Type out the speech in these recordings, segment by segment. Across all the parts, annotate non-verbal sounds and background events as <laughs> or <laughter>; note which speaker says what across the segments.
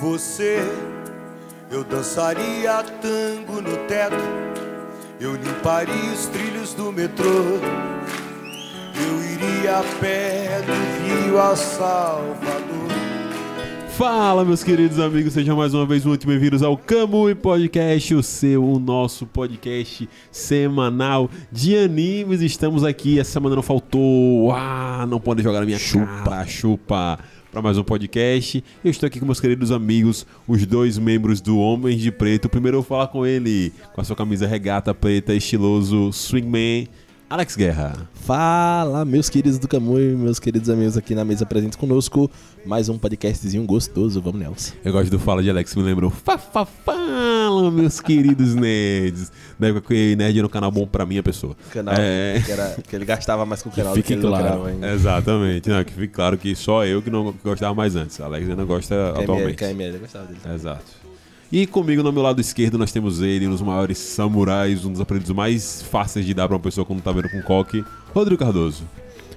Speaker 1: você, eu dançaria tango no teto, eu limparia os trilhos do metrô, eu iria a pé do Rio a Salvador.
Speaker 2: Fala, meus queridos amigos, sejam mais uma vez muito bem-vindos ao Camui Podcast, o seu, o nosso podcast semanal de animes. Estamos aqui, essa semana não faltou. Ah, não podem jogar na minha chupa, chupa. Para mais um podcast, eu estou aqui com meus queridos amigos, os dois membros do Homens de Preto. Primeiro eu vou falar com ele, com a sua camisa regata preta, estiloso swingman, Alex Guerra.
Speaker 3: Fala, meus queridos do Camui, meus queridos amigos aqui na mesa presentes conosco. Mais um podcastzinho gostoso, vamos nessa.
Speaker 2: Eu gosto do Fala de Alex, me lembrou. Fa, fa, fala, meus queridos nerds. Na época que nerd era um canal bom pra minha pessoa.
Speaker 3: Canal
Speaker 2: É.
Speaker 3: que, era, que ele gastava mais com o canal do
Speaker 4: fique
Speaker 3: que ele lucrava,
Speaker 4: claro.
Speaker 3: hein?
Speaker 2: Exatamente. Não, que fique claro que só eu que não gostava mais antes. Alex ainda gosta
Speaker 3: KML,
Speaker 2: atualmente.
Speaker 3: KML, eu gostava dele.
Speaker 2: Exato. E comigo, no meu lado esquerdo, nós temos ele, um dos maiores samurais, um dos apelidos mais fáceis de dar pra uma pessoa quando tá vendo com coque, Rodrigo Cardoso.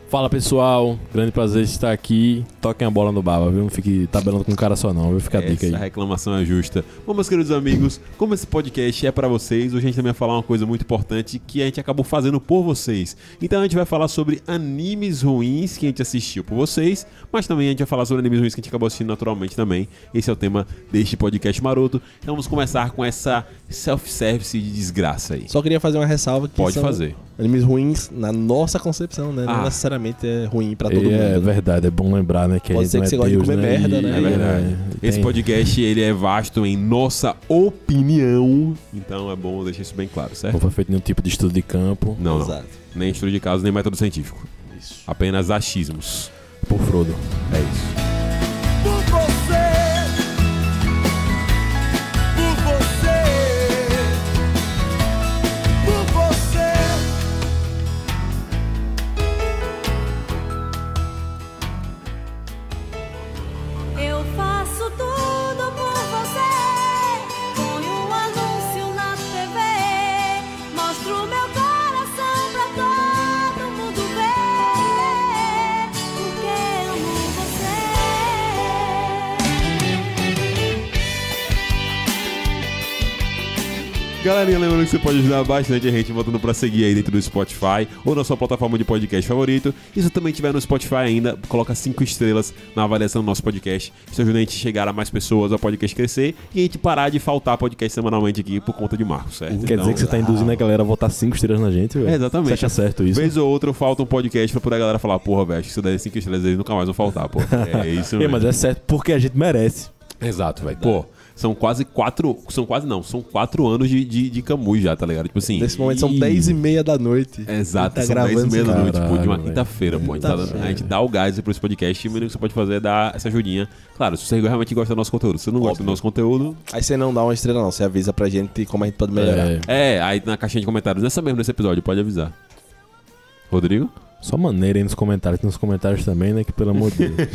Speaker 4: Fala pessoal, grande prazer estar aqui. Toquem a bola no baba, viu? Não fique tabelando com o cara só não, viu? Fica a dica
Speaker 2: Essa
Speaker 3: tá
Speaker 4: aí.
Speaker 2: reclamação é justa. Bom, meus queridos amigos, como esse podcast é pra vocês, hoje a gente também vai falar uma coisa muito importante que a gente acabou fazendo por vocês. Então a gente vai falar sobre animes ruins que a gente assistiu por vocês, mas também a gente vai falar sobre animes ruins que a gente acabou assistindo naturalmente também. Esse é o tema deste podcast maroto. Então vamos começar com essa self-service de desgraça aí.
Speaker 3: Só queria fazer uma ressalva que
Speaker 2: Pode
Speaker 3: são
Speaker 2: fazer.
Speaker 3: animes ruins na nossa concepção, né?
Speaker 2: Ah.
Speaker 3: Não necessariamente é ruim pra
Speaker 4: E
Speaker 3: todo
Speaker 4: é
Speaker 3: mundo. né?
Speaker 4: verdade, é bom lembrar, né? Que a
Speaker 3: Pode
Speaker 4: gente
Speaker 3: ser
Speaker 4: não
Speaker 3: que você goste de
Speaker 4: é Deus,
Speaker 3: comer
Speaker 4: né?
Speaker 3: merda,
Speaker 4: E-
Speaker 3: né?
Speaker 2: É verdade.
Speaker 4: É,
Speaker 2: Esse
Speaker 4: tem-
Speaker 2: podcast ele é vasto em nossa opinião, então é bom deixar isso bem claro, certo?
Speaker 4: Não foi feito nenhum tipo de estudo de campo.
Speaker 2: Não, não.
Speaker 3: Exato.
Speaker 2: Nem estudo de caso, nem método científico.
Speaker 3: Isso.
Speaker 2: Apenas achismos.
Speaker 4: Por Frodo.
Speaker 2: É isso.
Speaker 1: Por você, por você, por você.
Speaker 5: Eu faço tudo por você. Ponho um anúncio na TV. Mostro meu coração pra todo mundo ver. Porque amo você.
Speaker 2: Galerinha, lembrando que você pode ajudar bastante a gente voltando pra seguir aí dentro do Spotify ou na sua plataforma de podcast favorito. E se também tiver no Spotify ainda, coloca cinco estrelas na avaliação do nosso podcast. Isso ajuda a gente a chegar a mais pessoas, ao podcast crescer e a gente parar de faltar podcast semanalmente aqui por conta de Marcos, certo?
Speaker 4: Quer dizer que você tá induzindo a galera a votar cinco estrelas na gente, velho?
Speaker 2: É, exatamente.
Speaker 4: Você acha certo isso?
Speaker 2: Vez ou outra falta um podcast pra poder a galera falar, porra, velho, acho que se eu der cinco estrelas eles nunca mais vão faltar,
Speaker 4: <laughs>
Speaker 2: pô. É isso
Speaker 4: É,
Speaker 2: mesmo.
Speaker 4: mas é certo porque a gente merece.
Speaker 2: Exato, velho. Pô, É são quase quatro. São quase não, são quatro anos de, de, de Camus já, tá ligado? Tipo assim.
Speaker 3: Nesse momento são
Speaker 4: Ih.
Speaker 3: 10 e meia da noite.
Speaker 2: Exato,
Speaker 3: tá
Speaker 2: são 10 e
Speaker 3: gravando
Speaker 2: meia da
Speaker 3: isso.
Speaker 2: noite, pô, de uma
Speaker 4: Caralho,
Speaker 2: quinta-feira, pô. A gente, tá dando- a gente dá o gás pra esse podcast e o mínimo que você pode fazer é dar essa ajudinha. Claro, se você realmente gosta do nosso conteúdo. Se você não gosta do nosso conteúdo,
Speaker 3: Aí você não dá uma estrela, não. Você avisa pra gente como a gente pode melhorar.
Speaker 4: É,
Speaker 2: é, aí na caixinha de comentários, nessa mesmo, nesse episódio, pode avisar. Rodrigo?
Speaker 4: Só maneira aí nos comentários. Tem nos comentários também, né? Que pelo amor de <laughs> Deus.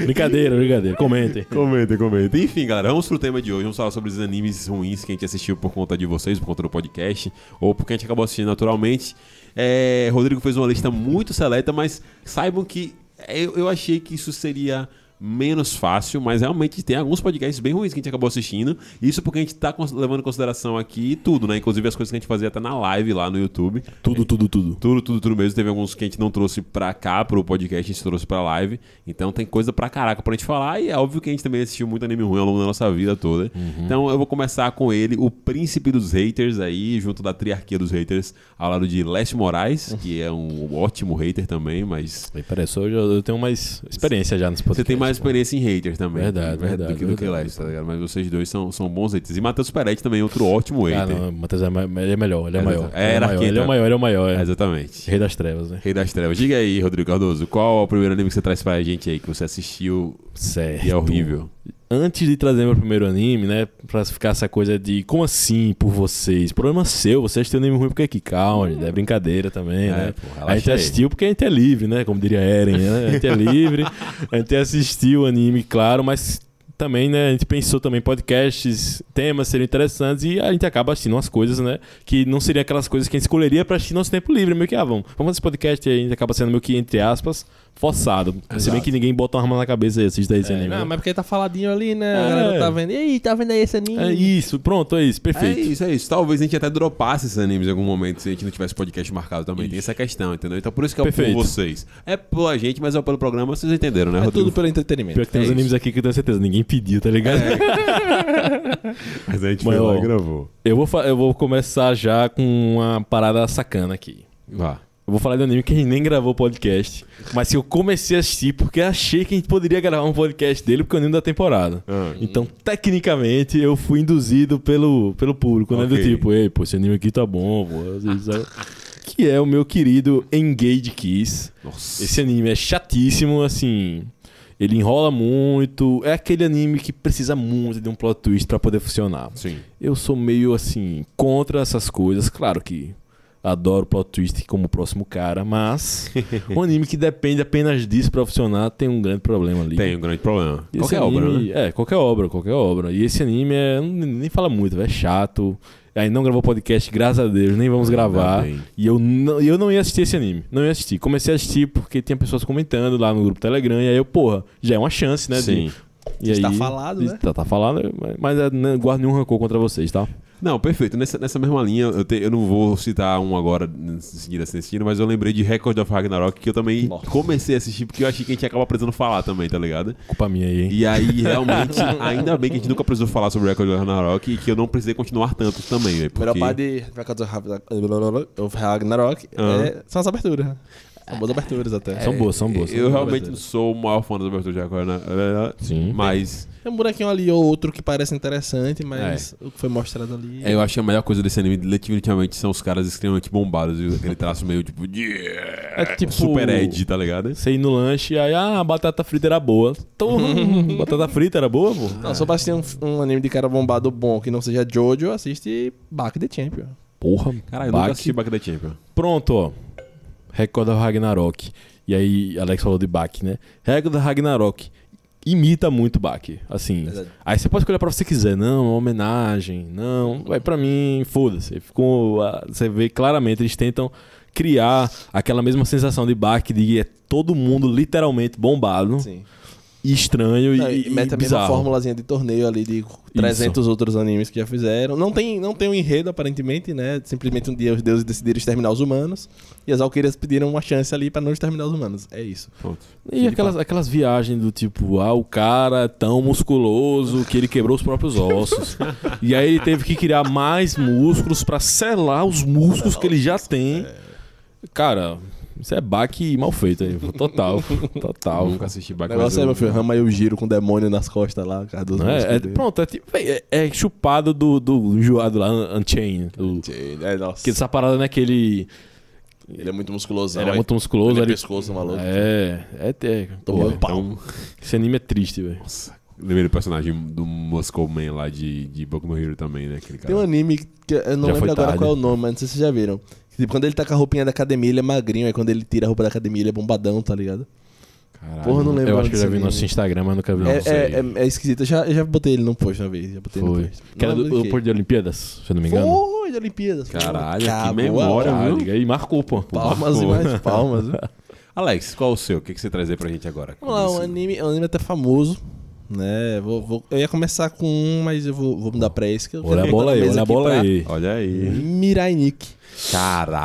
Speaker 4: brincadeira, brincadeira. Comentem.
Speaker 2: <laughs> Comentem, comentem. Enfim, galera, vamos pro tema de hoje. Vamos falar sobre os animes ruins que a gente assistiu por conta de vocês, por conta do podcast, ou porque a gente acabou assistindo naturalmente. É, Rodrigo fez uma lista muito seleta, mas saibam que eu, eu achei que isso seria menos fácil, mas realmente tem alguns podcasts bem ruins que a gente acabou assistindo. Isso porque a gente tá cons- levando em consideração aqui tudo, né? Inclusive as coisas que a gente fazia até na live lá no YouTube.
Speaker 4: Tudo, tudo, tudo.
Speaker 2: Tudo, tudo, tudo mesmo. Teve alguns que a gente não trouxe pra cá, pro podcast, a gente trouxe pra live. Então tem coisa pra caraca pra gente falar. E é óbvio que a gente também assistiu muito anime ruim ao longo da nossa vida toda.
Speaker 4: Uhum.
Speaker 2: Então eu vou começar com ele, o príncipe dos haters aí, junto da triarquia dos haters, ao lado de Leste
Speaker 4: <laughs>
Speaker 2: Moraes, que é um ótimo hater também, mas.
Speaker 4: Aí, Peraí, só eu, já- eu tenho mais experiência já nesse podcast.
Speaker 2: Você tem mais
Speaker 4: pô.
Speaker 2: experiência em haters também.
Speaker 4: Verdade,
Speaker 2: né,
Speaker 4: verdade,
Speaker 2: Do que, do que
Speaker 4: verdade.
Speaker 2: Leste, tá ligado? Mas vocês dois são, são bons haters. E Matheus Peretti também é outro ótimo
Speaker 4: Ah,
Speaker 2: hater.
Speaker 4: não, o Matheus é, ma- ele é melhor, ele é,
Speaker 2: É,
Speaker 4: maior.
Speaker 2: é
Speaker 4: ele, é maior
Speaker 2: hierarquia,
Speaker 4: ele é o
Speaker 2: então.
Speaker 4: maior, ele é o maior. É.
Speaker 2: Exatamente.
Speaker 4: Rei das trevas, né?
Speaker 2: Rei das Trevas. Diga aí, Rodrigo Cardoso, qual é o primeiro anime que você traz pra gente aí, que você assistiu
Speaker 4: Certo.
Speaker 2: e é horrível?
Speaker 4: Antes de trazer meu primeiro anime, né? Pra ficar essa coisa de como assim por vocês? Problema seu, vocês têm um anime ruim porque aqui, calma, gente, é brincadeira também,
Speaker 2: Hum. É,
Speaker 4: né?
Speaker 2: pô, relaxa
Speaker 4: a gente
Speaker 2: aí.
Speaker 4: assistiu porque a gente
Speaker 2: <laughs>
Speaker 4: é livre, né? Como diria Eren, né? A gente é livre, a gente assistiu o anime, claro, mas também, né, a gente pensou também podcasts, temas seriam interessantes e a gente acaba assistindo umas coisas, né, que não seriam aquelas coisas que a gente escolheria pra assistir no nosso tempo livre, meio que, ah, vamos, vamos fazer esse podcast e a gente acaba sendo meio que, entre aspas, forçado. Se bem que ninguém bota uma arma na cabeça e assiste aí
Speaker 2: É,
Speaker 4: esse anime. né?
Speaker 3: Ah, mas porque tá faladinho ali, né?
Speaker 4: É.
Speaker 3: A galera tá vendo. E aí, tá vendo aí esse anime?
Speaker 4: É isso, pronto, é isso,
Speaker 2: É
Speaker 4: perfeito.
Speaker 2: isso, é isso. Talvez a gente até dropasse esses animes em algum momento se a gente não tivesse podcast marcado também. Tem essa questão, entendeu? Então por isso que é o por
Speaker 4: Perfeito.
Speaker 2: vocês. É pela gente, mas é pelo programa. Vocês entenderam, né,
Speaker 3: É
Speaker 2: Rodrigo?
Speaker 3: tudo pelo entretenimento.
Speaker 4: Pior que tem
Speaker 3: É
Speaker 4: uns
Speaker 3: isso.
Speaker 4: animes aqui que eu tenho certeza, ninguém pediu, tá ligado?
Speaker 2: Mas a gente
Speaker 4: Mas, ó,
Speaker 2: gravou.
Speaker 4: <laughs> Eu, vou, fa- eu vou começar já com uma parada sacana aqui.
Speaker 2: Vá.
Speaker 4: Eu vou falar de um anime que a gente nem gravou podcast, mas que eu comecei a assistir porque achei que a gente poderia gravar um podcast dele porque é o anime da temporada.
Speaker 2: Ah.
Speaker 4: Então, tecnicamente, eu fui induzido pelo, pelo público, né? Do
Speaker 2: Ok.
Speaker 4: tipo, ei, pô, esse anime aqui tá bom, pô. às vezes, sabe? <laughs> Que é o meu querido Engage Kiss.
Speaker 2: Nossa.
Speaker 4: Esse anime é chatíssimo, assim. Ele enrola muito. É aquele anime que precisa muito de um plot twist pra poder funcionar.
Speaker 2: Sim.
Speaker 4: Eu sou meio assim contra essas coisas, claro que adoro plot twist como o próximo cara,
Speaker 2: <laughs>
Speaker 4: mas um anime que depende apenas disso pra funcionar tem um grande problema ali.
Speaker 2: Tem um grande problema.
Speaker 4: E esse
Speaker 2: Qualquer
Speaker 4: anime-
Speaker 2: obra, né?
Speaker 4: É, qualquer obra, qualquer obra. E esse anime é, não- nem fala muito, véio, é chato. Aí não gravou podcast, graças a Deus, nem vamos
Speaker 2: Ainda
Speaker 4: gravar.
Speaker 2: bem.
Speaker 4: E eu não, e eu não ia assistir esse anime. Não ia assistir. Comecei a assistir porque tinha pessoas comentando lá no grupo Telegram. E aí eu, porra, já é uma chance, né? de-
Speaker 2: Sim.
Speaker 4: e aí,
Speaker 3: Está falado, né?
Speaker 4: Tá, tá falado, mas- mas eu não guardo nenhum rancor contra vocês, tá?
Speaker 2: Não, perfeito. Nessa, nessa mesma linha, eu, te- eu não vou citar um agora em seguida assim, assistindo, mas eu lembrei de Record of Ragnarok, que eu também comecei a assistir, porque eu achei que a gente acaba precisando falar também, tá ligado?
Speaker 4: Culpa minha aí,
Speaker 2: <laughs>
Speaker 4: hein?
Speaker 2: E aí, realmente, ainda bem que a gente nunca precisou falar sobre Record of Ragnarok e que eu não precisei continuar tanto também, velho.
Speaker 3: A melhor
Speaker 2: porque-
Speaker 3: parte de Records of Ragnarok- of Ragnarok
Speaker 2: Ah.
Speaker 3: é, são as aberturas. São boas aberturas até.
Speaker 4: São boas, são boas. são
Speaker 2: é, Eu
Speaker 4: boas.
Speaker 2: realmente não sou o maior fã das aberturas de Record, né?
Speaker 4: Sim.
Speaker 2: Mas
Speaker 3: Tem um buraquinho ali ou outro que parece interessante, mas
Speaker 4: É.
Speaker 3: o que foi mostrado ali.
Speaker 2: É, eu acho que a melhor coisa desse anime, definitivamente, são os caras extremamente bombados e aquele traço meio tipo. Yeah!
Speaker 4: É tipo-
Speaker 2: Super Ed, tá ligado?
Speaker 4: Você ir no lanche e aí, ah, a batata frita era boa. Então, <laughs> hum, batata frita era boa, pô?
Speaker 3: Não, só pra assistir um, um anime de cara bombado bom que não seja Jojo, assiste Back the Champion.
Speaker 4: Porra,
Speaker 2: Caralho, eu
Speaker 4: Bach.
Speaker 2: nunca assisti Back da Champion.
Speaker 4: Pronto, ó. Record of Ragnarok. E aí, Alex falou de Bach, né? Record of Ragnarok. Imita muito Bach. Assim.
Speaker 3: Verdade.
Speaker 4: Aí você pode escolher pra você quiser. Não, é uma homenagem. Não. Vai pra mim, foda-se. Ficou. ah, Você vê claramente, eles tentam criar aquela mesma sensação de Bach de é todo mundo literalmente bombado.
Speaker 3: Sim.
Speaker 4: E estranho
Speaker 3: Não,
Speaker 4: e,
Speaker 3: e mete
Speaker 4: e
Speaker 3: a mesma
Speaker 4: bizarro.
Speaker 3: formulazinha de torneio ali de 300 outros animes que já fizeram. Não tem, não tem um enredo, aparentemente, né? Simplesmente um dia os deuses decidiram exterminar os humanos. E as alqueiras pediram uma chance ali pra não exterminar os humanos. É isso.
Speaker 2: Pronto.
Speaker 4: E aquelas, aquelas viagens do tipo, ah, o cara é tão musculoso que ele quebrou os próprios ossos. e aí ele teve que criar mais músculos pra selar os músculos que ele já
Speaker 3: é.
Speaker 4: tem. Cara, isso é baque mal feito aí. Total, total.
Speaker 2: nunca assisti
Speaker 3: O
Speaker 2: Back
Speaker 3: negócio
Speaker 2: mas
Speaker 3: é,
Speaker 2: eu-
Speaker 3: meu filho, rama e o giro com o demônio nas costas lá, por causa dos
Speaker 4: Não é?
Speaker 3: músculos
Speaker 4: É-
Speaker 3: dele.
Speaker 4: pronto, é, tipo, é, é chupado do, do enjoado lá, Un- Unchained. Do,
Speaker 3: É, nossa.
Speaker 4: que essa parada naquele.
Speaker 3: Ele é muito musculosão.
Speaker 4: Era
Speaker 3: aí.
Speaker 4: muito musculoso.
Speaker 3: Ele é
Speaker 4: ele-
Speaker 3: pescoço, maluco.
Speaker 4: É, é. é
Speaker 3: Tomou
Speaker 4: pô,
Speaker 3: um pau.
Speaker 2: Então,
Speaker 4: esse anime é triste, velho.
Speaker 2: nossa. Lembrei do personagem do Moscow Man lá de, de Boku no Hero também, né? Aquele cara.
Speaker 3: Tem um anime que eu não
Speaker 4: Já foi
Speaker 3: lembro agora
Speaker 4: tarde.
Speaker 3: qual é o nome, mas não sei se vocês já viram. Que, Tipo, quando ele tá com a roupinha da academia, ele é magrinho. Aí quando ele tira a roupa da academia, ele é bombadão, tá ligado?
Speaker 2: Caralho.
Speaker 3: Porra, não lembro.
Speaker 4: Eu acho que eu já
Speaker 3: desse
Speaker 4: vi
Speaker 3: anime.
Speaker 4: no nosso Instagram, mas nunca vi.
Speaker 3: é,
Speaker 4: não sei.
Speaker 3: é, é, é esquisito. Eu já, eu já botei ele num post uma vez. Já botei
Speaker 4: Foi.
Speaker 3: no post.
Speaker 4: Que era
Speaker 3: Não
Speaker 4: do,
Speaker 3: lembro de
Speaker 4: do
Speaker 3: quê.
Speaker 4: Porto de Olimpíadas, se eu não me engano.
Speaker 3: Foi de Olimpíadas.
Speaker 2: Caralho, que
Speaker 3: Acabou.
Speaker 2: memória.
Speaker 4: Ah,
Speaker 2: viu?
Speaker 4: liga aí, marcou, pô.
Speaker 3: Palmas e
Speaker 2: Marcou.
Speaker 3: mais palmas. viu?
Speaker 2: Alex, qual o seu? O que, que você traz aí pra gente agora?
Speaker 3: Vamos lá, um
Speaker 2: Isso.
Speaker 3: anime, um anime até famoso. Né, vou, vou- eu ia começar com um, mas eu vou, vou mudar pra esse. Que eu
Speaker 4: <laughs> Olha a
Speaker 3: quero
Speaker 4: bola
Speaker 3: botar na
Speaker 4: aí,
Speaker 3: mesa
Speaker 4: olha a
Speaker 3: aqui
Speaker 4: bola
Speaker 3: pra
Speaker 4: aí.
Speaker 2: Olha aí.
Speaker 3: Mirai Nikki.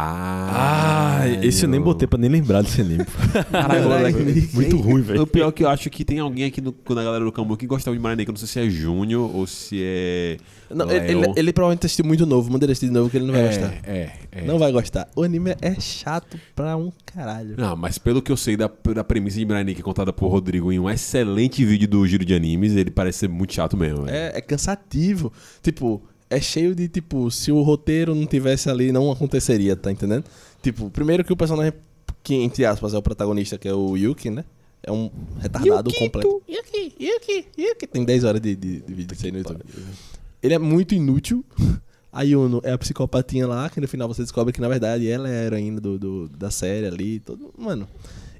Speaker 4: Ah,
Speaker 2: Caralho.
Speaker 4: esse eu nem botei pra nem lembrar desse anime.
Speaker 2: Caralho,
Speaker 3: Mirai
Speaker 2: moleque.
Speaker 3: Nikki.
Speaker 4: Muito ruim, velho.
Speaker 2: O pior é que eu acho que tem alguém aqui no, na galera do Camu que gostava de Maranê, que eu não sei se é Júnior ou se é.
Speaker 3: Não,
Speaker 2: Léo.
Speaker 3: ele, ele- ele provavelmente assistiu muito novo. Manda ele assistir de novo que ele não vai
Speaker 2: é,
Speaker 3: gostar.
Speaker 2: É, é.
Speaker 3: Não vai gostar. O anime é chato pra um caralho.
Speaker 2: Não, mas pelo que eu sei da, da premissa de Mirai Nikki contada por Rodrigo em um excelente vídeo do Giro de Animes, ele parece ser muito chato mesmo. velho.
Speaker 3: É, é cansativo. Tipo, é cheio de, tipo, se o roteiro não tivesse ali, não aconteceria, tá entendendo? Tipo, primeiro que o personagem, que entre aspas é o protagonista, que é o Yuki, né? É um retardado completo. Yuki, Yuki, Yuki. Tem 10 horas de, de, de vídeo isso aí no YouTube. Ele é muito inútil. <laughs> A Yuno é a psicopatinha lá, que no final você descobre que na verdade ela é a heroína do, do- da série ali. Todo... Mano,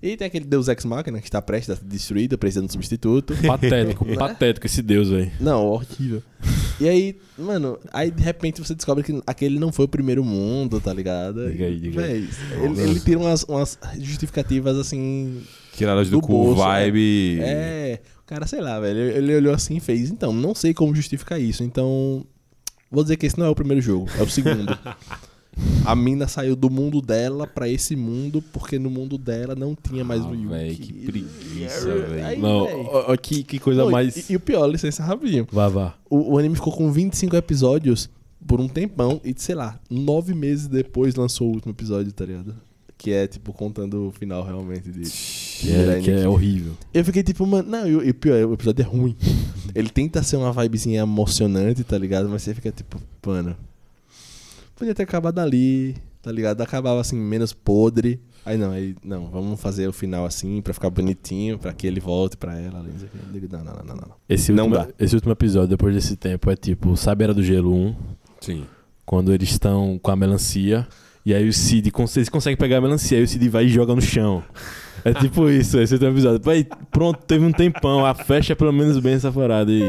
Speaker 3: E tem aquele Deus Ex Machina que está prestes a ser destruída, precisando de <laughs> substituto.
Speaker 4: <laughs> Patético,
Speaker 3: Né?
Speaker 4: patético esse deus, velho.
Speaker 3: Não, horrível. E aí, mano, aí de repente você descobre que aquele não foi o primeiro mundo, tá ligado?
Speaker 4: Diga aí, diga aí.
Speaker 3: Véi, Ele, ele tira umas, umas justificativas assim.
Speaker 2: Tiradas do,
Speaker 3: Do
Speaker 2: cu,
Speaker 3: bolso,
Speaker 2: vibe.
Speaker 3: É. O cara, sei lá, velho. Ele olhou assim e fez. Então, não sei como justificar isso. Então. Vou dizer que esse não é o primeiro jogo, é o
Speaker 4: <laughs>
Speaker 3: segundo. A mina saiu do mundo dela pra esse mundo, porque no mundo dela não tinha mais o Yuki.
Speaker 4: Ah, Véi, que preguiça,
Speaker 3: Aí,
Speaker 4: velho. Não,
Speaker 3: véi.
Speaker 4: ó, ó, que, que coisa
Speaker 3: Não, e-
Speaker 4: mais.
Speaker 3: e, e o pior, licença rapidinho.
Speaker 4: Vá, vá.
Speaker 3: O, o anime ficou com 25 episódios por um tempão e, sei lá, nove meses depois lançou o último episódio, tá ligado? Que é, tipo, contando o final realmente de.
Speaker 4: Que é, que é horrível.
Speaker 3: Eu fiquei tipo, mano, não, e o- e o pior, o episódio é
Speaker 4: <laughs>
Speaker 3: ruim. Ele tenta ser uma vibezinha emocionante, tá ligado? Mas você fica tipo, mano. Podia ter acabado ali, tá ligado? Acabava assim, menos podre. Aí não, aí, não, vamos fazer o final assim, pra ficar bonitinho, pra que ele volte pra ela. não sei o quê. Eu digo, Não, não, não, não, não.
Speaker 4: Esse
Speaker 3: Não
Speaker 4: último,
Speaker 3: dá.
Speaker 4: Esse último episódio, depois desse tempo, é tipo Sabeira do Gelo 1,
Speaker 2: Sim.
Speaker 4: quando eles estão com a melancia. E aí o Cid, cons- eles conseguem pegar a melancia, aí o Cid vai e joga no chão. É tipo isso, esse último episódio. Vai, pronto, teve um tempão, a festa é pelo menos bem saforada. E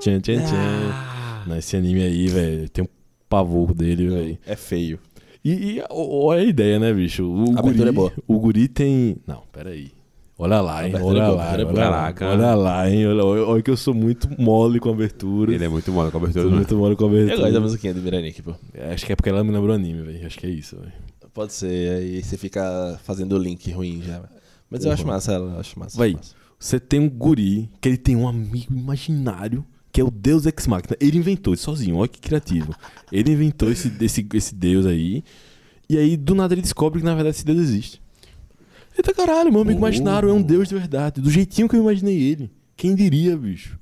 Speaker 4: tchan, tchan,
Speaker 3: Ah.
Speaker 4: tchan. Não, Esse anime aí, velho, tem um pavor dele, velho.
Speaker 3: É feio.
Speaker 4: E, e olha a ideia, né, bicho? O
Speaker 3: A abertura
Speaker 4: guri,
Speaker 3: é boa.
Speaker 4: O guri tem. Não, peraí. Olha lá, hein?
Speaker 3: abertura
Speaker 4: Olha
Speaker 3: é boa,
Speaker 4: lá,
Speaker 3: a
Speaker 4: olha,
Speaker 3: abertura
Speaker 2: é boa.
Speaker 4: lá,
Speaker 2: Caraca.
Speaker 4: olha lá, hein? Olha, olha, olha que eu sou muito mole com abertura.
Speaker 2: Ele é muito mole com a abertura
Speaker 4: Sou
Speaker 2: do
Speaker 4: muito mole com abertura.
Speaker 3: Eu gosto da musiquinha do Veronique, pô.
Speaker 4: Acho que é porque ela me lembrou anime, velho. Acho que é isso, velho.
Speaker 3: Pode ser, aí você fica fazendo o link ruim já. Mas eu acho
Speaker 2: Uhum.
Speaker 3: massa ela, eu acho massa.
Speaker 4: Vai.
Speaker 3: acho massa.
Speaker 4: Você tem um guri que ele tem um amigo imaginário que é o Deus Ex Machina. Ele inventou isso sozinho, olha que criativo. Ele inventou esse, esse, esse Deus aí. E aí, do nada, ele descobre que na verdade esse Deus existe. Eita caralho, meu amigo imaginário é um Deus de verdade, do jeitinho que eu imaginei ele. Quem diria, bicho?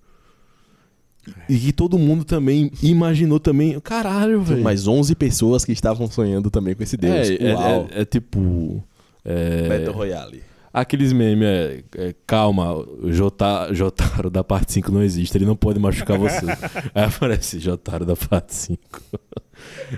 Speaker 4: E que todo mundo também imaginou também. Caralho,
Speaker 3: Tem
Speaker 4: velho.
Speaker 3: mais 11 pessoas que estavam sonhando também com esse Deus.
Speaker 4: É, é,
Speaker 3: Uau.
Speaker 4: é- é tipo. é,
Speaker 3: Battle Royale.
Speaker 4: Aqueles memes, é, é, calma, o Jota- Jotaro da parte 5 não existe, ele não pode machucar <laughs> você. Aí aparece Jotaro da parte 5.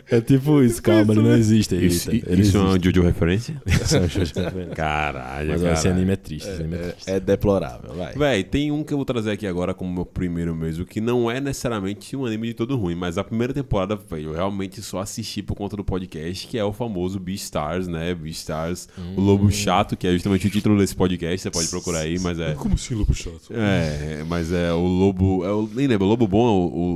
Speaker 4: É tipo isso, calma, ele não existe.
Speaker 2: Isso,
Speaker 4: Eita,
Speaker 2: i-
Speaker 4: ele
Speaker 2: isso é <laughs> uma
Speaker 4: existe.
Speaker 2: Jojo referência?
Speaker 4: Isso é um Jotaro.
Speaker 2: Caralho,
Speaker 4: Mas ó,
Speaker 2: cara.
Speaker 4: esse anime é triste, esse anime é triste.
Speaker 3: É deplorável, vai.
Speaker 2: Véi, tem um que eu vou trazer aqui agora como meu primeiro mesmo, que não é necessariamente um anime de todo ruim, mas a primeira temporada, velho, eu realmente só assisti por conta do podcast, que é o famoso Beastars, né? Beastars, o Lobo Chato, que é justamente o título desse podcast, você pode procurar aí, mas é...
Speaker 6: Como assim, Lobo Chato?
Speaker 2: É, mas é o Lobo... É o, nem lembro, Lobo Bom é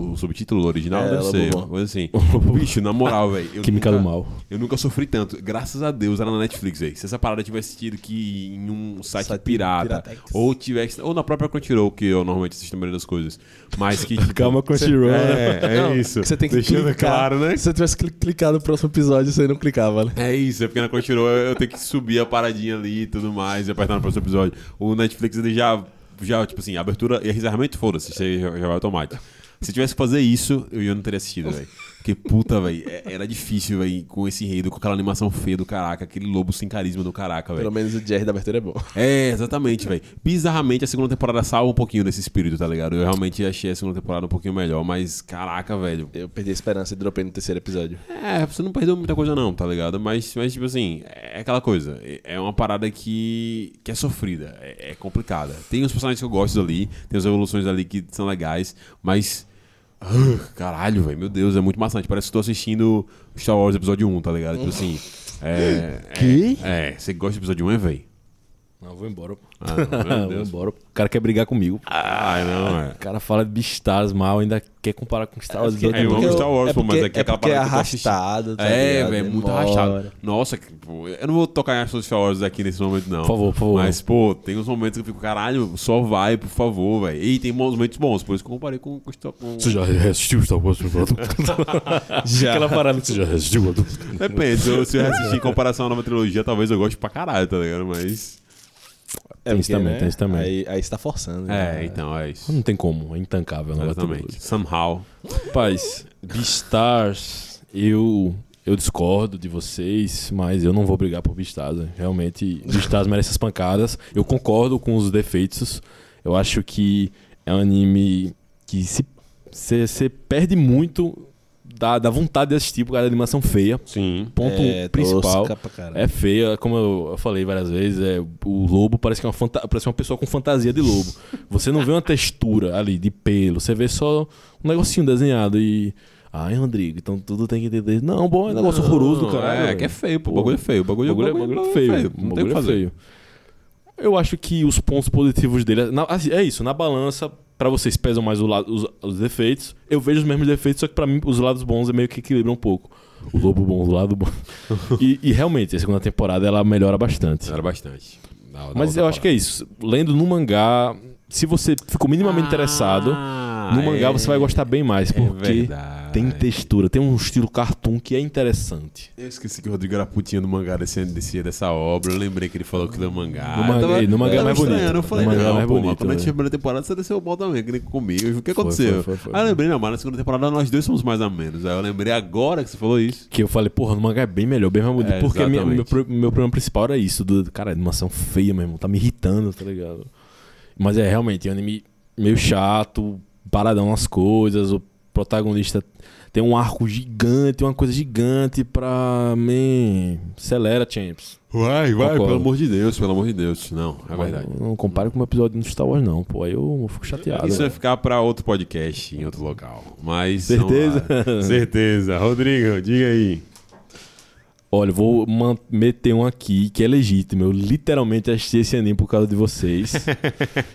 Speaker 2: o, o subtítulo original?
Speaker 3: É,
Speaker 2: Deve
Speaker 3: Lobo
Speaker 2: ser,
Speaker 3: Bom.
Speaker 2: uma coisa assim. Bicho, na moral, velho... eu
Speaker 4: Química
Speaker 2: nunca-
Speaker 4: do mal.
Speaker 2: eu nunca sofri tanto. Graças a Deus era na Netflix, velho. Se essa parada tivesse tido que em um site,
Speaker 3: Site
Speaker 2: pirata,
Speaker 3: Piratex.
Speaker 2: ou tivesse. Ou na própria Crunchyroll, que eu normalmente assisto a maioria das coisas. Mas
Speaker 4: <laughs>
Speaker 2: que. tipo,
Speaker 4: Calma, Crunchyroll, né?
Speaker 3: <laughs>
Speaker 2: É, é isso.
Speaker 3: Você tem que
Speaker 2: Deixando
Speaker 3: clicar.
Speaker 2: claro, né?
Speaker 3: Se eu tivesse cli- clicado no próximo episódio, você não clicava, né?
Speaker 2: É isso, é porque na Crunchyroll eu eu tenho que subir a paradinha ali e tudo mais, e apertar no próximo episódio. O Netflix ele já, já tipo assim, abertura e encerramento, foda-se, você já, já vai automático. Se tivesse que fazer isso, eu eu não teria assistido, velho. Porque, puta, velho, é- era difícil, velho, com esse enredo, com aquela animação feia do caraca, aquele lobo sem carisma do caraca,
Speaker 3: Pelo
Speaker 2: velho.
Speaker 3: menos o Jerry da abertura é bom.
Speaker 2: É, exatamente, velho. Bizarramente, a segunda temporada salva um pouquinho desse espírito, tá ligado? Eu realmente achei a segunda temporada um pouquinho melhor, mas caraca, velho.
Speaker 3: Eu perdi a esperança e dropei no terceiro episódio.
Speaker 2: É, você não perdeu muita coisa não, tá ligado? Mas, mas tipo assim, é aquela coisa. é- É uma parada que, que é sofrida, é, é complicada. Tem os personagens que eu gosto ali, tem as evoluções ali que são legais, mas... ah, caralho, velho, meu Deus, é muito maçante. Parece que eu tô assistindo Star Wars Episódio 1, tá ligado? Tipo assim... É,
Speaker 4: Que?
Speaker 2: É, é, você gosta de Episódio 1, é, velho?
Speaker 4: Não, vou embora.
Speaker 2: Ah, não, meu
Speaker 4: <laughs> Vou
Speaker 2: Deus.
Speaker 4: embora. O cara quer brigar comigo.
Speaker 2: Ah, não, é.
Speaker 4: O cara fala de Stars mal, ainda quer comparar com Stars Wars.
Speaker 2: É, eu
Speaker 4: Outro
Speaker 2: amo
Speaker 4: mundo.
Speaker 2: Star Wars,
Speaker 3: é
Speaker 2: pô, mas
Speaker 3: porque-
Speaker 2: é que
Speaker 3: é
Speaker 2: aquela
Speaker 3: porque é
Speaker 2: parada que eu tô assistindo.
Speaker 3: arrastado, tá
Speaker 2: É,
Speaker 3: ligado?
Speaker 2: velho, muito
Speaker 3: Demora.
Speaker 2: arrastado. Nossa, que- pô, eu não vou tocar em assuntos Star Wars aqui nesse momento, não.
Speaker 4: Por favor, por favor.
Speaker 2: Mas, pô, tem uns momentos que eu fico, caralho, só vai, por favor, velho. E tem uns momentos bons, por isso que eu comparei com, com, Star- com...
Speaker 4: Você já assistiu Star Wars? <laughs> já. Aquela parada que você já assistiu.
Speaker 2: Depende, se eu, se eu assistir em comparação à nova trilogia, talvez eu goste pra caralho, tá ligado? Mas...
Speaker 3: É
Speaker 4: Tem isso também, tem isso também.
Speaker 3: Aí, aí você tá forçando.
Speaker 2: É,
Speaker 3: né?
Speaker 2: então, é isso.
Speaker 4: Não tem como, é intancável. Não
Speaker 2: Exatamente. Somehow.
Speaker 4: Rapaz, Beastars, eu, eu discordo de vocês, mas eu não vou brigar por Beastars. né? Realmente, Beastars merece as pancadas. Eu concordo com os defeitos. Eu acho que é um anime que se, se, se perde muito vontade, dá vontade de assistir por causa da animação feia.
Speaker 2: Sim.
Speaker 4: Ponto
Speaker 3: É,
Speaker 4: principal.
Speaker 3: tosca pra caralho.
Speaker 4: É feia, como eu eu falei várias vezes, é, o lobo parece que é uma fanta- parece uma pessoa com fantasia de lobo. Você não vê uma textura ali de pelo, você vê só um negocinho desenhado e Ai, Rodrigo, então tudo tem que entender. Não, bom, é um negócio horroroso do
Speaker 2: É,
Speaker 4: caralho. velho.
Speaker 2: que é feio, pô. O bagulho é feio. O
Speaker 4: O
Speaker 2: bagulho,
Speaker 4: bagulho, é-
Speaker 2: o bagulho
Speaker 4: bagulho é feio.
Speaker 2: Não
Speaker 4: bagulho
Speaker 2: tem o que
Speaker 4: é
Speaker 2: fazer.
Speaker 4: feio. Eu acho que os pontos positivos dele. na- assim, é isso, na balança, pra vocês pesam mais o lado- os, os defeitos. Eu vejo os mesmos defeitos, só que pra mim os lados bons é meio que equilibram um pouco. O lobo bom,
Speaker 2: <laughs>
Speaker 4: o lado bom. E, e realmente, a segunda temporada ela melhora bastante.
Speaker 2: Era bastante. Da- da
Speaker 4: Mas
Speaker 2: outra
Speaker 4: eu acho que é isso. Lendo no mangá, se você ficou minimamente interessado,
Speaker 2: Ah,
Speaker 4: no mangá
Speaker 2: é.
Speaker 4: você vai gostar bem mais, porque
Speaker 2: verdade.
Speaker 4: tem textura, tem um estilo cartoon que é interessante.
Speaker 2: Eu esqueci que o Rodrigo era putinha do mangá desse, desse- dessa obra. Eu lembrei que ele falou que leu mangá.
Speaker 4: No mangá-
Speaker 2: Eu tava-
Speaker 4: no mangá é
Speaker 2: eu tava
Speaker 4: mais bonito.
Speaker 2: estranhando, Eu falei,
Speaker 4: No mangá é
Speaker 2: não,
Speaker 4: mais
Speaker 2: pô,
Speaker 4: bonito,
Speaker 2: mas quando a gente
Speaker 4: velho.
Speaker 2: tinha a primeira temporada, você desceu o bal também, que nem comigo. O que aconteceu?
Speaker 4: foi, foi, foi.
Speaker 2: Ah, eu lembrei, não, mas na segunda temporada nós dois somos mais a menos. Aí eu lembrei agora que você falou isso.
Speaker 4: Que eu falei, porra, no mangá é bem melhor, bem mais bonito.
Speaker 2: É,
Speaker 4: porque minha-
Speaker 2: exatamente.
Speaker 4: meu, pro- meu problema principal era isso, do, cara, animação feia, meu irmão, tá me irritando, tá ligado? Mas é, realmente, é um anime meio chato, paradão nas coisas, o protagonista tem um arco gigante, uma coisa gigante pra... Man, acelera, Champs.
Speaker 2: Vai, vai,
Speaker 4: Concordo.
Speaker 2: pelo amor de Deus, pelo amor de Deus. Não, é verdade.
Speaker 4: Não, não compare com o episódio do Star Wars, não, pô, aí eu, fico chateado.
Speaker 2: Isso é vai
Speaker 4: velho.
Speaker 2: ficar pra outro podcast em outro local. Mas.
Speaker 4: Certeza?
Speaker 2: vamos
Speaker 4: <laughs>
Speaker 2: lá. Certeza. Rodrigo, diga aí.
Speaker 4: Olha, eu vou man- meter um aqui que é legítimo. Eu literalmente assisti esse anime por causa de vocês.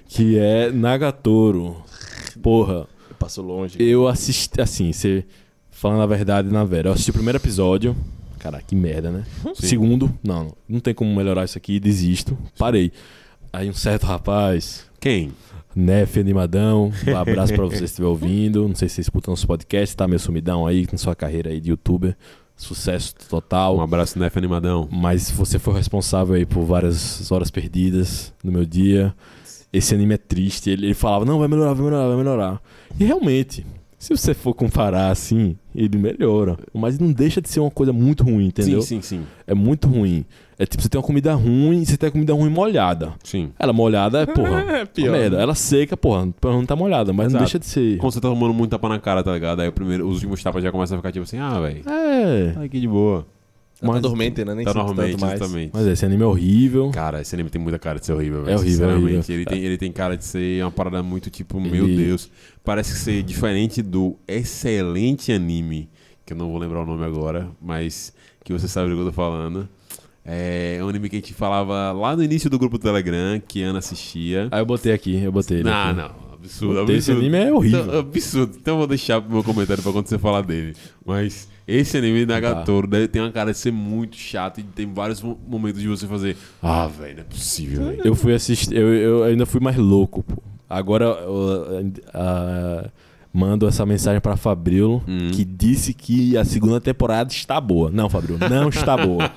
Speaker 4: que é Nagatoro. Porra,
Speaker 3: Passou longe.
Speaker 4: eu assisti. Assim, você. Falando a verdade na vera. Eu assisti o primeiro episódio. Caraca, que merda, né? Segundo, não, não tem como melhorar isso aqui, desisto. Parei. Aí um certo rapaz.
Speaker 2: Quem?
Speaker 4: Nef Animadão, um abraço pra você que estiver ouvindo. Não sei se vocês escutam os podcasts, tá? Meu sumidão aí, na sua carreira aí de youtuber. Sucesso total.
Speaker 2: Um abraço, Nef Animadão.
Speaker 4: Mas você foi responsável aí por várias horas perdidas no meu dia. Esse anime é triste. Ele, ele falava, não, vai melhorar, vai melhorar, vai melhorar. E realmente, se você for comparar assim, ele melhora. Mas não deixa de ser uma coisa muito ruim, entendeu?
Speaker 2: Sim, sim, sim.
Speaker 4: É muito ruim. É tipo, você tem uma comida ruim e você tem a comida ruim molhada.
Speaker 2: Sim.
Speaker 4: Ela molhada
Speaker 2: <laughs>
Speaker 4: é, porra,
Speaker 3: É,
Speaker 4: é
Speaker 3: pior.
Speaker 4: merda. Ela seca, porra, não tá molhada, mas não
Speaker 2: Exato.
Speaker 4: deixa de ser.
Speaker 2: Quando você tá tomando muito tapa na cara, tá ligado? Aí o primeiro, os últimos tapas já começam a ficar tipo assim, ah, velho.
Speaker 4: É,
Speaker 2: Tá aqui de boa.
Speaker 3: Mas tá
Speaker 4: mas-
Speaker 3: dormente, né? Nem
Speaker 2: tá
Speaker 3: sinto
Speaker 2: normalmente,
Speaker 3: tanto mais.
Speaker 2: exatamente.
Speaker 4: mas esse anime é horrível.
Speaker 2: Cara, esse anime tem muita cara de ser horrível, velho.
Speaker 4: É horrível, é
Speaker 2: sinceramente.
Speaker 4: horrível.
Speaker 2: Ele, tem, ele tem cara de ser uma parada muito tipo, meu
Speaker 4: Ele-
Speaker 2: Deus. Parece que ser diferente do excelente anime, que eu não vou lembrar o nome agora, mas que você sabe do que eu tô falando. É um anime que a gente falava lá no início do grupo do Telegram, que Ana assistia.
Speaker 4: Aí eu botei aqui, eu botei ele.
Speaker 2: Não,
Speaker 4: aqui.
Speaker 2: não. Absurdo, absurdo.
Speaker 4: Botei esse anime é horrível.
Speaker 2: Então, absurdo. Então eu vou deixar pro meu comentário pra quando você falar dele. Mas esse anime Nagatoro deve tem uma cara de ser muito chato e tem vários mo- momentos de você fazer. Ah, velho, não é possível, velho.
Speaker 4: Eu fui assistir, eu, eu ainda fui mais louco, pô. Agora eu, ah, mando essa mensagem pra Fabrilo,
Speaker 2: Hum.
Speaker 4: que disse que a segunda temporada está boa. Não, Fabrilo, não está boa.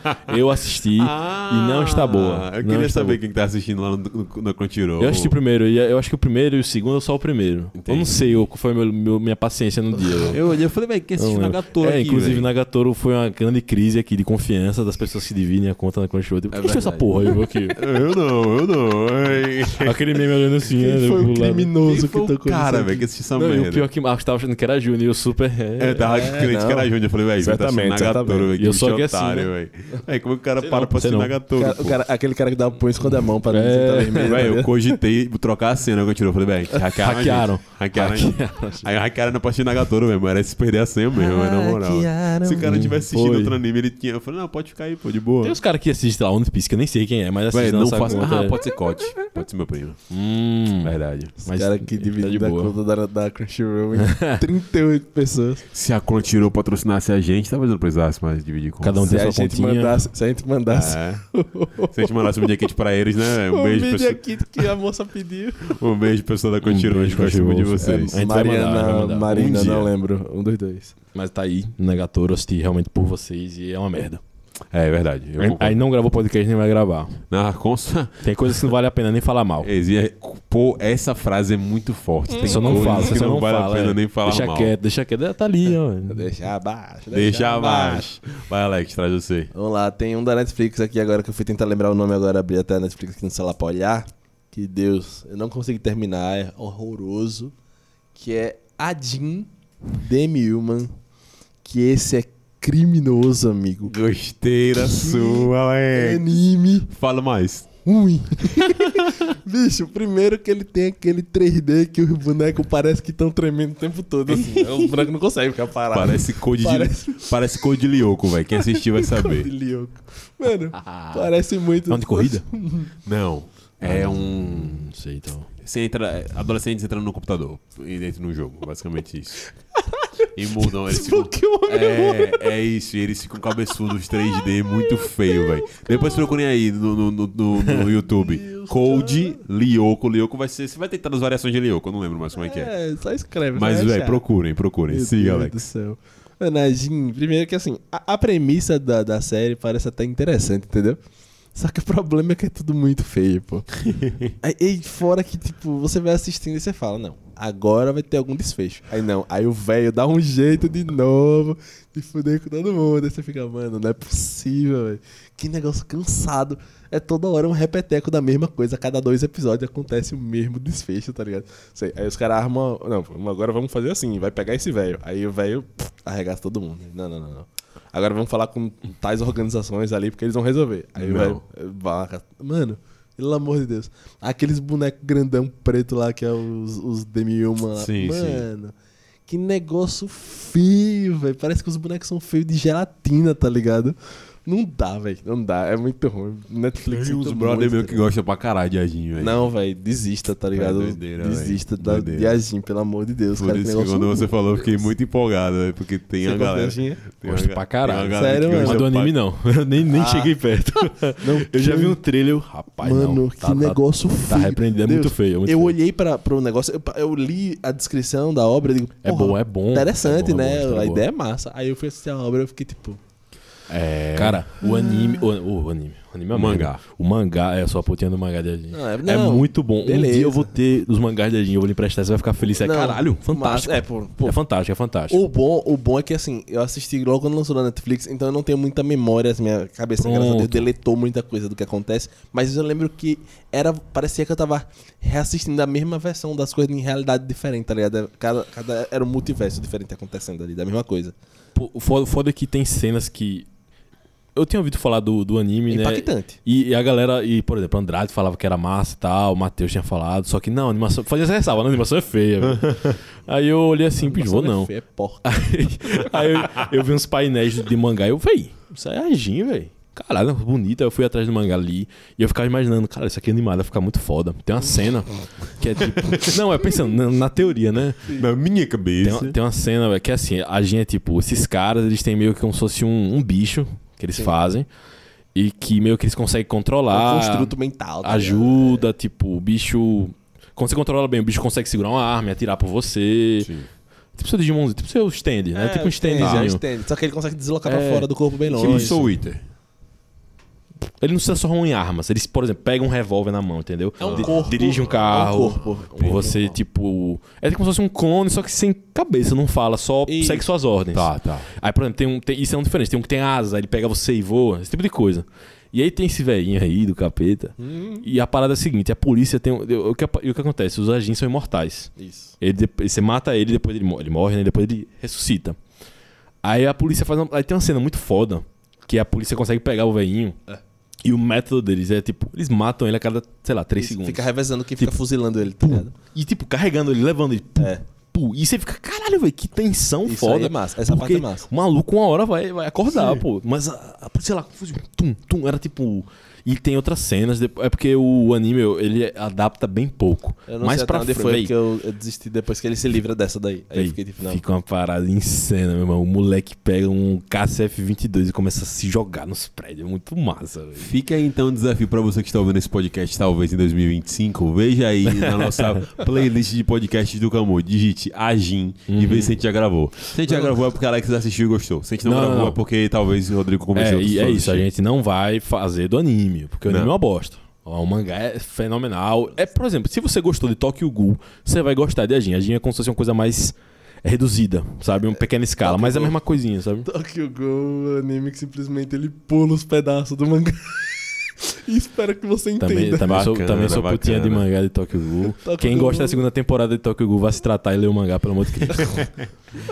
Speaker 2: <laughs>
Speaker 4: Eu assisti e não está boa.
Speaker 2: Ah, Eu
Speaker 4: Não
Speaker 2: queria
Speaker 4: está
Speaker 2: saber
Speaker 4: boa.
Speaker 2: quem tá assistindo lá no, no, no Crunchyroll.
Speaker 4: Eu assisti o primeiro, e eu acho que o primeiro e o segundo é só o primeiro. Eu
Speaker 2: Entendi.
Speaker 4: não sei qual foi meu- meu- minha paciência no dia. velho.
Speaker 2: Eu olhei e falei, velho, quem assistiu
Speaker 4: Não, eu-
Speaker 2: Nagatoro
Speaker 4: é,
Speaker 2: aqui,
Speaker 4: inclusive
Speaker 2: velho?
Speaker 4: Nagatoro foi uma grande crise aqui de confiança das pessoas que dividem a conta na Crunchyroll. Por que
Speaker 2: É
Speaker 4: assistiu essa
Speaker 2: verdade.
Speaker 4: porra aí, meu
Speaker 2: <laughs>
Speaker 4: aqui?
Speaker 2: Eu não, eu não. Ei.
Speaker 4: Aquele meme olhando assim, né?
Speaker 3: Quem
Speaker 2: um
Speaker 3: foi o
Speaker 4: pro lado.
Speaker 3: criminoso
Speaker 2: Quem
Speaker 3: que
Speaker 2: foi
Speaker 3: tocou
Speaker 2: o cara,
Speaker 3: nisso?
Speaker 2: velho, que assistiu essa
Speaker 4: Não, e o
Speaker 2: merda?
Speaker 4: pior é que eu tava achando que era Júnior e o Super. É,
Speaker 2: Eu tava crente
Speaker 3: não.
Speaker 2: que era Júnior. Eu falei, velho, você tá assistindo
Speaker 3: Certamente,
Speaker 2: Nagatoro,
Speaker 3: certamente.
Speaker 2: velho.
Speaker 4: E eu
Speaker 2: Que
Speaker 4: só
Speaker 2: bicho
Speaker 4: que assim,
Speaker 2: otário, velho. Véi, Como que o cara para pra
Speaker 4: sei
Speaker 2: assistir
Speaker 4: não.
Speaker 2: Nagatoro,
Speaker 3: Cara- o
Speaker 2: pô?
Speaker 3: cara- aquele cara que dá põe esconde a mão pra não
Speaker 4: É,
Speaker 3: sentar vermelho.
Speaker 2: Véi, eu
Speaker 3: né?
Speaker 2: cogitei trocar a cena, eu tirei. Eu falei, velho, hackearam. a gente.
Speaker 4: Hackearam.
Speaker 2: Hackearam. a gente. Aí hackearam na parte de Nagatoro mesmo. Era se perder a senha mesmo, mas na moral.
Speaker 3: Hackearam.
Speaker 2: Se o cara tivesse assistido
Speaker 4: Foi.
Speaker 2: outro anime, ele tinha. Eu falei, não, pode ficar aí, pô, de boa.
Speaker 4: Tem os caras que assistem lá One Piece, que eu nem sei quem é, mas assistem
Speaker 2: Véi,
Speaker 4: na
Speaker 2: não
Speaker 4: nossa
Speaker 2: faça.
Speaker 4: conta.
Speaker 2: Ah, pode ser Cote. Pode ser meu primo.
Speaker 4: Hum,
Speaker 2: Verdade.
Speaker 4: mas
Speaker 3: cara que
Speaker 4: ele tá de
Speaker 3: dividiu a
Speaker 4: boa.
Speaker 3: conta da, da Crunchyroll em 38 pessoas.
Speaker 2: Se a Crunchyroll patrocinasse a gente, talvez não precisasse mais dividir com
Speaker 4: Cada um
Speaker 2: você.
Speaker 4: tem
Speaker 3: Se a,
Speaker 4: sua
Speaker 3: gente
Speaker 4: continha.
Speaker 3: mandasse, se a gente mandasse
Speaker 2: É. Se a gente mandasse um dia kit pra eles, né?
Speaker 3: <laughs>
Speaker 4: É,
Speaker 2: véi? Um
Speaker 3: o
Speaker 2: beijo,
Speaker 3: media
Speaker 2: pessoal.
Speaker 3: kit que a moça pediu.
Speaker 2: Um beijo, pessoal da Crunchyroll. A gente
Speaker 4: beijo,
Speaker 2: gosta muito de
Speaker 4: Crunchyroll.
Speaker 2: vocês.
Speaker 4: É, A gente vai
Speaker 3: Mariana,
Speaker 4: mandar, vai mandar.
Speaker 3: Marina,
Speaker 2: Um dia.
Speaker 3: não lembro. Um dos dois.
Speaker 4: Mas tá aí, Nagatoro, eu assisti realmente por vocês e é uma merda.
Speaker 2: É, é verdade. Eu
Speaker 4: Aí
Speaker 2: concordo.
Speaker 4: não gravou podcast nem vai gravar.
Speaker 2: Na consta.
Speaker 4: Tem coisas que não vale a pena nem falar mal.
Speaker 2: Eles iam- Pô, essa frase é muito forte. Tem
Speaker 4: Isso eu não
Speaker 2: coisas
Speaker 4: falo,
Speaker 2: que
Speaker 4: isso eu
Speaker 2: não,
Speaker 4: não
Speaker 2: vale
Speaker 4: falo.
Speaker 2: a pena
Speaker 4: é.
Speaker 2: nem falar
Speaker 4: deixa
Speaker 2: mal. É.
Speaker 4: quieto, deixa quieto. Tá ali, ó.
Speaker 3: Deixa abaixo.
Speaker 2: Deixa abaixo. Vai, Alex, traz você.
Speaker 3: Vamos lá, tem um da Netflix aqui agora que eu fui tentar lembrar o nome agora, abri até a Netflix aqui no celular pra olhar. Que Deus, eu não consegui terminar, é horroroso. Que é Adin Demi Human, que esse é criminoso, amigo.
Speaker 2: Gostei da sua,
Speaker 3: É
Speaker 2: Alex.
Speaker 3: anime
Speaker 2: Fala mais.
Speaker 3: ruim. <laughs> Bicho, primeiro que ele tem aquele 3D que os bonecos parecem que estão tremendo o tempo todo.
Speaker 4: <laughs>
Speaker 3: Assim.
Speaker 2: É um
Speaker 3: O boneco não consegue ficar parado.
Speaker 2: Parece Code
Speaker 3: Parece-
Speaker 2: de Parece Code de Lyoko, velho. Quem assistir vai saber.
Speaker 3: Lioco. Mano, parece muito.
Speaker 4: É um
Speaker 2: <laughs>
Speaker 4: de corrida?
Speaker 2: Não. É um.
Speaker 4: Não sei, então.
Speaker 2: Você entra. Adolescentes entrando no computador. E dentro no jogo. Basicamente isso. E mudam. Eles ficam... É, é isso, e eles ficam cabeçudos 3D muito feio, velho. Depois procurem aí no, no, no- no- no YouTube. Code Lyoko. Lyoko vai ser. Você vai tentar as variações de Lyoko, eu não lembro mais como é que é.
Speaker 3: É, só escreve. você
Speaker 2: Mas,
Speaker 3: vai
Speaker 2: velho,
Speaker 3: achar.
Speaker 2: procurem, procurem.
Speaker 3: Meu
Speaker 2: Siga,
Speaker 3: Deus
Speaker 2: Alex.
Speaker 3: do céu. Anajin, primeiro que assim, a, a premissa da, da série parece até interessante, entendeu? Só que o problema é que é tudo muito feio, pô. aí, e fora que, tipo, você vai assistindo e você fala, não, agora vai ter algum desfecho. Aí não, aí o velho dá um jeito de novo de fuder com todo mundo. Aí você fica, mano, não é possível, velho. Que negócio cansado. É toda hora um repeteco da mesma coisa. A cada dois episódios acontece o mesmo desfecho, tá ligado? Sei, aí os caras armam. Não, vamos- agora vamos fazer assim, vai pegar esse velho. Aí o velho pff, arregaça todo mundo. Não, não, não, não. Agora vamos falar com tais organizações ali, porque eles vão resolver. Aí o velho. vai lá ca- Mano. Pelo amor de Deus. Aqueles bonecos grandão preto lá, que é os, os Demi-Human lá.
Speaker 2: Sim, sim.
Speaker 3: Mano, que negócio feio, velho. Parece que os bonecos são feios de gelatina, tá ligado? Não dá, velho. Não dá. É muito ruim. Netflix.
Speaker 2: Tem uns
Speaker 3: sinto
Speaker 2: brother
Speaker 3: muito,
Speaker 2: meu
Speaker 3: tá
Speaker 2: que
Speaker 3: ligado?
Speaker 2: gostam pra caralho de Ajinho, velho.
Speaker 3: Não, velho. Desista, tá ligado?
Speaker 2: doideira, véi.
Speaker 3: desista da,
Speaker 2: Doideira.
Speaker 3: de Agim, pelo amor de Deus.
Speaker 2: Por
Speaker 3: cara,
Speaker 2: isso que
Speaker 3: negócio
Speaker 2: quando você
Speaker 3: horrível.
Speaker 2: falou, eu fiquei muito empolgado, velho, porque tem
Speaker 3: Você
Speaker 2: a galera.
Speaker 3: gosta de Ajinho?
Speaker 2: tem
Speaker 4: Gosto
Speaker 2: ga-
Speaker 4: pra caralho.
Speaker 2: tem uma galera
Speaker 3: Sério,
Speaker 2: que
Speaker 3: mano?
Speaker 2: gosta Ah.
Speaker 4: Mas do
Speaker 2: pra-
Speaker 4: anime, né? não. <laughs> Eu nem nem cheguei perto. eu já vi um trailer, eu, rapaz,
Speaker 3: Mano,
Speaker 4: não.
Speaker 3: que negócio feio.
Speaker 4: Tá repreendido, é
Speaker 3: Deus,
Speaker 4: muito feio. é muito
Speaker 3: eu
Speaker 4: feio.
Speaker 3: olhei pra, pro negócio, eu, eu li a descrição da obra e digo,
Speaker 4: É
Speaker 3: porra,
Speaker 4: bom, é bom.
Speaker 3: Interessante,
Speaker 4: É bom, é
Speaker 3: né?
Speaker 4: bom,
Speaker 3: a
Speaker 4: é bom.
Speaker 3: ideia é massa. Aí eu fui assistir a obra e eu fiquei tipo,
Speaker 2: É.
Speaker 4: Cara, o anime. O, o anime. O anime é
Speaker 2: O
Speaker 4: uma
Speaker 2: mangá.
Speaker 4: merda. O mangá, é só a putinha do mangá de Ajin.
Speaker 3: Não, é-
Speaker 4: é
Speaker 3: não,
Speaker 4: muito bom. Um
Speaker 3: beleza.
Speaker 4: dia eu vou ter os mangás de Ajin, eu vou lhe emprestar, você vai ficar feliz. É
Speaker 3: Não,
Speaker 4: caralho,
Speaker 3: mas-
Speaker 4: fantástico.
Speaker 3: é, pô, pô.
Speaker 4: é fantástico, é fantástico.
Speaker 3: O bom, o bom é que assim, eu assisti logo quando lançou na Netflix, então eu não tenho muita memória, assim, minha cabeça, graças a Deus,
Speaker 4: Pronto.
Speaker 3: deletou muita coisa do que acontece, mas eu lembro que era, parecia que eu tava reassistindo a mesma versão das coisas em realidade diferente, tá ligado? Cada, cada- era um multiverso diferente acontecendo ali, da mesma coisa.
Speaker 4: Pô, O foda, o foda é que tem cenas que. Eu tinha ouvido falar do, do anime, né?
Speaker 3: Impactante.
Speaker 4: E, e a galera, e, por exemplo, Andrade falava que era massa e tal, o Matheus tinha falado, só que não, a animação. Fazia essa ressalva, né? a animação é feia. velho.
Speaker 3: <laughs>
Speaker 4: Aí eu olhei assim,
Speaker 3: Nossa,
Speaker 4: pijou, não.
Speaker 3: É feio, é porca.
Speaker 4: <laughs> Aí, aí eu, eu vi uns painéis de mangá e eu, véi, isso aí é Ajin, véi. Caralho, bonita. Eu fui atrás do mangá ali e eu ficava imaginando, cara, isso aqui é animado vai ficar muito foda. Tem uma cena que
Speaker 3: <laughs>
Speaker 4: é tipo. Não, é pensando na, na teoria, né?
Speaker 2: Na minha
Speaker 4: Tem,
Speaker 2: cabeça.
Speaker 4: uma- tem uma cena véi, que é assim: a Jin é tipo, esses caras, eles têm meio que como se fosse um, um bicho que eles fazem e que meio que eles conseguem
Speaker 3: É
Speaker 4: controlar
Speaker 3: um construto mental. tá ligado?
Speaker 4: ajuda, tipo, o bicho. Quando você controla bem, o bicho consegue segurar uma arma e atirar por você. Tipo seu Digimon, tipo seu stand, né? tipo
Speaker 3: é
Speaker 4: um
Speaker 3: um
Speaker 4: standzinho.
Speaker 3: stand, só que ele consegue deslocar pra
Speaker 4: É.
Speaker 3: fora do corpo bem longe.
Speaker 2: Tipo Soul Eater.
Speaker 4: Ele não se transforma em armas. Ele, por exemplo, pega um revólver na mão, entendeu?
Speaker 3: É um
Speaker 4: Di-
Speaker 3: corpo.
Speaker 4: Dirige um
Speaker 3: É
Speaker 4: carro.
Speaker 3: um corpo.
Speaker 4: Pô, Você, tipo. É como se fosse um clone, só que sem cabeça, não fala, só
Speaker 3: Isso.
Speaker 4: segue suas ordens.
Speaker 2: Tá, tá.
Speaker 4: Aí, por exemplo, tem um, tem- isso é um diferente. Tem um que tem asa, ele pega você e voa, esse tipo de coisa. E aí tem esse velhinho aí do capeta.
Speaker 3: Uhum.
Speaker 4: E a parada é a seguinte: a polícia tem. um- O que, o que acontece? Os agentes são imortais.
Speaker 3: Isso.
Speaker 4: Ele, dep- você mata ele, depois ele, mo- ele morre, né? Depois ele ressuscita. Aí a polícia faz. Uma, aí tem uma cena muito foda que a polícia consegue pegar o velhinho. E o método deles é tipo: eles matam ele a cada, sei lá, 3
Speaker 3: Isso,
Speaker 4: segundos.
Speaker 3: Fica revezando quem fica
Speaker 4: Tipo,
Speaker 3: fuzilando ele, tá ligado?
Speaker 4: E tipo, carregando ele, levando ele. Pum,
Speaker 3: É.
Speaker 4: pum. E você fica, caralho, velho, que tensão
Speaker 3: Isso
Speaker 4: foda.
Speaker 3: aí é massa, essa
Speaker 4: Porque
Speaker 3: parte é massa.
Speaker 4: O maluco uma hora vai, vai acordar, pô. Mas, a, a- sei lá, fuzil, tum, tum, era tipo. E tem outras cenas, depo- é porque o anime ele adapta bem pouco.
Speaker 3: Eu não
Speaker 4: Mas
Speaker 3: sei até
Speaker 4: pra
Speaker 3: onde
Speaker 4: fr-
Speaker 3: foi
Speaker 4: véi,
Speaker 3: porque eu, eu desisti depois que ele se livra dessa daí. Aí eu
Speaker 4: Véi,
Speaker 3: fiquei tipo, não.
Speaker 4: Fica uma parada insana, meu irmão. O moleque pega um KCF-22 e começa a se jogar nos prédios. É muito massa, velho.
Speaker 2: Fica aí então o desafio pra você que está ouvindo esse podcast, talvez em 2025. Veja aí
Speaker 4: <laughs>
Speaker 2: na nossa playlist de podcasts do Camu. Digite Agin e vê se a gente já gravou. Se a gente já gravou é porque a Alex assistiu e gostou. Se a gente não,
Speaker 4: Uhum. Não,
Speaker 2: gravou
Speaker 4: não.
Speaker 2: é porque talvez o Rodrigo
Speaker 4: É,
Speaker 2: convenceu outras
Speaker 4: e é
Speaker 2: pessoas
Speaker 4: isso, a
Speaker 2: assistir.
Speaker 4: gente não vai fazer do anime, porque o
Speaker 2: Não.
Speaker 4: anime é uma bosta. Ó, O mangá é fenomenal. É, por exemplo, se você gostou de Tokyo Ghoul, você vai gostar de Ajin. Ajin é como se fosse uma coisa mais reduzida, sabe? Uma pequena escala, mas é a mesma coisinha, sabe?
Speaker 3: Tokyo Ghoul, anime que simplesmente ele pula os pedaços do mangá. <laughs> e espero que você entenda.
Speaker 4: Também, tá. também, sou,
Speaker 2: Bacana,
Speaker 4: também sou putinha
Speaker 2: bacana.
Speaker 4: de mangá de <laughs> Tokyo Ghoul.
Speaker 3: Tokyo
Speaker 4: Quem gosta
Speaker 3: Ghoul.
Speaker 4: <laughs> da segunda temporada de Tokyo Ghoul vai se tratar e ler o mangá, pelo amor de Deus.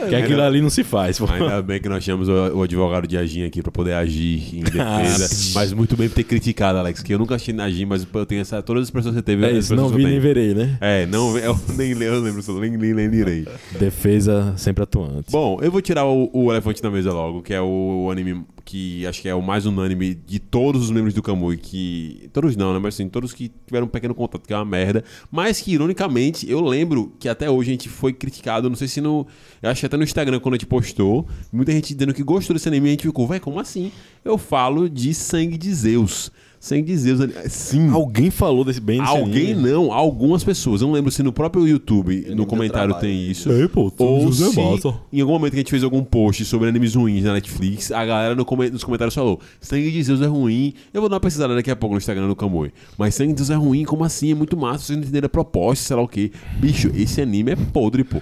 Speaker 4: Que aquilo ali não se faz, pô.
Speaker 2: Ainda bem que nós chamamos o, o advogado de Agim aqui pra poder agir em
Speaker 4: Ah,
Speaker 2: defesa. mas muito bem por ter criticado, Alex, que eu nunca achei na Agim, mas eu tenho essa, todas as pessoas que você teve.
Speaker 4: É
Speaker 2: as
Speaker 4: isso,
Speaker 2: expressões
Speaker 4: não
Speaker 2: que eu
Speaker 4: vi
Speaker 2: tenho.
Speaker 4: nem verei, né?
Speaker 2: É, não, eu nem lembro, eu lembro, só nem, nem, nem direi.
Speaker 4: Defesa sempre atuante.
Speaker 2: Bom, eu vou tirar o, o elefante da mesa logo, que é o, anime que acho que é o mais unânime de todos os membros do Kamui, que. Todos não, né? Mas assim, todos que tiveram um pequeno contato, que é uma merda. Mas que, ironicamente, eu lembro que até hoje a gente foi criticado, não sei se no. Eu acho que até no Instagram, quando a gente postou, muita gente dizendo que gostou desse anime, a gente ficou, vai, como assim? Eu falo de sangue de Zeus. Sangue de Zeus, ali- sim.
Speaker 4: Alguém falou desse bem desse
Speaker 3: é.
Speaker 2: Alguém
Speaker 4: anime.
Speaker 2: não, algumas pessoas. Eu não lembro se no próprio YouTube,
Speaker 3: lembro
Speaker 2: no
Speaker 3: do
Speaker 2: comentário
Speaker 3: trabalho.
Speaker 2: tem isso.
Speaker 4: É, pô,
Speaker 2: ou
Speaker 4: Zeus é
Speaker 2: se,
Speaker 4: massa.
Speaker 2: em algum momento que a gente fez algum post sobre animes ruins na Netflix, a galera no come- nos comentários falou: Sangue de Zeus é ruim. Eu vou dar uma pesquisada daqui a pouco no Instagram do Kamui. Mas Sangue de Zeus é ruim, como assim? É muito massa, vocês não entenderam a proposta, sei lá o quê. Bicho, esse anime é podre, pô.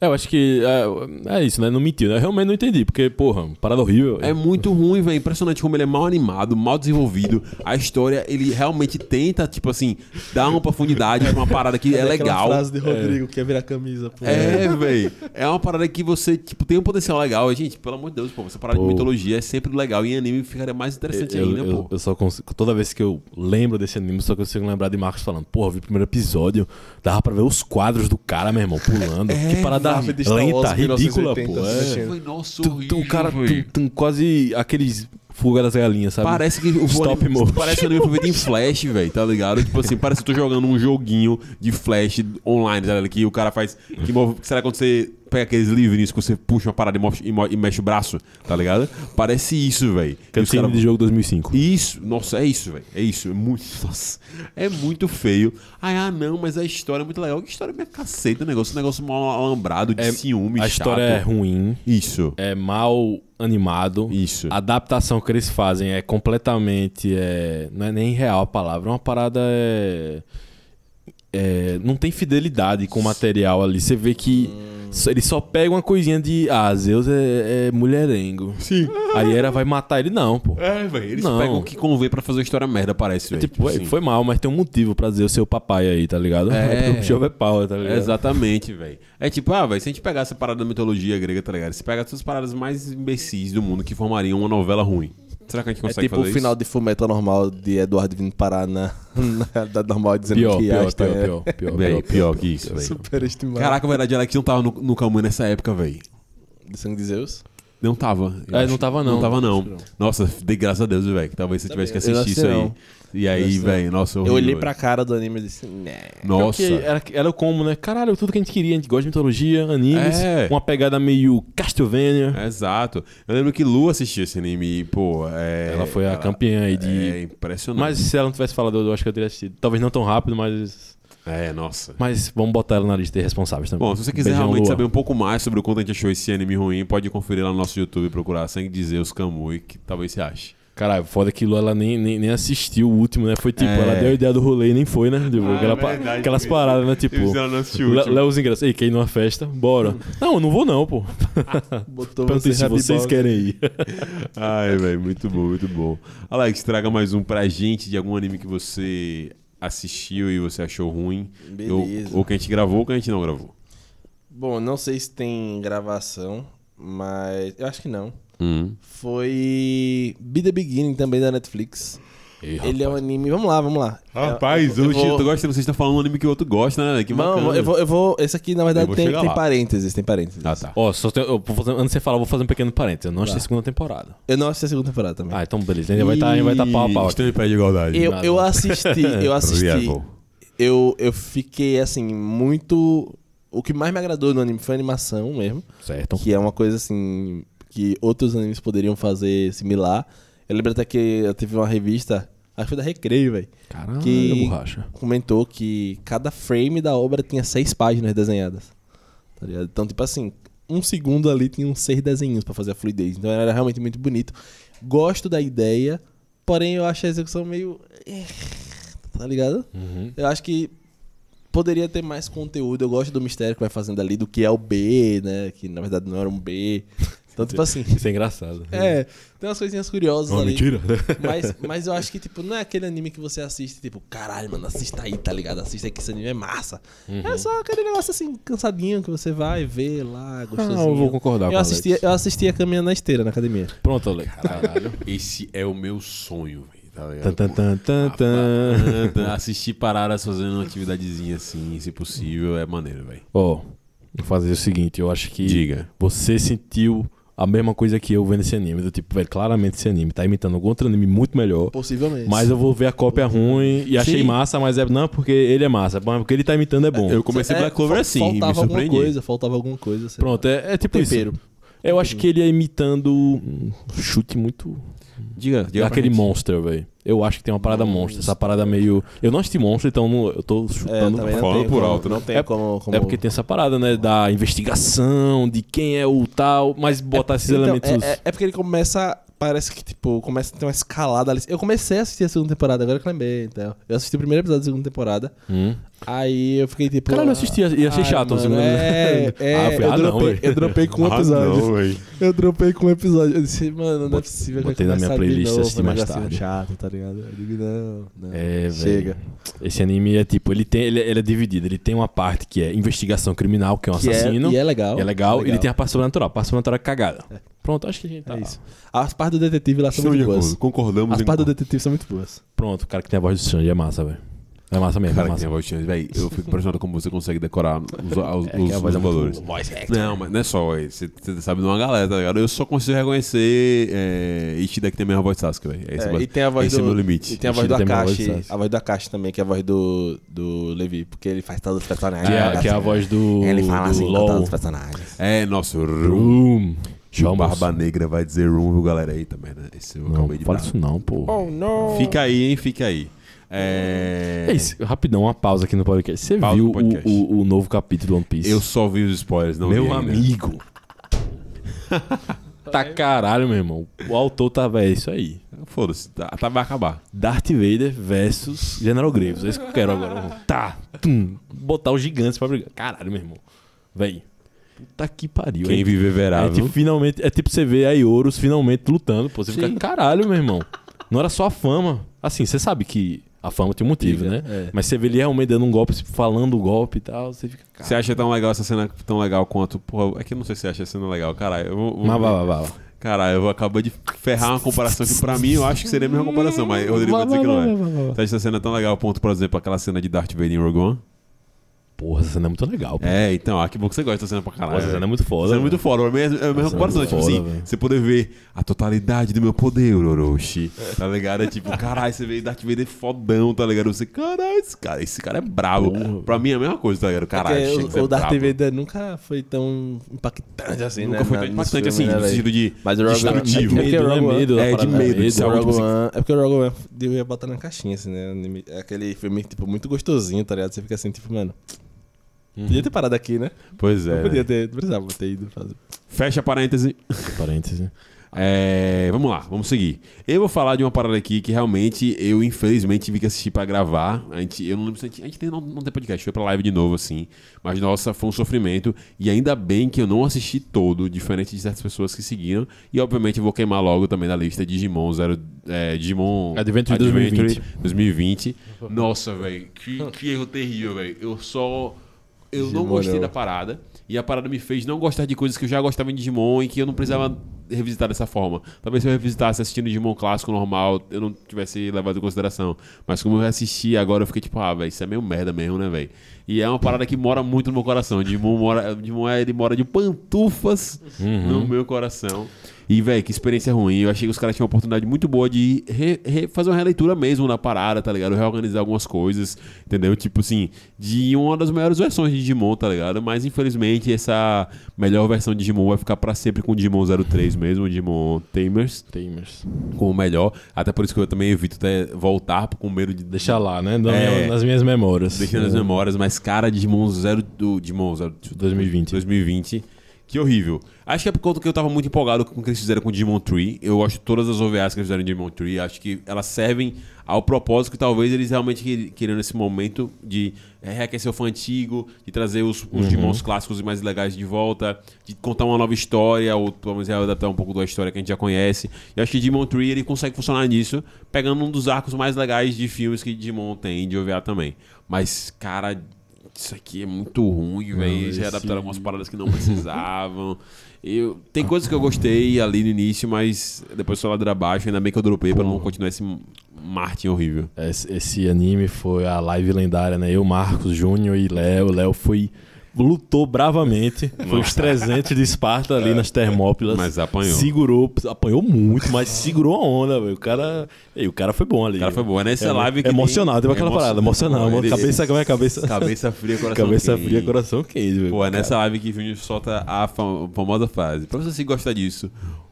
Speaker 4: É, eu acho que é, é isso, né? Não mentiu, né? Eu realmente não entendi, porque, porra, parada horrível.
Speaker 2: É muito ruim, velho. Impressionante como ele é mal animado, mal desenvolvido. A história, ele realmente tenta, tipo assim, dar uma profundidade pra uma parada que é
Speaker 3: Aquela
Speaker 2: legal.
Speaker 3: frase de Rodrigo
Speaker 4: É.
Speaker 3: que ia virar camisa. Pô.
Speaker 2: É, véi. É uma parada que você, tipo, tem um potencial legal. E, Gente, pelo amor de Deus, pô, essa parada
Speaker 4: Pô.
Speaker 2: de mitologia é sempre legal e em anime ficaria mais interessante
Speaker 4: eu,
Speaker 2: ainda,
Speaker 4: eu-
Speaker 2: pô.
Speaker 4: eu só consigo, toda vez que eu lembro desse anime, só consigo lembrar de Marcos falando, porra, vi o primeiro episódio, dava pra ver os quadros do cara, meu irmão, pulando.
Speaker 2: É.
Speaker 4: que parada
Speaker 3: Marvel de Star
Speaker 4: lenta,
Speaker 3: Wars,
Speaker 4: ridícula,
Speaker 3: 1980,
Speaker 4: pô. É.
Speaker 3: assistindo.
Speaker 2: Foi nosso
Speaker 4: Tu- tu- o cara tem quase aqueles fuga das galinhas, sabe?
Speaker 2: Parece que o
Speaker 4: Stop
Speaker 2: anime,
Speaker 4: motion.
Speaker 2: Parece que o anime foi feito em Flash, velho, tá ligado? Tipo assim, parece que eu tô jogando um joguinho de Flash online, tá ligado? Que o cara faz. Que move, será que quando você pega aqueles livrinhos que você puxa uma parada e, move- e mo- e mexe o braço, tá ligado? Parece isso, velho. E os
Speaker 4: Cutscene
Speaker 2: cara-
Speaker 4: de jogo 2005.
Speaker 2: Isso, nossa, é isso, velho. É isso, é muito. <laughs> Nossa, é muito feio. Ai, ah, não, mas a história é muito legal. Que história minha caceta, o negócio, um negócio mal alambrado, de
Speaker 4: É,
Speaker 2: ciúme,
Speaker 4: a
Speaker 2: chato.
Speaker 4: história é ruim,
Speaker 2: Isso,
Speaker 4: é mal animado.
Speaker 2: isso.
Speaker 4: A adaptação que eles fazem é completamente. é, não é nem real a palavra, é uma parada. É, é, não tem fidelidade com o material ali. Você vê que só- ele só pega uma coisinha de. Ah, Zeus é, é mulherengo.
Speaker 2: Sim.
Speaker 4: Aí era vai matar ele, não, pô.
Speaker 2: É, velho, eles
Speaker 4: Não.
Speaker 2: pegam o que convém pra fazer uma história merda, parece, velho.
Speaker 4: Tipo, "Ué, foi mal, mas tem um motivo pra dizer o seu papai aí, tá ligado?
Speaker 2: É.
Speaker 4: <laughs> porque o Jove é pau, tá ligado?
Speaker 2: Exatamente, velho. É tipo, ah, velho, se a gente pegar essa parada da mitologia grega, tá ligado? Se pegar essas paradas mais imbecis do mundo que formariam uma novela ruim. Será que a gente
Speaker 3: É
Speaker 2: consegue
Speaker 3: tipo o
Speaker 2: fazer
Speaker 3: final
Speaker 2: isso?
Speaker 3: de Fumeta normal de Eduardo vindo parar na, <laughs> na realidade normal dizendo
Speaker 4: Pior,
Speaker 3: que
Speaker 4: pior, pior,
Speaker 3: Einstein é
Speaker 4: pior, pior, pior,
Speaker 2: Véi,
Speaker 4: pior,
Speaker 2: pior que isso, velho.
Speaker 3: superestimado.
Speaker 2: Caraca, a verdade, Alex não tava no, no Camu nessa época, velho.
Speaker 3: De sangue de Zeus.
Speaker 2: Não tava. eu
Speaker 4: É,
Speaker 2: acho.
Speaker 4: não tava, não.
Speaker 2: Não tava não. Nossa, de graças a Deus, velho. que Talvez você tivesse que
Speaker 3: Eu não
Speaker 2: assistir
Speaker 3: sei
Speaker 2: isso aí.
Speaker 3: não.
Speaker 2: E
Speaker 3: não
Speaker 2: aí,
Speaker 3: sei
Speaker 2: velho, nossa,
Speaker 3: Eu
Speaker 2: horrível,
Speaker 3: olhei
Speaker 2: velho.
Speaker 3: pra é cara do anime e disse, né.
Speaker 2: Nossa.
Speaker 4: Porque É Era, era como, né? Caralho, tudo que a gente queria, a gente gosta de mitologia, animes,
Speaker 2: É.
Speaker 4: uma pegada meio Castlevania.
Speaker 2: Exato. Eu lembro que Lu assistiu esse anime e, pô, é...
Speaker 4: Ela foi a campeã aí de.
Speaker 2: É impressionante.
Speaker 4: Mas se ela não tivesse falado, eu acho que eu teria assistido. Talvez não tão rápido, mas.
Speaker 2: É, nossa.
Speaker 4: Mas vamos botar ela na lista de responsáveis também.
Speaker 2: Bom, se você quiser
Speaker 4: Beijão,
Speaker 2: realmente
Speaker 4: Lua.
Speaker 2: saber um pouco mais sobre o quanto a gente achou esse anime ruim, pode conferir lá no nosso YouTube e procurar Sangue de Zeus Kamui, que talvez você ache.
Speaker 4: Caralho, foda que Lua ela nem, nem, nem assistiu o último, né? Foi tipo,
Speaker 2: É.
Speaker 4: ela deu a ideia do rolê e nem foi, né? Tipo,
Speaker 2: Ah,
Speaker 4: aquela
Speaker 2: é
Speaker 4: pa-
Speaker 2: verdade,
Speaker 4: aquelas
Speaker 2: mesmo.
Speaker 4: paradas, né? Tipo.
Speaker 2: Eles fizeram nosso
Speaker 4: Le-
Speaker 2: último.
Speaker 4: Léo os ingressos. Ei, quer ir numa
Speaker 2: <laughs>
Speaker 4: festa? Bora. não, eu não vou não, pô.
Speaker 3: Botou
Speaker 4: Perguntei se
Speaker 3: rabibol.
Speaker 4: vocês querem ir.
Speaker 2: Ai, velho, muito bom, muito bom. Alex, traga mais um pra gente de algum anime que você assistiu e você achou ruim.
Speaker 3: Beleza.
Speaker 2: Ou, ou que a gente gravou ou que a gente não gravou.
Speaker 3: Bom, não sei se tem gravação, mas eu acho que não.
Speaker 2: Hum.
Speaker 3: Foi Be The Beginning também da Netflix. Ele é um anime... Vamos lá, vamos lá.
Speaker 2: Ah,
Speaker 3: É,
Speaker 2: Rapaz,
Speaker 3: eu, eu,
Speaker 2: hoje tu
Speaker 3: vou...
Speaker 2: gosta, vocês estão falando um anime que o outro gosta, né? Que
Speaker 3: Vamos,
Speaker 2: bacana.
Speaker 3: eu vou, eu vou... Esse aqui, na
Speaker 2: Eu
Speaker 3: verdade,
Speaker 2: vou
Speaker 3: tem,
Speaker 2: chegar
Speaker 3: tem
Speaker 2: lá.
Speaker 3: parênteses, tem parênteses.
Speaker 2: Ah, tá.
Speaker 4: Ó, só tem, eu vou fazer, antes de você falar, eu vou fazer um pequeno parênteses. Eu não
Speaker 3: Tá.
Speaker 4: achei a segunda temporada.
Speaker 3: Eu não assisti a segunda temporada também.
Speaker 4: Ah, então beleza. Ainda vai estar vai tá pau a pau. aqui.
Speaker 2: Estão em pé de igualdade.
Speaker 3: Eu,
Speaker 4: nada.
Speaker 3: eu assisti,
Speaker 2: <laughs>
Speaker 3: eu assisti.
Speaker 2: Revival.
Speaker 3: eu, eu fiquei assim, muito. O que mais me agradou no anime foi a animação mesmo.
Speaker 4: Certo.
Speaker 3: Que é uma coisa assim. Que outros animes poderiam fazer similar. Eu lembro até que eu teve uma revista, acho que foi da Recreio, velho.
Speaker 4: Caralho,
Speaker 3: que-
Speaker 4: borracha.
Speaker 3: Comentou que cada frame da obra tinha seis páginas desenhadas. Tá ligado? Então, tipo assim, um segundo ali tinha uns seis desenhos pra fazer a fluidez. Então era realmente muito bonito. Gosto da ideia, porém eu acho a execução meio. eh, Tá ligado?
Speaker 4: Uhum.
Speaker 3: Eu acho que poderia ter
Speaker 4: <laughs>
Speaker 3: mais conteúdo. Eu gosto do mistério que vai fazendo ali, do que é o B, né? Que na verdade não era um B. Então, tipo assim.
Speaker 4: Isso é engraçado.
Speaker 3: É, tem umas coisinhas curiosas
Speaker 4: Uma
Speaker 3: ali.
Speaker 4: mentira.
Speaker 3: Mas, mas eu acho que, tipo, não é aquele anime que você assiste, tipo, caralho, mano, assista aí, tá ligado? Assista aí que esse anime é massa.
Speaker 4: Uhum.
Speaker 3: É só aquele negócio assim, cansadinho, que você vai ver lá, gostosinho.
Speaker 4: Ah, eu vou concordar com
Speaker 3: eu
Speaker 4: o
Speaker 3: assistia,
Speaker 4: Alex.
Speaker 3: eu assistia caminhando na esteira na academia.
Speaker 4: Pronto, Alex. Caralho.
Speaker 2: Esse é o meu sonho, velho. Tá ligado?
Speaker 4: <laughs> Tan, tan, tan, tan,
Speaker 3: Ah,
Speaker 4: tan.
Speaker 2: Assistir paradas fazendo uma atividadezinha assim, se possível, é maneiro, velho.
Speaker 4: Ó, vou fazer o seguinte, eu acho que
Speaker 2: Diga.
Speaker 4: você sentiu a mesma coisa que eu vendo esse anime. Do tipo, velho, claramente esse anime tá imitando algum outro anime muito melhor.
Speaker 3: Possivelmente.
Speaker 4: Mas eu vou ver a cópia ruim e achei massa, mas é não porque ele é massa, mas porque ele tá imitando é bom.
Speaker 2: Eu comecei Black Clover assim, me
Speaker 3: Faltava alguma
Speaker 2: surpreendi.
Speaker 3: coisa, faltava alguma coisa. sei
Speaker 4: Pronto, é, é tipo
Speaker 3: Tempero.
Speaker 4: isso. Eu acho que ele é imitando um chute muito.
Speaker 2: Diga, diga pra
Speaker 4: aquele
Speaker 2: gente.
Speaker 4: Monster, velho. Eu acho que tem uma parada Monster. Essa parada meio. Eu não assisti Monster, então não- eu
Speaker 3: lá.
Speaker 4: tô
Speaker 3: É, eu
Speaker 4: chutando
Speaker 3: também não
Speaker 2: falando
Speaker 3: tenho
Speaker 2: por
Speaker 3: como-
Speaker 2: alto, né?
Speaker 3: Não tem
Speaker 4: É-
Speaker 3: como, como-
Speaker 4: É porque tem essa parada, né? Da investigação, de quem é o tal, mas botar esses
Speaker 3: Então,
Speaker 4: elementos.
Speaker 3: É, é- é porque ele começa. Parece que, tipo, começa a ter uma escalada ali. Eu comecei a assistir a segunda temporada, agora que eu lembrei, então. Eu assisti o primeiro episódio da segunda temporada.
Speaker 4: Hum.
Speaker 3: Aí eu fiquei tipo.
Speaker 4: Caralho, eu assisti e achei
Speaker 3: ai,
Speaker 4: chato.
Speaker 3: mano,
Speaker 4: assim, né?
Speaker 3: É, é
Speaker 4: <laughs> Ah, eu fui,
Speaker 3: eu,
Speaker 4: ah, não,
Speaker 3: dropei,
Speaker 4: ué.
Speaker 3: eu dropei
Speaker 4: <laughs>
Speaker 3: com um
Speaker 2: Ah,
Speaker 3: episódio.
Speaker 2: não, véi.
Speaker 3: <laughs> eu dropei com um episódio. Eu disse, mano, não é
Speaker 4: Bot-
Speaker 3: possível. que vai
Speaker 4: botei na minha
Speaker 3: começar de
Speaker 4: playlist e
Speaker 3: novo,
Speaker 4: assisti
Speaker 3: um
Speaker 4: mais
Speaker 3: negocinho
Speaker 4: tarde.
Speaker 3: chato, tá ligado? Eu digo, não, não.
Speaker 4: É,
Speaker 3: Chega.
Speaker 4: velho. Esse anime é tipo, ele tem, ele, ele é dividido. Ele tem uma parte que é investigação criminal, que é um
Speaker 3: Que é-
Speaker 4: assassino.
Speaker 3: e é legal.
Speaker 4: É legal. Ele tem a parte sobrenatural. A parte sobrenatural é cagada. Pronto, acho que a gente tá.
Speaker 3: É isso. As partes do detetive lá são
Speaker 2: Estamos de
Speaker 3: muito
Speaker 2: acordo,
Speaker 3: boas.
Speaker 2: concordamos
Speaker 3: As
Speaker 2: em
Speaker 3: partes do detetive são muito boas.
Speaker 4: Pronto, o cara que tem a voz do Sanji é massa, velho. É massa mesmo, é
Speaker 2: Cara, que
Speaker 4: massa.
Speaker 2: tem a voz de Chaves, véi, eu fico impressionado como você consegue decorar os, os,
Speaker 4: que
Speaker 2: os- os
Speaker 4: a voz é muito
Speaker 2: valores.
Speaker 4: boa.
Speaker 2: Não, mas não é só, véi, você você sabe de uma galera, tá ligado? Eu só consigo reconhecer é, Ishida que tem a mesma voz de Sasuke, velho. Esse, é,
Speaker 3: É,
Speaker 2: ba-
Speaker 3: e tem a voz
Speaker 2: esse
Speaker 3: do,
Speaker 2: é meu limite.
Speaker 3: E tem a voz do
Speaker 4: Ishida tem uma voz
Speaker 3: Akashi.
Speaker 4: dessas.
Speaker 3: A voz do Akashi também, que é a voz do, do Levi, porque ele faz todos os personagens.
Speaker 4: Que é, que é a voz do.
Speaker 3: Ele fala
Speaker 4: do
Speaker 3: assim com todos
Speaker 4: LOL.
Speaker 3: os personagens.
Speaker 2: É, nossa, Ru.
Speaker 4: Room.
Speaker 2: O
Speaker 4: Vamos.
Speaker 2: Tipo Barba Negra vai dizer Rum, viu, galera? Eita, merda. Esse eu
Speaker 4: Não,
Speaker 2: acabei de
Speaker 4: fala
Speaker 2: dar.
Speaker 4: isso não, pô.
Speaker 2: Fica aí, hein? Fica aí. É...
Speaker 4: É isso, rapidão, uma pausa aqui no podcast. Você
Speaker 2: Pausa
Speaker 4: viu
Speaker 2: no podcast.
Speaker 4: O, o- o novo capítulo do One Piece?
Speaker 2: Eu só vi os spoilers, não né? vi
Speaker 4: Meu
Speaker 2: ainda.
Speaker 4: amigo. <laughs> tá caralho, meu irmão. O autor tá, velho, isso aí.
Speaker 2: Foda-se, tá, tá- vai acabar.
Speaker 4: Darth Vader versus General Graves. É isso que eu quero agora. irmão. Tá. Tum. botar os gigantes pra brigar. Caralho, meu irmão. Velho. Puta que pariu.
Speaker 2: Quem
Speaker 4: hein?
Speaker 2: viver verá,
Speaker 4: É, tipo,
Speaker 2: viu?
Speaker 4: finalmente, é tipo você vê a Ioros finalmente lutando, pô. Você fica, caralho, meu irmão. Não era só a fama. Assim, você sabe que a fama tem um motivo,
Speaker 3: Diga,
Speaker 4: né?
Speaker 3: é.
Speaker 4: Mas você vê ele realmente dando um golpe, falando o golpe e tal. Você fica,
Speaker 2: Você acha tão legal essa cena, tão legal quanto... Porra, é que eu não sei se você acha a cena legal, caralho. Eu vou, vou-
Speaker 4: Mas vá, vá, vá, vá.
Speaker 2: Caralho, eu acabei de ferrar uma comparação que pra mim eu acho que seria a mesma comparação, mas o Rodrigo vai dizer que não é. Você acha essa cena tão legal, ponto, por exemplo, aquela cena de Darth Vader em Rogue One?
Speaker 4: Porra, essa cena é muito legal. pô.
Speaker 2: É, então, ah, que bom que você gosta dessa cena pra caralho.
Speaker 4: Porra, essa cena é muito foda.
Speaker 2: Isso é muito
Speaker 4: velho.
Speaker 2: foda, é a mesma- é a mesma
Speaker 4: Nossa,
Speaker 2: comparação.
Speaker 4: muito
Speaker 2: Tipo
Speaker 4: foda,
Speaker 2: assim,
Speaker 4: velho.
Speaker 2: você poder ver a totalidade do meu poder, Orochi. Tá ligado? É tipo, caralho, você vê Darth Vader fodão, tá ligado? Você, caralho, esse cara, esse cara é brabo. Pra mim é a mesma coisa, tá ligado? Caralho,
Speaker 3: Porque
Speaker 2: achei que você
Speaker 3: o,
Speaker 2: é
Speaker 3: o Darth
Speaker 2: brabo.
Speaker 3: Vader nunca foi tão impactante assim,
Speaker 2: Nunca
Speaker 3: né?
Speaker 2: foi
Speaker 3: na-
Speaker 2: tão
Speaker 3: nos
Speaker 2: impactante
Speaker 3: filmes,
Speaker 2: assim,
Speaker 3: né,
Speaker 2: no
Speaker 3: velho?
Speaker 2: sentido de
Speaker 3: Mas o Rogue One-
Speaker 2: destrutivo.
Speaker 3: É porque o
Speaker 4: não
Speaker 3: Rogue One-
Speaker 4: da
Speaker 2: É, de
Speaker 4: parada,
Speaker 2: medo, de
Speaker 3: O
Speaker 2: Sabe,
Speaker 3: Rogue
Speaker 2: tipo,
Speaker 3: One- é porque o Rogue One eu ia botar na caixinha, assim, né? Anime- É aquele filme, tipo, muito gostosinho, tá ligado? Você fica assim, tipo, mano. Podia ter parado aqui, né?
Speaker 2: Pois é.
Speaker 3: Não podia
Speaker 2: né?
Speaker 3: ter, não precisava ter ido fazer.
Speaker 2: Fecha parêntese.
Speaker 4: Parêntese.
Speaker 2: É, vamos lá, vamos seguir. Eu vou falar de uma parada aqui que realmente eu, infelizmente, tive que assistir pra gravar. A gente, eu não lembro se a gente, a gente tem, não, não tem podcast, foi pra live de novo, assim. Mas, nossa, foi um sofrimento. E ainda bem que eu não assisti todo, diferente de certas pessoas que seguiram. E, obviamente, eu vou queimar logo também da lista Digimon zero, é, Digimon
Speaker 4: Adventure 2020.
Speaker 2: 2020.
Speaker 3: Uhum.
Speaker 2: Nossa, velho, que, que erro terrível, velho. Eu só. Eu não
Speaker 3: Digimon,
Speaker 2: gostei
Speaker 3: não.
Speaker 2: da parada. E a parada me fez não gostar de coisas que eu já gostava em Digimon e que eu não precisava revisitar dessa forma. Talvez se eu revisitasse assistindo Digimon clássico normal, eu não tivesse levado em consideração. Mas como eu assisti agora, eu fiquei tipo, ah, velho, isso é meio merda mesmo, né, velho? E é uma parada que mora muito no meu coração. Digimon mora, Digimon é- ele mora de pantufas
Speaker 3: Uhum.
Speaker 2: no meu coração. E, velho, que experiência ruim. Eu achei que os caras tinham uma oportunidade muito boa de re- re- fazer uma releitura mesmo na parada, tá ligado? Reorganizar algumas coisas, entendeu? Tipo assim, de uma das melhores versões de Digimon, tá ligado? Mas, infelizmente, essa melhor versão de Digimon vai ficar pra sempre com o Digimon 03 mesmo, o Digimon Tamers,
Speaker 4: Tamers.
Speaker 2: com o melhor. Até por isso que eu também evito até voltar com medo de deixar
Speaker 4: Deixa lá, né? Na
Speaker 2: É.
Speaker 4: minha- nas minhas memórias. É.
Speaker 2: tipo, Deixando as memórias, mas cara, Digimon 0 do Digimon 0
Speaker 4: 2020.
Speaker 2: 2020. Que horrível. Acho que é por conta que eu tava muito empolgado com o que eles fizeram com Demon Tree. Eu acho todas as OVAs que eles fizeram em Demon Tree, acho que elas servem ao propósito que talvez eles realmente que- queriam nesse momento de é, reaquecer o fã antigo, de trazer os, os Demons clássicos e mais legais de volta, de contar uma nova história, ou pelo menos adaptar um pouco da história que a gente já conhece. E acho que Demon Tree ele consegue funcionar nisso, pegando um dos arcos mais legais de filmes que Demon tem, de OVA também. Mas, cara, isso aqui é muito ruim, velho. Eles readaptaram algumas paradas que não precisavam. Eu, tem
Speaker 4: Ah.
Speaker 2: coisas que eu gostei ali no início, mas depois só ladeira abaixo. Ainda bem que eu dropei pra não continuar esse Martin horrível.
Speaker 4: Esse, esse anime foi a live lendária, né? Eu, Marcos, Júnior e Léo. Léo foi. Lutou bravamente. Foi os 300 de Esparta ali nas Termópilas.
Speaker 2: Mas apanhou.
Speaker 4: Segurou, apanhou muito, mas segurou a onda, velho. O cara. Ei, o cara foi bom ali.
Speaker 2: O cara foi bom. É nessa
Speaker 4: É,
Speaker 2: live que.
Speaker 4: emocionado, deu aquela parada, emocional, mano. Cabeça- como é
Speaker 2: <laughs>
Speaker 4: cabeça-
Speaker 2: Cabeça fria, coração.
Speaker 4: <laughs> Cabeça
Speaker 2: quente.
Speaker 4: fria, coração quente, velho.
Speaker 2: Pô, é nessa live que o Júnior solta a fam- famosa frase. Pra você se gostar disso,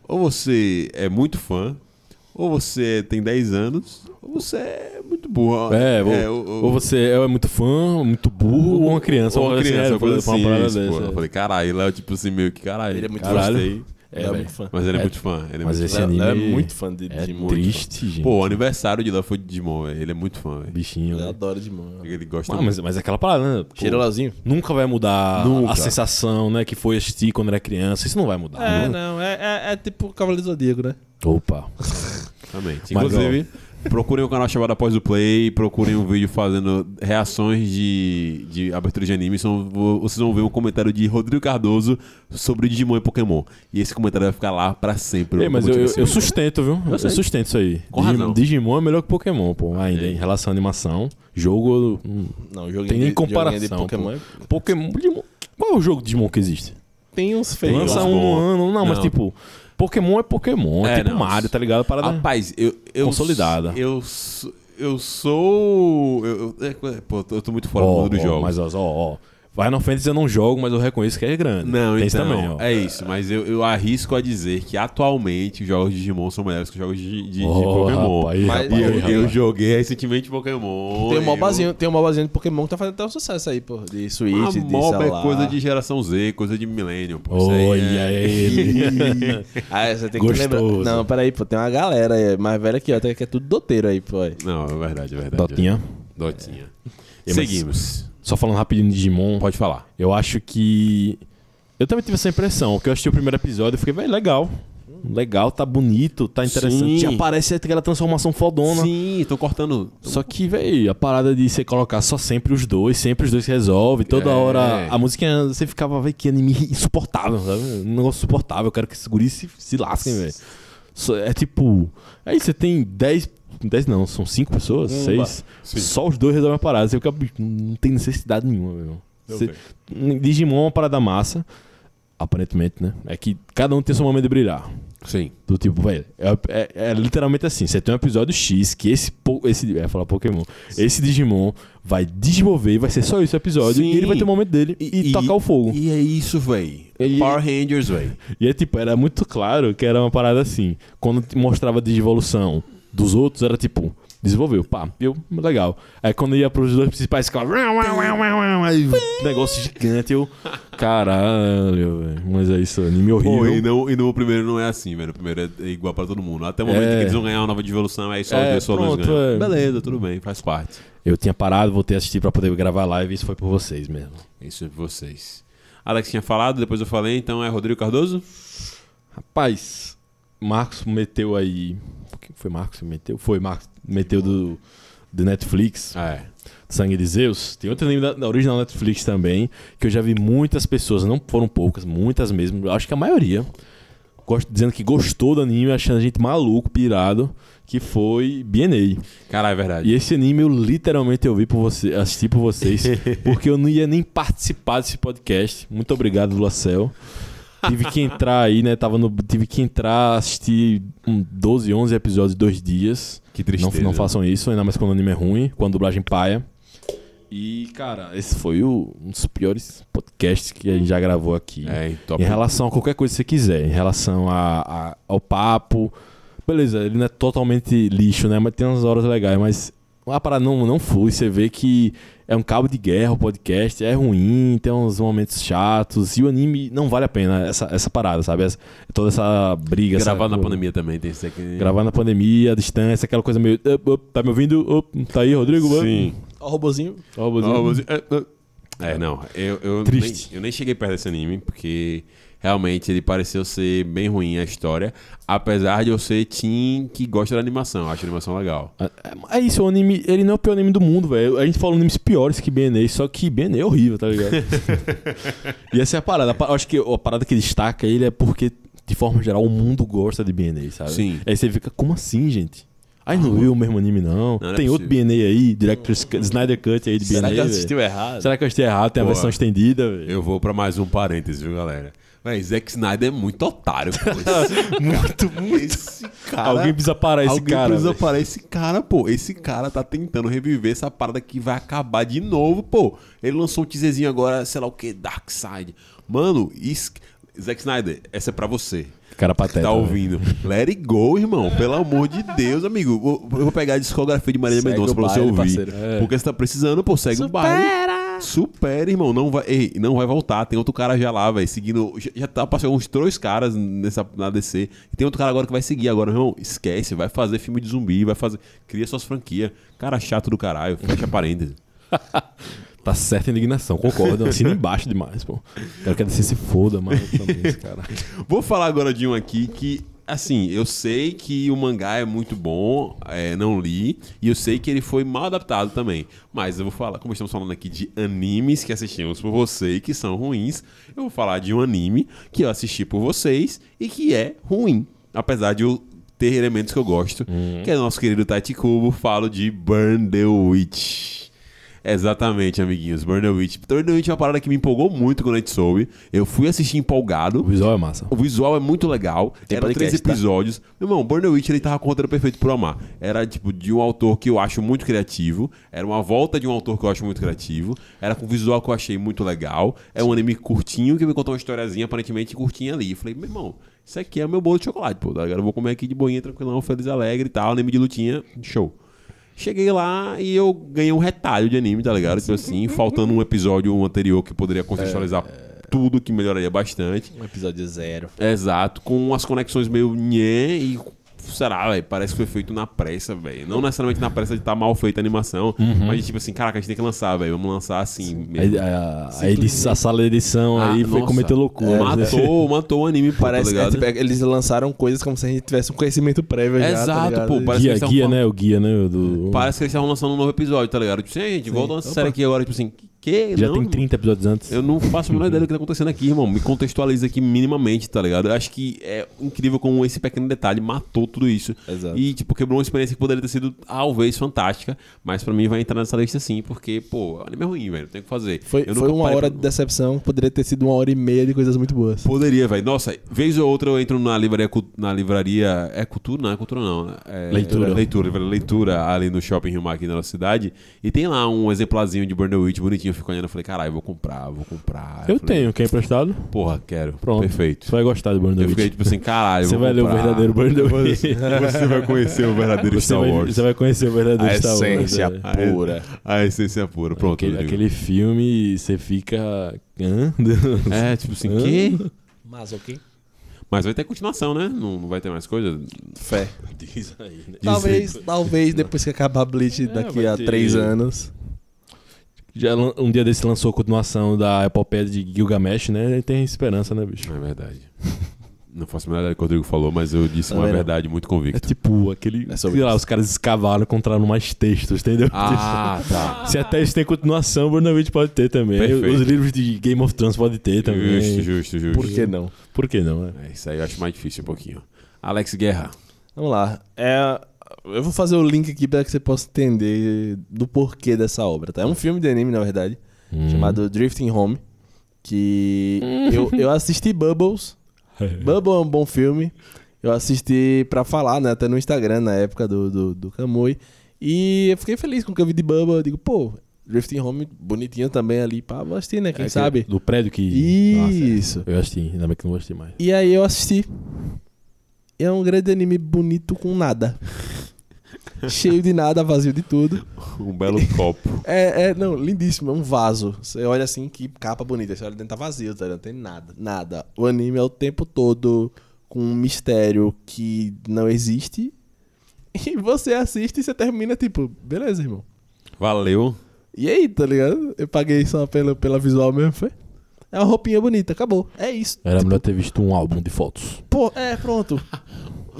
Speaker 2: ou você é muito fã, ou você tem 10 anos, ou você é muito burro.
Speaker 4: É, ou,
Speaker 2: ou-
Speaker 4: ou você é muito fã, muito burro, ou uma né? é, criança.
Speaker 2: Ou uma criança, uma coisa assim.
Speaker 4: parada
Speaker 2: isso, pô.
Speaker 4: dessa. é.
Speaker 2: Eu falei, caralho, Léo, tipo assim, meio que caralho.
Speaker 3: Ele é muito
Speaker 2: caralho.
Speaker 4: fã.
Speaker 2: gostei.
Speaker 4: É,
Speaker 3: Léo é
Speaker 4: velho.
Speaker 3: muito fã.
Speaker 2: Mas ele é,
Speaker 4: É,
Speaker 2: muito fã. Ele é
Speaker 4: mas
Speaker 2: muito
Speaker 4: esse
Speaker 2: fã.
Speaker 3: Léo-
Speaker 4: anime
Speaker 3: Léo é muito fã de
Speaker 4: é
Speaker 3: Digimon.
Speaker 4: triste, gente.
Speaker 2: Pô, o aniversário de Léo foi de Digimon, velho. Ele é muito fã, velho.
Speaker 4: bichinho. né?
Speaker 3: Eu
Speaker 4: velho.
Speaker 3: adoro né? Digimon.
Speaker 2: Ele gosta
Speaker 4: Ah,
Speaker 2: muito.
Speaker 4: mas, mas é aquela parada, né? Pô,
Speaker 3: Cheiro Leozinho?
Speaker 4: Nunca vai mudar
Speaker 2: Nunca.
Speaker 4: a sensação, né? Que foi assistir quando era criança. Isso não vai mudar.
Speaker 3: É,
Speaker 2: né?
Speaker 4: Não-
Speaker 3: não, é, é, é tipo Cavaleiro do Zodíaco, né?
Speaker 4: Opa.
Speaker 2: Também.
Speaker 4: Mas,
Speaker 2: Inclusive, procurem um canal chamado Após o Play, procurem um vídeo fazendo reações de, de abertura de anime. São- vo- Vocês vão ver um comentário de Rodrigo Cardoso sobre Digimon e Pokémon. E esse comentário vai ficar lá pra sempre.
Speaker 4: Ei, mas eu,
Speaker 2: Como
Speaker 4: eu,
Speaker 2: tivesse-
Speaker 4: eu sustento, viu? Eu,
Speaker 2: sei. Ah,
Speaker 4: sustento isso aí.
Speaker 2: Com
Speaker 4: Digi-
Speaker 2: razão.
Speaker 4: Digimon é melhor que Pokémon, pô. Ainda
Speaker 2: Ei.
Speaker 4: em relação à animação. Jogo. hum,
Speaker 3: Não, joguinho
Speaker 4: Tem nem
Speaker 3: de, comparação, de
Speaker 4: comparação,
Speaker 3: Pokémon. é-
Speaker 4: Pokémon. Digimon- Qual é o jogo de Digimon que existe?
Speaker 3: Tem uns feios.
Speaker 4: Lança
Speaker 2: uns
Speaker 4: um no
Speaker 2: bons.
Speaker 4: ano. Não, mas
Speaker 2: Não.
Speaker 4: tipo. Pokémon é Pokémon. É,
Speaker 2: É,
Speaker 4: tipo
Speaker 2: não.
Speaker 4: Mario, tá ligado? Parada.
Speaker 2: Rapaz, eu. eu
Speaker 4: Consolidada.
Speaker 2: Eu, sou- eu sou. Eu, eu- é, pô, eu tô- eu tô muito fora do
Speaker 4: Ó,
Speaker 2: mundo dos
Speaker 4: ó,
Speaker 2: jogos.
Speaker 4: Mas ó, ó, ó. Final Fantasy eu não jogo, mas eu reconheço que é grande.
Speaker 2: Não, então,
Speaker 4: Tem isso também, ó.
Speaker 2: é isso, mas eu, eu arrisco a dizer que atualmente os jogos de Digimon são melhores que os jogos de, de- de
Speaker 4: Ó,
Speaker 2: Pokémon.
Speaker 4: rapaz,
Speaker 2: E
Speaker 3: Mas-
Speaker 4: rapaz,
Speaker 2: eu,
Speaker 4: rapaz.
Speaker 2: eu joguei recentemente Pokémon.
Speaker 3: Tem um
Speaker 2: eu-
Speaker 3: mobazinho, tem um mobazinho de Pokémon que tá fazendo até um sucesso aí, pô. De Switch,
Speaker 2: Ah,
Speaker 3: de
Speaker 2: mob é
Speaker 3: celular.
Speaker 2: coisa de geração Z, coisa de milênio. pô. Isso aí é-
Speaker 4: Olha <laughs> ele.
Speaker 3: <laughs> Ah, você tem
Speaker 4: Gostoso.
Speaker 3: que lembrar. Não, peraí, pô, tem uma galera aí, mais velha que eu, até que é tudo doteiro aí, pô.
Speaker 2: Não, é verdade, é verdade.
Speaker 4: Dotinha.
Speaker 2: Dotinha.
Speaker 4: É, mas-
Speaker 2: Seguimos.
Speaker 4: Só falando rapidinho de Digimon.
Speaker 2: Pode falar.
Speaker 4: Eu acho que. Eu também tive essa impressão, porque eu assisti o primeiro episódio e fiquei, velho, legal. Legal, tá bonito, tá interessante.
Speaker 2: Sim.
Speaker 4: Aparece aquela transformação fodona.
Speaker 2: Sim, tô cortando.
Speaker 4: Só que, velho, a parada de você colocar só sempre os dois, sempre os dois se resolve, toda
Speaker 2: É.
Speaker 4: hora a musiquinha, você ficava, velho, que anime insuportável, sabe? Um negócio insuportável, eu quero que esses guris se, se lasquem, velho. Só- É tipo, aí você tem 10, 10 não, são 5 pessoas, 6, só os dois resolvem a parada, você fica, bicho, não tem necessidade nenhuma, velho. Você- Digimon é uma parada massa, aparentemente, né? É que cada um tem seu momento de brilhar.
Speaker 2: Sim.
Speaker 4: Do tipo, velho, é, é- é literalmente assim. Você tem um episódio X que esse. po- esse é, falar Pokémon. Esse Digimon vai desenvolver e vai ser só esse episódio.
Speaker 2: Sim.
Speaker 4: E ele vai ter o momento dele e, tocar o fogo.
Speaker 2: E é isso, véi.
Speaker 4: E-
Speaker 2: Power Rangers, véi.
Speaker 4: E é tipo, era muito claro que era uma parada assim. Quando te mostrava a desevolução dos outros, era tipo, desenvolveu, pá, eu, legal. Aí quando ia pros dois principais, ficava. "Uau, uau, uau, uau, uau", Aí, <laughs> negócio gigante, eu. Caralho, velho. Mas é isso, anime horrível.
Speaker 2: Pô, e, não, e no primeiro não é assim, velho. O primeiro é- é igual pra todo mundo. Até o momento
Speaker 4: É.
Speaker 2: que eles vão ganhar uma nova devolução, aí só
Speaker 4: É,
Speaker 2: os dois solos
Speaker 4: pronto,
Speaker 2: ganham.
Speaker 4: é.
Speaker 2: Beleza, tudo bem, faz parte.
Speaker 4: Eu tinha parado, voltei a assistir pra poder gravar a live e isso foi por vocês mesmo.
Speaker 2: Isso é pra vocês. Alex tinha falado, depois eu falei, então é Rodrigo Cardoso?
Speaker 4: Rapaz, Marcos meteu aí. Quem Foi Marcos que meteu? Foi Marcos, meteu do, do Netflix,
Speaker 2: É.
Speaker 4: Sangue de Zeus. Tem outro anime da, da original Netflix também, que eu já vi muitas pessoas, não foram poucas, muitas mesmo, acho que a maioria, gost- dizendo que gostou do anime, achando a gente maluco, pirado, que foi BNA.
Speaker 2: Caralho, é verdade.
Speaker 4: E esse anime eu literalmente eu vi por você, assisti por vocês, porque eu não ia nem participar desse podcast. Muito obrigado, Lacel. Tive que entrar aí, né? Tava no, tive que entrar, assistir hum, 12, 11 episódios em dois dias.
Speaker 2: Que
Speaker 4: Não,
Speaker 2: tristeza.
Speaker 4: não façam isso, ainda mais quando o anime é ruim, quando a dublagem paia. E, cara, esse foi o- um dos piores podcasts que a gente já gravou aqui.
Speaker 2: É, em top.
Speaker 4: Em relação a qualquer coisa que você quiser, em relação a, a- ao papo. Beleza, ele não é totalmente lixo, né? Mas tem umas horas legais, mas a parada não, não flui. Você vê que é um cabo de guerra o podcast, é ruim, tem uns momentos chatos. E o anime não vale a pena essa, essa parada, sabe? Essa- toda essa briga. essa-
Speaker 2: Gravado na pandemia também, tem isso aqui.
Speaker 4: Gravar na pandemia, a distância, aquela coisa meio. "Up, up, tá me ouvindo? Up, tá aí, Rodrigo? Up."
Speaker 2: Sim.
Speaker 3: Ó, o robozinho.
Speaker 4: Ó, o Bozinho.
Speaker 2: Ah, você- é, é. É, não. Eu, eu,
Speaker 4: Triste.
Speaker 2: Nem, eu nem cheguei perto desse anime, porque realmente ele pareceu ser bem ruim a história. Apesar de eu ser Tim que gosta da animação. eu Acho a animação legal.
Speaker 4: É isso, o anime, ele não é o pior anime do mundo, velho. A gente falou animes piores que BNA, só que BNA é horrível,
Speaker 2: <laughs>
Speaker 4: tá ligado? e essa é a parada. A pa- Acho que a parada que destaca ele é porque, de forma geral, o mundo gosta de BNA, sabe?
Speaker 2: Sim. Ah,
Speaker 4: Aí você fica, como assim, gente? Aí não viu o mesmo anime, não.
Speaker 2: não é
Speaker 4: Tem outro BNA aí, Director's Cut, Snyder Cut aí de BNA. velho.
Speaker 3: errado?
Speaker 4: Será que eu assisti errado? Tem a
Speaker 2: Pô,
Speaker 4: versão estendida, velho.
Speaker 2: Eu vou pra mais um parênteses, viu, galera? Mas Zack Snyder é muito otário.
Speaker 4: <laughs>
Speaker 2: pô. Esse
Speaker 3: Muito, muito.
Speaker 2: cara-
Speaker 4: Alguém precisa parar esse
Speaker 2: Alguém
Speaker 4: cara.
Speaker 2: precisa
Speaker 4: velho.
Speaker 2: parar esse cara, pô. Esse cara tá tentando reviver essa parada que vai acabar de novo, pô. Ele lançou um teaserzinho agora, sei lá o que, Dark Side. Mano, is... Zack Snyder, essa é pra você.
Speaker 4: Cara
Speaker 2: que
Speaker 4: pateta.
Speaker 3: né?
Speaker 2: tá
Speaker 4: velho.
Speaker 2: ouvindo. Let it go, irmão. Pelo amor de Deus, amigo. Eu- Eu vou pegar a discografia de Maria
Speaker 3: Segue
Speaker 2: Mendonça
Speaker 3: o
Speaker 2: pra você
Speaker 3: baile,
Speaker 2: ouvir.
Speaker 3: parceiro.
Speaker 4: É.
Speaker 2: Porque você tá precisando, pô, segue o baile. Supera, irmão. Não vai, ei, não vai voltar. Tem outro cara já lá, velho, seguindo. Já, já tá passando uns três caras nessa, na DC. E tem outro cara agora que vai seguir agora, irmão. Esquece, vai fazer filme de zumbi, vai fazer. Cria suas franquias. Cara chato do caralho. Fecha parênteses.
Speaker 4: Tá certa a indignação, concordo. É Assina embaixo demais, pô. Quero que a DC se foda, mano. Também, esse cara.
Speaker 2: Vou falar agora de um aqui que, assim, eu sei que o mangá é muito bom, é, não li, e eu sei que ele foi mal adaptado também. Mas eu vou falar, como estamos falando aqui de animes que assistimos por você e que são ruins, eu vou falar de um anime que eu assisti por vocês e que é ruim. Apesar de eu ter elementos que eu gosto, que é o nosso querido Tati Kubo, falo de Burn the Witch. Exatamente, amiguinhos. Burn the Witch. Burn the Witch é uma parada que me empolgou muito quando a gente soube. Eu fui assistir empolgado.
Speaker 4: O visual é massa.
Speaker 2: O visual é muito legal.
Speaker 3: Tem
Speaker 2: Eram três
Speaker 3: podcast, tá?
Speaker 2: episódios. Meu irmão, Burn the Witch, ele tava com o roteiro perfeito pro amar. Era, tipo, de um autor que eu acho muito criativo. Era uma volta de um autor que eu acho muito criativo. Era com um visual que eu achei muito legal. É um anime curtinho que me contou uma historiazinha, aparentemente, curtinha ali. Eu Falei, meu irmão, isso aqui é meu bolo de chocolate, pô. tá ligado? Eu vou comer aqui de boinha, tranquilão, feliz, alegre e tal. Anime de lutinha, show. Cheguei lá e eu ganhei um retalho de anime, tá ligado? Tipo assim, faltando um episódio anterior que poderia contextualizar
Speaker 3: É.
Speaker 2: tudo, que melhoraria bastante.
Speaker 3: Um episódio zero.
Speaker 2: Exato, com umas conexões meio nhé e. Será, velho? Parece que foi feito na pressa, velho. Não necessariamente na pressa de estar mal feita a animação,
Speaker 4: Uhum.
Speaker 2: mas tipo assim, caraca, a gente tem que lançar, velho. Vamos lançar assim. mesmo.
Speaker 4: A, a, a, edição, a sala de edição aí
Speaker 2: Ah,
Speaker 4: foi
Speaker 2: nossa. É,
Speaker 4: cometer loucura. né?
Speaker 2: Matou, matou o anime, pô,
Speaker 3: Parece
Speaker 2: tá
Speaker 3: é,
Speaker 2: ligado?
Speaker 3: tipo, é, eles lançaram coisas como se a gente tivesse um conhecimento prévio já, tá
Speaker 2: Exato,
Speaker 3: ligado?
Speaker 2: pô, parece- que
Speaker 4: Guia,
Speaker 2: eles tavam
Speaker 4: guia,
Speaker 2: falando-
Speaker 4: né? O guia, né? Do...
Speaker 2: Parece que eles estavam lançando um novo episódio, tá ligado? Tipo, gente, volta uma série aqui agora, tipo assim, que?
Speaker 4: Já
Speaker 2: Não,
Speaker 4: tem
Speaker 2: irmão.
Speaker 4: 30 episódios antes.
Speaker 2: Eu não faço a menor ideia do que tá acontecendo aqui, irmão. Me contextualiza aqui minimamente, tá ligado? Eu acho que é incrível como esse pequeno detalhe matou tudo isso.
Speaker 3: Exato.
Speaker 2: E, tipo, quebrou uma experiência que poderia ter sido talvez fantástica, mas pra mim vai entrar nessa lista sim, porque, pô, anime é ruim, velho. Não tem o que fazer.
Speaker 3: Foi,
Speaker 2: Eu
Speaker 3: foi
Speaker 2: nunca
Speaker 3: uma
Speaker 2: parei
Speaker 3: hora
Speaker 2: pra-
Speaker 3: de decepção, poderia ter sido uma hora e meia de coisas muito boas.
Speaker 2: Poderia, velho. Nossa, vez ou outra eu entro na livraria. cu- Na livraria é cultura? Não, é cultura não. É,
Speaker 4: Leitura.
Speaker 2: Leitura, livraria leitura ali no shopping Rio Mar aqui na nossa cidade. E tem lá um exemplarzinho de Burn the Witch bonitinho. Eu fico olhando e falei, caralho, vou comprar, vou comprar. falei,
Speaker 4: Eu tenho, quem é emprestado?
Speaker 2: Porra, quero.
Speaker 4: Pronto.
Speaker 2: Perfeito.
Speaker 4: Você vai gostar do Burn the
Speaker 2: Eu fiquei
Speaker 4: Witch.
Speaker 2: tipo assim, caralho.
Speaker 4: Você
Speaker 2: vou
Speaker 4: vai ler o
Speaker 2: comprar.
Speaker 4: verdadeiro Burn the Witch.
Speaker 2: Você vai conhecer o verdadeiro
Speaker 4: Você
Speaker 2: Star
Speaker 4: vai,
Speaker 2: Wars.
Speaker 4: você vai conhecer o verdadeiro Star Wars.
Speaker 3: né?
Speaker 4: é.
Speaker 2: A- A essência pura. Pronto.
Speaker 4: Aquele,
Speaker 2: Rodrigo.
Speaker 4: aquele filme, você fica. Hã? <laughs>
Speaker 2: É, tipo assim,
Speaker 4: Hã?
Speaker 2: que?
Speaker 3: Mas ok.
Speaker 2: Mas vai ter continuação, né? Não, não vai ter mais coisa?
Speaker 3: Fé.
Speaker 4: Diz aí, né?
Speaker 3: Talvez, talvez depois que acabar Bleach daqui
Speaker 4: É, vai
Speaker 3: a
Speaker 4: ter-
Speaker 3: três anos.
Speaker 4: Já lan- um dia desse lançou a continuação da epopeia de Gilgamesh, né? E tem esperança, né, bicho?
Speaker 2: Não é verdade. Não faço a menor ideia do que o Rodrigo falou, mas eu disse uma
Speaker 3: Também não.
Speaker 2: verdade muito
Speaker 4: <laughs> É
Speaker 2: convicta.
Speaker 4: tipo aquele.
Speaker 3: É sobre
Speaker 4: sei lá,
Speaker 3: isso.
Speaker 4: os caras escavaram, encontraram mais textos, entendeu?
Speaker 2: Ah, tá.
Speaker 4: Se até isso tem continuação, Burn the Witch pode ter também.
Speaker 2: Perfeito.
Speaker 4: Os livros de Game of Thrones pode ter também.
Speaker 2: Justo, justo, justo.
Speaker 3: Por que não?
Speaker 4: Por que não? É?
Speaker 2: É, isso aí eu acho mais difícil um pouquinho. Alex Guerra.
Speaker 3: Vamos lá. É, eu vou fazer o link aqui para que você possa entender do porquê dessa obra, tá? É um filme de anime, na verdade,
Speaker 2: Hum.
Speaker 4: Hum.
Speaker 3: chamado Drifting Home, que eu, eu assisti Bubbles. Bubble é um bom filme. Eu assisti pra falar, né? Até no Instagram, na época do, do, do Kamui. E eu fiquei feliz com o que eu vi de Bubble. Eu digo, pô, Drifting Home bonitinho também ali. Pá, vou assistir, né? Quem
Speaker 4: É
Speaker 3: sabe?
Speaker 4: aquele Do prédio que.
Speaker 3: Isso.
Speaker 4: Nossa, eu assisti, ainda bem que não gostei mais.
Speaker 3: E aí
Speaker 4: <laughs>
Speaker 3: eu assisti. É um grande anime bonito com nada. cheio de nada, vazio de tudo.
Speaker 2: Um belo copo.
Speaker 3: É, é, não, lindíssimo, é um vaso. Você olha assim, que capa bonita. Você olha dentro, tá vazio, tá ligado? Não tem nada, nada. O anime é o tempo todo com um mistério que não existe. <laughs> E você assiste e você termina, tipo, beleza, irmão.
Speaker 2: Valeu.
Speaker 3: E aí, tá ligado? Eu paguei só pela, pela visual mesmo, foi? É uma roupinha bonita, acabou. É isso.
Speaker 4: Era melhor ter visto um álbum de fotos.
Speaker 3: Pô,
Speaker 2: <laughs>
Speaker 3: é, pronto.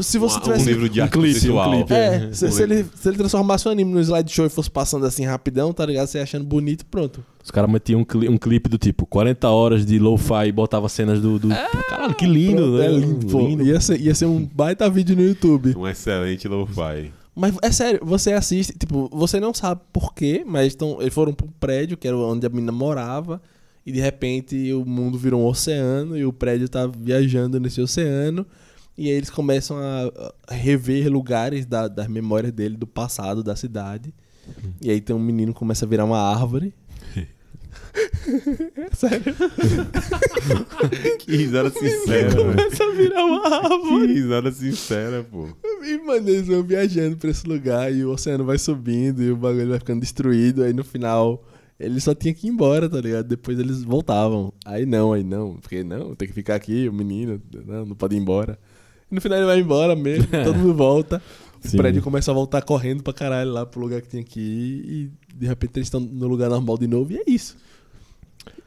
Speaker 3: Se você
Speaker 2: Um- um,
Speaker 3: tivesse.
Speaker 2: livro de arte
Speaker 4: clipe, um
Speaker 2: conceitual.
Speaker 4: clipe,
Speaker 3: É, se,
Speaker 2: Um
Speaker 3: se
Speaker 2: livro.
Speaker 3: ele, se ele transformasse o anime no slideshow e fosse passando assim rapidão, tá ligado? Você achando bonito, pronto.
Speaker 4: Os caras metiam um, cli- um clipe do tipo 40 horas de lo-fi e botava cenas do. do... Caralho, que lindo,
Speaker 3: Pronto,
Speaker 4: né?
Speaker 3: É lindo, pô. Ia ser, ia ser um baita vídeo no
Speaker 2: <laughs>
Speaker 3: YouTube.
Speaker 2: Um excelente lo-fi.
Speaker 3: Mas é sério, você assiste, tipo, você não sabe por quê, mas tão, eles foram pro prédio, que era onde a menina morava, e de repente o mundo virou um oceano e o prédio tá viajando nesse oceano. E aí eles começam a a rever lugares da- das memórias dele do passado da cidade. E aí tem um menino que começa a virar uma árvore.
Speaker 2: Que risada sincera, velho.
Speaker 3: Começa a virar uma árvore.
Speaker 2: Que risada sincera, pô.
Speaker 3: E, mano, eles vão viajando pra esse lugar e o oceano vai subindo e o bagulho vai ficando destruído. Aí no final, eles só tinham que ir embora, tá ligado? Depois eles voltavam. Aí não, aí não. Porque não, tem que ficar aqui, o menino, não, não pode ir embora. E no final ele vai embora <laughs> mesmo, todo mundo volta. O
Speaker 4: Sim.
Speaker 3: prédio começa a voltar correndo pra caralho lá pro lugar que tinha que ir. E de repente eles estão no lugar normal de novo e é isso.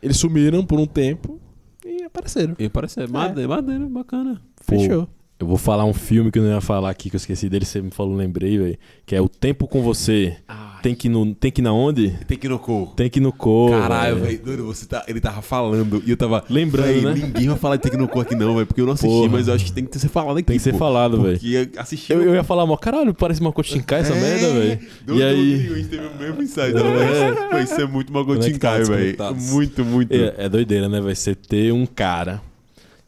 Speaker 3: Eles sumiram por um tempo e apareceram.
Speaker 2: E parece madeira, madeira, bacana.
Speaker 4: Pô,
Speaker 3: Fechou.
Speaker 4: Eu vou falar um filme que eu não ia falar aqui, que eu esqueci dele, você me falou, lembrei, velho. Que é O Tempo com Você. Tem que ir no. Tem que ir na onde?
Speaker 2: Tem que ir no cu.
Speaker 4: Tem que ir no cor.
Speaker 2: Caralho, velho, doido, você tá, ele tava falando e eu tava.
Speaker 4: é. Lembrando,
Speaker 2: véi,
Speaker 4: né?
Speaker 2: Ninguém vai falar de Tecnocu aqui, não, velho, porque eu não assisti,
Speaker 4: Porra.
Speaker 2: mas eu acho que tem que ser falado aqui.
Speaker 4: Tem que ser
Speaker 2: pô.
Speaker 4: falado, velho.
Speaker 2: Porque assistir. é
Speaker 4: Eu, eu ia falar, mó, caralho, parece uma Shinkai essa merda, velho.
Speaker 2: Doido,
Speaker 4: E aí. É.
Speaker 2: doido, a gente teve o mesmo insight. né? Vai ser muito Magotinkai,
Speaker 4: Conectados,
Speaker 2: velho.
Speaker 4: conectados.
Speaker 2: Muito, muito.
Speaker 4: tá É, é doideira, né, velho? Você ter um cara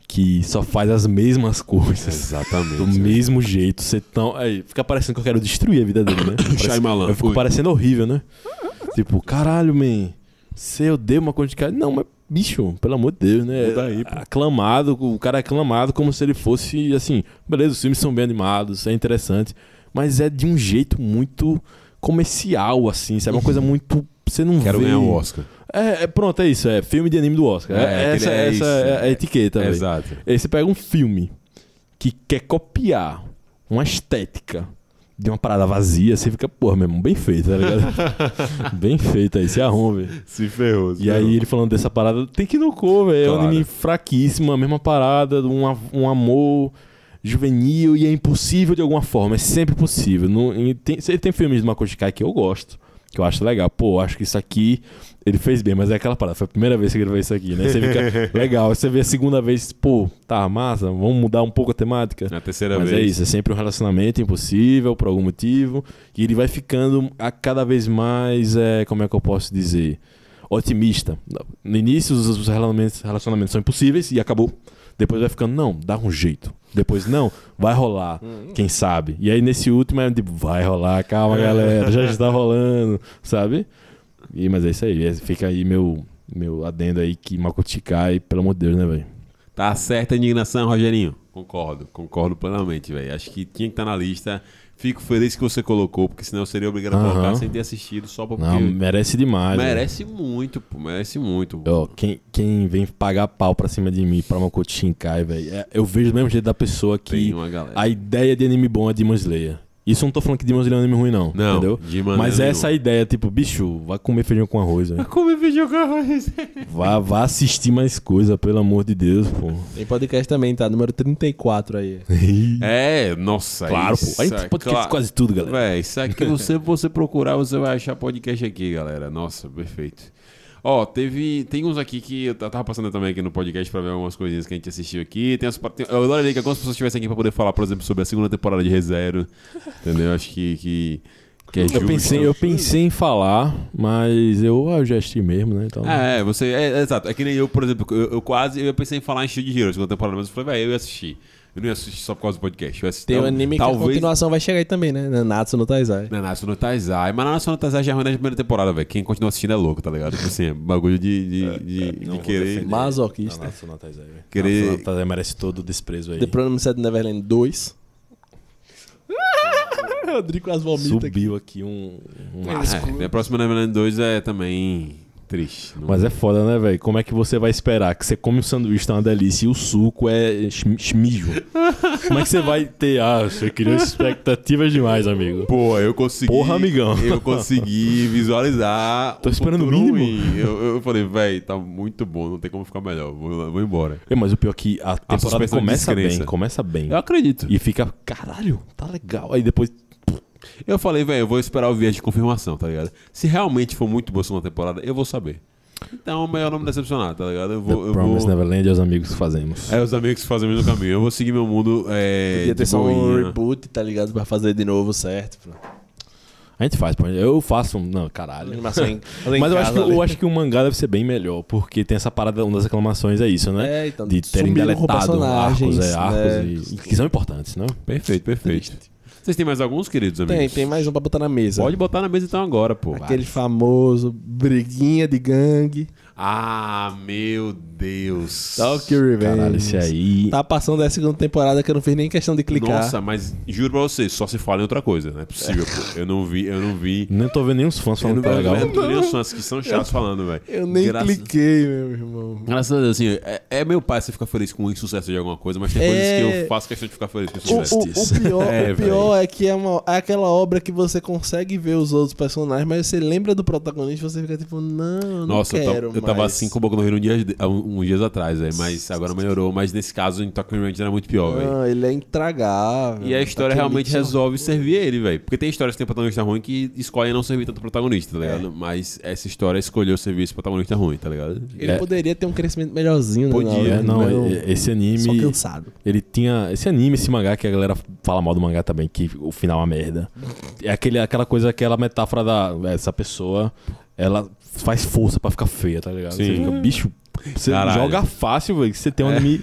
Speaker 4: que só faz as mesmas coisas.
Speaker 2: Exatamente.
Speaker 4: Do mesmo jeito, você tão. Aí, fica parecendo que eu quero destruir a vida dele,
Speaker 2: <coughs>
Speaker 4: né? Parece-
Speaker 2: Shyamalan,
Speaker 4: Eu fico
Speaker 2: oi.
Speaker 4: parecendo horrível, né? Tipo, caralho, man. Você odeia uma coisa de cara. Não, mas, bicho, pelo amor de Deus, né?
Speaker 2: Muda aí, pô.
Speaker 4: Aclamado, o cara é aclamado como se ele fosse, assim, beleza, os filmes são bem animados, é interessante. Mas é de um jeito muito comercial, assim, sabe? Uma coisa muito. Você não
Speaker 2: Uhum. Quero
Speaker 4: vê.
Speaker 2: ganhar o Oscar.
Speaker 4: É, é, pronto, é isso. É filme de anime do Oscar.
Speaker 2: É,
Speaker 4: É,
Speaker 2: aquele-
Speaker 4: essa
Speaker 2: é
Speaker 4: é, essa
Speaker 2: isso.
Speaker 4: é a etiqueta, velho.
Speaker 2: Exato.
Speaker 4: Aí você pega um filme que quer copiar uma estética de uma parada vazia, você fica, porra, meu irmão, bem feito, tá ligado? bem feito aí, se arruma, velho.
Speaker 2: Se ferrou. se
Speaker 4: E aí
Speaker 2: ferrou.
Speaker 4: ele falando dessa parada, tem que ir no cor, velho. É um
Speaker 2: né? Claro.
Speaker 4: anime fraquíssimo, a mesma parada, um, a- um amor juvenil e é impossível de alguma forma, é sempre possível. Não, e tem, se- tem filmes do Makoshikai que eu gosto, que eu acho legal. Pô, acho que isso aqui ele fez bem, mas é aquela parada, foi a primeira vez que ele fez isso aqui, né? Você fica legal, aí você vê a segunda vez, pô, tá massa, vamos mudar um pouco a temática.
Speaker 2: Na né? terceira
Speaker 4: Mas
Speaker 2: vez.
Speaker 4: é isso, é sempre um relacionamento impossível por algum motivo. E ele vai ficando a cada vez mais, é, como é que eu posso dizer? Otimista. No início, os os relacionamentos, relacionamentos são impossíveis e acabou. Depois vai ficando, não, dá um jeito. Depois, não, vai rolar,
Speaker 2: Hum.
Speaker 4: quem sabe. E aí nesse último é tipo, vai rolar, calma
Speaker 2: É. <laughs>
Speaker 4: galera, já está rolando, sabe? E, mas é isso aí, é, fica aí meu, meu adendo aí que Makotikai, pelo amor de Deus, né, velho?
Speaker 2: Tá certa a indignação, Rogerinho. Concordo, concordo plenamente, velho. Acho que tinha que estar na lista. Fico feliz que você colocou, porque senão eu seria obrigado a
Speaker 4: Aham.
Speaker 2: colocar sem ter assistido, só porque.
Speaker 4: Não, merece demais. velho.
Speaker 2: merece muito, pô. Merece muito.
Speaker 4: Ó, quem, quem vem pagar pau pra cima de mim pra uma Shinkai, velho, é- eu vejo do mesmo jeito da pessoa
Speaker 2: Tem
Speaker 4: que
Speaker 2: uma é. galera.
Speaker 4: a ideia de anime bom é Demon Slayer. Isso eu não tô falando que Demon Slayer é um anime ruim, não.
Speaker 2: Não, é
Speaker 4: entendeu?
Speaker 2: de maneira
Speaker 4: Mas essa
Speaker 2: nenhuma.
Speaker 4: ideia, tipo, bicho, vai comer feijão com arroz, velho.
Speaker 2: Como eu vi jogar Rogerinho?
Speaker 4: Vá, vá assistir mais coisa, pelo amor de Deus, pô.
Speaker 3: Tem podcast também, tá? Número 34 aí.
Speaker 2: É, nossa.
Speaker 4: claro,
Speaker 2: isso
Speaker 4: pô. A gente
Speaker 2: é
Speaker 4: podcast
Speaker 2: cla-
Speaker 4: quase tudo, galera.
Speaker 2: Véi, isso aqui você, você procurar, você vai achar podcast aqui, galera. Nossa, perfeito. Ó, teve. Tem uns aqui que eu t- tava passando também aqui no podcast pra ver algumas coisinhas que a gente assistiu aqui. Tem as, par- tem, eu adoraria que algumas pessoas estivessem aqui pra poder falar, por exemplo, sobre a segunda temporada de ReZero. Entendeu? Acho que. que, que é justo.
Speaker 4: Eu pensei, eu pensei em falar, mas eu, ah, eu já assisti mesmo, né? Então,
Speaker 2: É, é, você. É, é, exato. É que nem eu, por exemplo, eu, eu quase eu pensei em falar em Shield Hero, segunda temporada, mas eu falei, velho, eu ia assistir. Eu não ia assistir só por causa do podcast. Eu ia assistir.
Speaker 3: Tem
Speaker 2: Então,
Speaker 3: um anime que a
Speaker 2: talvez,
Speaker 3: continuação vai chegar aí também, né? Nanatsu no Taizai.
Speaker 2: Nanatsu no Taizai. tá Mas Nanatsu no Taizai já é ruim desde a primeira temporada, velho. Quem continua assistindo é louco, tá ligado? Tipo assim, é bagulho de, de, de-
Speaker 4: é,
Speaker 2: de querer,
Speaker 3: Masoquista.
Speaker 4: Nanatsu no Taizai, velho.
Speaker 2: Querer-
Speaker 4: Nanatsu no Taizai merece todo o desprezo aí.
Speaker 3: The Pronoun Said Neverland 2. Leandrinho quase vomita aqui.
Speaker 4: Subiu aqui um. um-
Speaker 2: É, a próxima Neverland 2 é também triste. Não-
Speaker 4: Mas é foda, né, velho? Como é que você vai esperar que você come um sanduíche, tá uma delícia, e o suco é chmi- mijo? Como é que você vai ter? Ah, você criou expectativas demais, amigo.
Speaker 2: Pô, eu consegui.
Speaker 4: Porra, amigão.
Speaker 2: Eu
Speaker 4: <laughs>
Speaker 2: consegui visualizar.
Speaker 4: Tô
Speaker 2: o
Speaker 4: esperando o
Speaker 2: futuro
Speaker 4: mínimo.
Speaker 2: ruim. Eu, eu falei, véi, tá muito bom, não tem como ficar melhor. Vou, lá- vou embora.
Speaker 4: É, Mas o pior é que a temporada
Speaker 2: suspensão de
Speaker 4: começa
Speaker 2: descrença.
Speaker 4: bem, começa bem.
Speaker 3: Ah.
Speaker 2: Eu acredito.
Speaker 4: E fica, caralho, tá legal. Aí depois.
Speaker 2: Eu falei, velho, eu vou esperar o viés de confirmação, tá ligado? Se realmente for muito boa a segunda temporada, eu vou saber. Então, melhor não me decepcionar, tá ligado? Eu vou.
Speaker 4: The
Speaker 2: Eu
Speaker 4: Promise
Speaker 2: vou...
Speaker 4: Neverland é os amigos que fazemos.
Speaker 2: É os amigos que fazem o mesmo caminho. Eu vou seguir meu mundo. É,
Speaker 3: Podia ter
Speaker 2: de
Speaker 3: só um
Speaker 2: boinha.
Speaker 3: reboot, tá ligado? Pra fazer de novo certo. pô.
Speaker 4: A gente faz, pô. Eu faço um. Não, caralho.
Speaker 3: Animação em, fazer em
Speaker 4: Mas eu acho, que,
Speaker 3: casa né? ali.
Speaker 4: eu acho que o mangá deve ser bem melhor, porque tem essa parada, uma das reclamações é isso, né?
Speaker 3: É, então,
Speaker 4: de terem
Speaker 3: sumiram com
Speaker 4: deletado arcos,
Speaker 3: personagens,
Speaker 4: é, arcos
Speaker 3: né?
Speaker 4: e- e que são importantes, né?
Speaker 2: Perfeito, perfeito. Vocês têm mais alguns, queridos
Speaker 3: Tem,
Speaker 2: amigos?
Speaker 3: tem mais um pra botar na mesa.
Speaker 2: Pode botar na mesa então agora, pô.
Speaker 3: Aquele famoso briguinha de gangue.
Speaker 2: Ah, meu Deus.
Speaker 3: Tokyo Revenge.
Speaker 4: Caralho, esse aí.
Speaker 3: Tá passando a segunda temporada que eu não fiz nem questão de clicar.
Speaker 2: Nossa, mas juro pra vocês, só se fala em outra coisa. Não é possível, pô. Eu não vi, eu não vi.
Speaker 4: Nem tô vendo nem os fãs falando que tá legal.
Speaker 2: Eu não vi nem os fãs que são chatos falando, velho.
Speaker 3: eu nem
Speaker 2: Graças-
Speaker 3: cliquei, meu irmão.
Speaker 2: Graças a Deus, assim, é, é meu pai você ficar feliz com o insucesso de alguma coisa, mas tem
Speaker 3: É.
Speaker 2: coisas que eu faço questão de ficar feliz com o
Speaker 3: O, o-
Speaker 2: sucesso.
Speaker 3: o pior,
Speaker 2: É,
Speaker 3: o pior é que é, uma- é aquela obra que você consegue ver os outros personagens, mas você lembra do protagonista e você fica tipo, não, não
Speaker 2: Nossa, eu,
Speaker 3: quero
Speaker 2: tava- eu tava
Speaker 3: mais.
Speaker 2: assim com o Boku no Hero um dia, há um- uns dias atrás, velho. Mas agora melhorou. Mas nesse caso, em Tokyo Ranger era muito pior, velho.
Speaker 3: Não, ele é intragável. tá
Speaker 2: E a história é
Speaker 3: Aquele
Speaker 2: realmente
Speaker 3: que-
Speaker 2: resolve servir ele, velho. Porque tem histórias que tem protagonista ruim que escolhem não servir tanto protagonista, tá ligado? Mas essa história escolheu servir esse protagonista ruim, tá ligado?
Speaker 3: Ele
Speaker 4: É.
Speaker 3: poderia ter um crescimento melhorzinho, né, na
Speaker 2: Podia,
Speaker 4: É,
Speaker 3: hora,
Speaker 4: não,
Speaker 3: mas eu
Speaker 4: e- e- esse
Speaker 3: Só
Speaker 4: anime.
Speaker 3: cansado.
Speaker 4: Ele tinha. Esse anime, esse mangá que a galera fala mal do mangá também, que o final é uma merda. É aquele, aquela coisa, aquela metáfora da. Essa pessoa, ela faz força pra ficar feia, tá ligado? Você
Speaker 2: Sim.
Speaker 4: fica, bicho. Você
Speaker 2: Caralho. É.
Speaker 4: joga fácil, velho. que Você tem um anime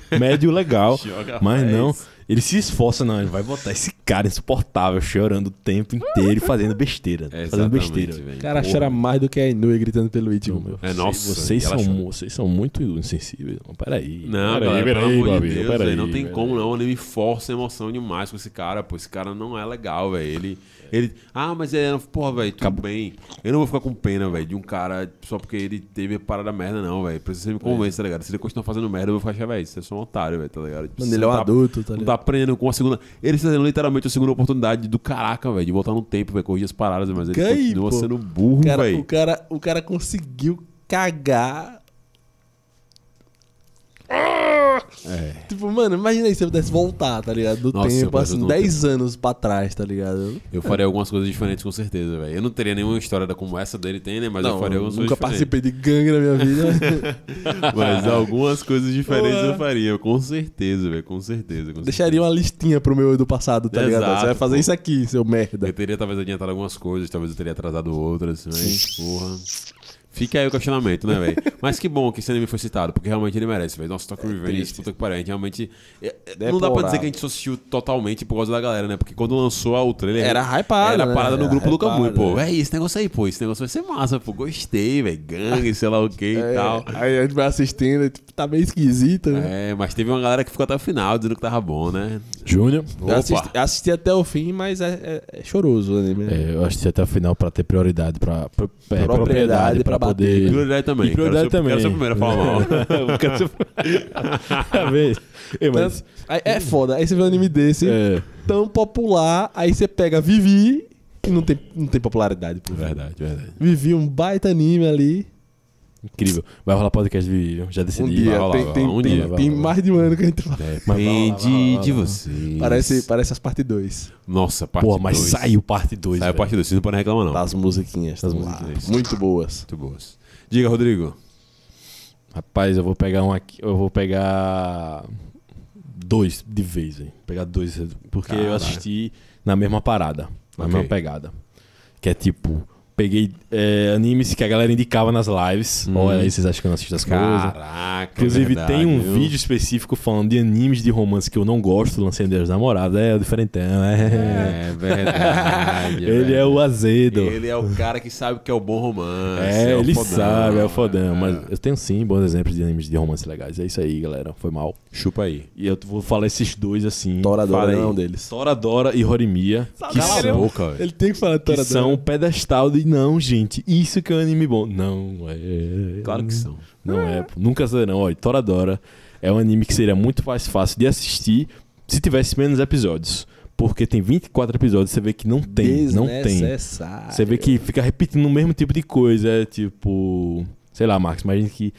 Speaker 2: <laughs>
Speaker 4: médio legal. Mas não, ele se esforça, não. Ele vai botar esse cara insuportável chorando o tempo inteiro e fazendo besteira.
Speaker 2: É,
Speaker 4: fazendo
Speaker 2: exatamente,
Speaker 4: besteira.
Speaker 2: velho.
Speaker 3: O cara chora mais do que a Inui gritando pelo Ichigo, meu.
Speaker 2: É, nossa.
Speaker 4: vocês,
Speaker 2: ela
Speaker 4: são,
Speaker 2: chora.
Speaker 4: mu- vocês são muito insensíveis. Não, Peraí.
Speaker 2: Não,
Speaker 4: peraí,
Speaker 2: galera, pelo amor de
Speaker 4: Babi,
Speaker 2: Deus,
Speaker 4: peraí,
Speaker 2: velho, não tem
Speaker 4: peraí.
Speaker 2: como não, ele me força a emoção demais com esse cara, pô, esse cara não é legal, velho, ele, ele, ah, mas ele, era- porra, velho, tudo bem, eu não vou ficar com pena, velho, de um cara só porque ele teve a parada merda não, velho, precisa
Speaker 3: É.
Speaker 2: me convencer, tá ligado, se ele continuar fazendo merda, eu vou ficar, achando, velho, você é só um otário, velho, tá ligado,
Speaker 3: Mano, ele é um adulto, tá
Speaker 2: ligado? Não
Speaker 3: ligado?
Speaker 2: tá aprendendo com a segunda, ele está tendo literalmente a segunda oportunidade do caraca, velho, de voltar no tempo, velho, corrigir as paradas, mas ele
Speaker 3: Fica aí,
Speaker 2: continua
Speaker 3: pô.
Speaker 2: sendo burro,
Speaker 3: O cara, o,
Speaker 2: velho.
Speaker 3: cara, o cara conseguiu cagar.
Speaker 2: É.
Speaker 3: Tipo, mano, imagina aí se eu pudesse voltar, tá ligado? Do
Speaker 2: Nossa,
Speaker 3: tempo,
Speaker 2: mas eu
Speaker 3: assim,
Speaker 2: não
Speaker 3: 10 anos pra trás, tá ligado?
Speaker 2: Eu faria algumas coisas diferentes com certeza, velho. Eu não teria nenhuma história da- como essa dele tem, né? Mas eu faria algumas
Speaker 3: nunca
Speaker 2: coisas diferentes.
Speaker 3: participei de gangue na minha vida.
Speaker 2: <laughs> Mas algumas coisas diferentes eu faria, com certeza, velho, com certeza. com
Speaker 3: Deixaria uma listinha pro meu eu do passado, tá ligado?
Speaker 2: Exato,
Speaker 3: Você vai fazer
Speaker 2: pô.
Speaker 3: isso aqui, seu
Speaker 2: certeza.
Speaker 3: merda.
Speaker 2: Eu teria talvez adiantado algumas coisas, talvez eu teria atrasado outras, mas porra. Fica aí o questionamento, né,
Speaker 3: <laughs>
Speaker 2: velho? Mas que bom que esse anime foi citado, porque realmente ele merece, velho. Nossa, Tokyo Revenge,
Speaker 3: É triste.
Speaker 2: puta que pariu, a gente realmente... é, é, Não dá pra
Speaker 3: Deplorável.
Speaker 2: dizer que a gente só assistiu totalmente por causa da galera, né? Porque quando lançou o trailer...
Speaker 3: Era hypado,
Speaker 2: Era
Speaker 3: né?
Speaker 2: parada no
Speaker 3: Era
Speaker 2: grupo do Camui,
Speaker 3: hypado,
Speaker 2: pô. É esse negócio aí, pô. Esse negócio vai ser massa, pô. Gostei, velho. Gangue, sei lá o que e
Speaker 3: É,
Speaker 2: tal.
Speaker 3: aí a gente vai assistindo, e, tipo, tá meio esquisito, né?
Speaker 2: É, mas teve uma galera que ficou até o final dizendo que tava bom, né?
Speaker 4: Júnior,
Speaker 3: Eu assisti, assisti até o fim, mas é, é- é choroso o anime.
Speaker 4: é, eu assisti até o final pra ter prioridade, pra, pro- é, propriedade, pra,
Speaker 3: pra
Speaker 4: poder.
Speaker 2: E prioridade também.
Speaker 4: E
Speaker 2: quero
Speaker 4: prioridade
Speaker 2: ser,
Speaker 4: também.
Speaker 2: Quero ser o primeiro a falar mal.
Speaker 3: <laughs>
Speaker 4: <laughs> Eu
Speaker 2: <laughs>
Speaker 4: quero ser- Tá vendo? Ei, mas.
Speaker 3: Aí
Speaker 2: Hum.
Speaker 3: é foda, aí você vê um anime desse,
Speaker 4: É,
Speaker 3: tão popular, aí você pega Vivi e não tem, não tem popularidade, pô.
Speaker 4: É.
Speaker 2: verdade, verdade.
Speaker 3: Vivi um baita anime ali.
Speaker 4: incrível. Vai rolar podcast de vídeo, já decidi. Vai rolar,
Speaker 3: tem,
Speaker 4: vai
Speaker 3: tem-
Speaker 4: rolar. Um
Speaker 3: tem-
Speaker 4: dia, vai
Speaker 3: tem
Speaker 4: rolar.
Speaker 3: mais de um ano que a gente fala.
Speaker 4: vai lá, vai lá, vai
Speaker 2: Depende
Speaker 4: lá.
Speaker 2: É, de vocês.
Speaker 3: Parece, parece as partes 2.
Speaker 2: Nossa, parte
Speaker 4: Pô, mas
Speaker 2: dois.
Speaker 4: saiu Tá. parte 2.
Speaker 2: Saiu a parte 2. Vocês não podem reclamar, não.
Speaker 3: Das musiquinhas, das
Speaker 2: musiquinhas.
Speaker 3: Muito boas.
Speaker 2: Muito boas. Diga, Rodrigo.
Speaker 4: Rapaz, eu vou pegar um aqui. Eu vou pegar. Dois de vez, velho. Pegar dois. Porque eu
Speaker 2: Caralho.
Speaker 4: assisti na mesma parada. Na
Speaker 2: Ok.
Speaker 4: mesma pegada. Que é tipo. Peguei é, animes que a galera indicava nas lives. Olha aí, vocês acham que eu não assisto as coisas?
Speaker 2: Caraca,
Speaker 4: Tá
Speaker 2: Hum.
Speaker 4: Inclusive,
Speaker 2: é verdade,
Speaker 4: tem um
Speaker 2: viu?
Speaker 4: vídeo específico falando de animes de romance que eu não gosto, lancei no Dia das Namoradas. É, o diferentão. É.
Speaker 2: É verdade.
Speaker 4: <laughs> Ele é o azedo.
Speaker 2: Ele é o cara que sabe o que é o bom romance.
Speaker 4: É,
Speaker 2: o
Speaker 4: ele
Speaker 2: fodão,
Speaker 4: sabe, é o fodão.
Speaker 2: é.
Speaker 4: Mas eu tenho sim bons exemplos de animes de romance legais. É isso aí, galera. Foi mal.
Speaker 2: Chupa aí.
Speaker 4: E eu vou falar esses dois assim.
Speaker 3: Toradora
Speaker 2: Fala aí.
Speaker 3: é um deles.
Speaker 4: Toradora e Horimiya. Que
Speaker 2: Cala a
Speaker 4: são,
Speaker 2: boca, velho.
Speaker 3: Ele tem que falar
Speaker 4: que são o pedestal de não, gente. Isso que é um anime bom. Não é.
Speaker 2: Claro que são.
Speaker 4: Não é. pô. Nunca serão. Olha, Toradora é um anime que seria muito mais fácil de assistir se tivesse menos episódios. Porque tem 24 episódios, você vê que não tem. Não
Speaker 2: né?
Speaker 4: tem. Você vê que fica repetindo o mesmo tipo de coisa, é tipo. Sei lá, Max, imagina que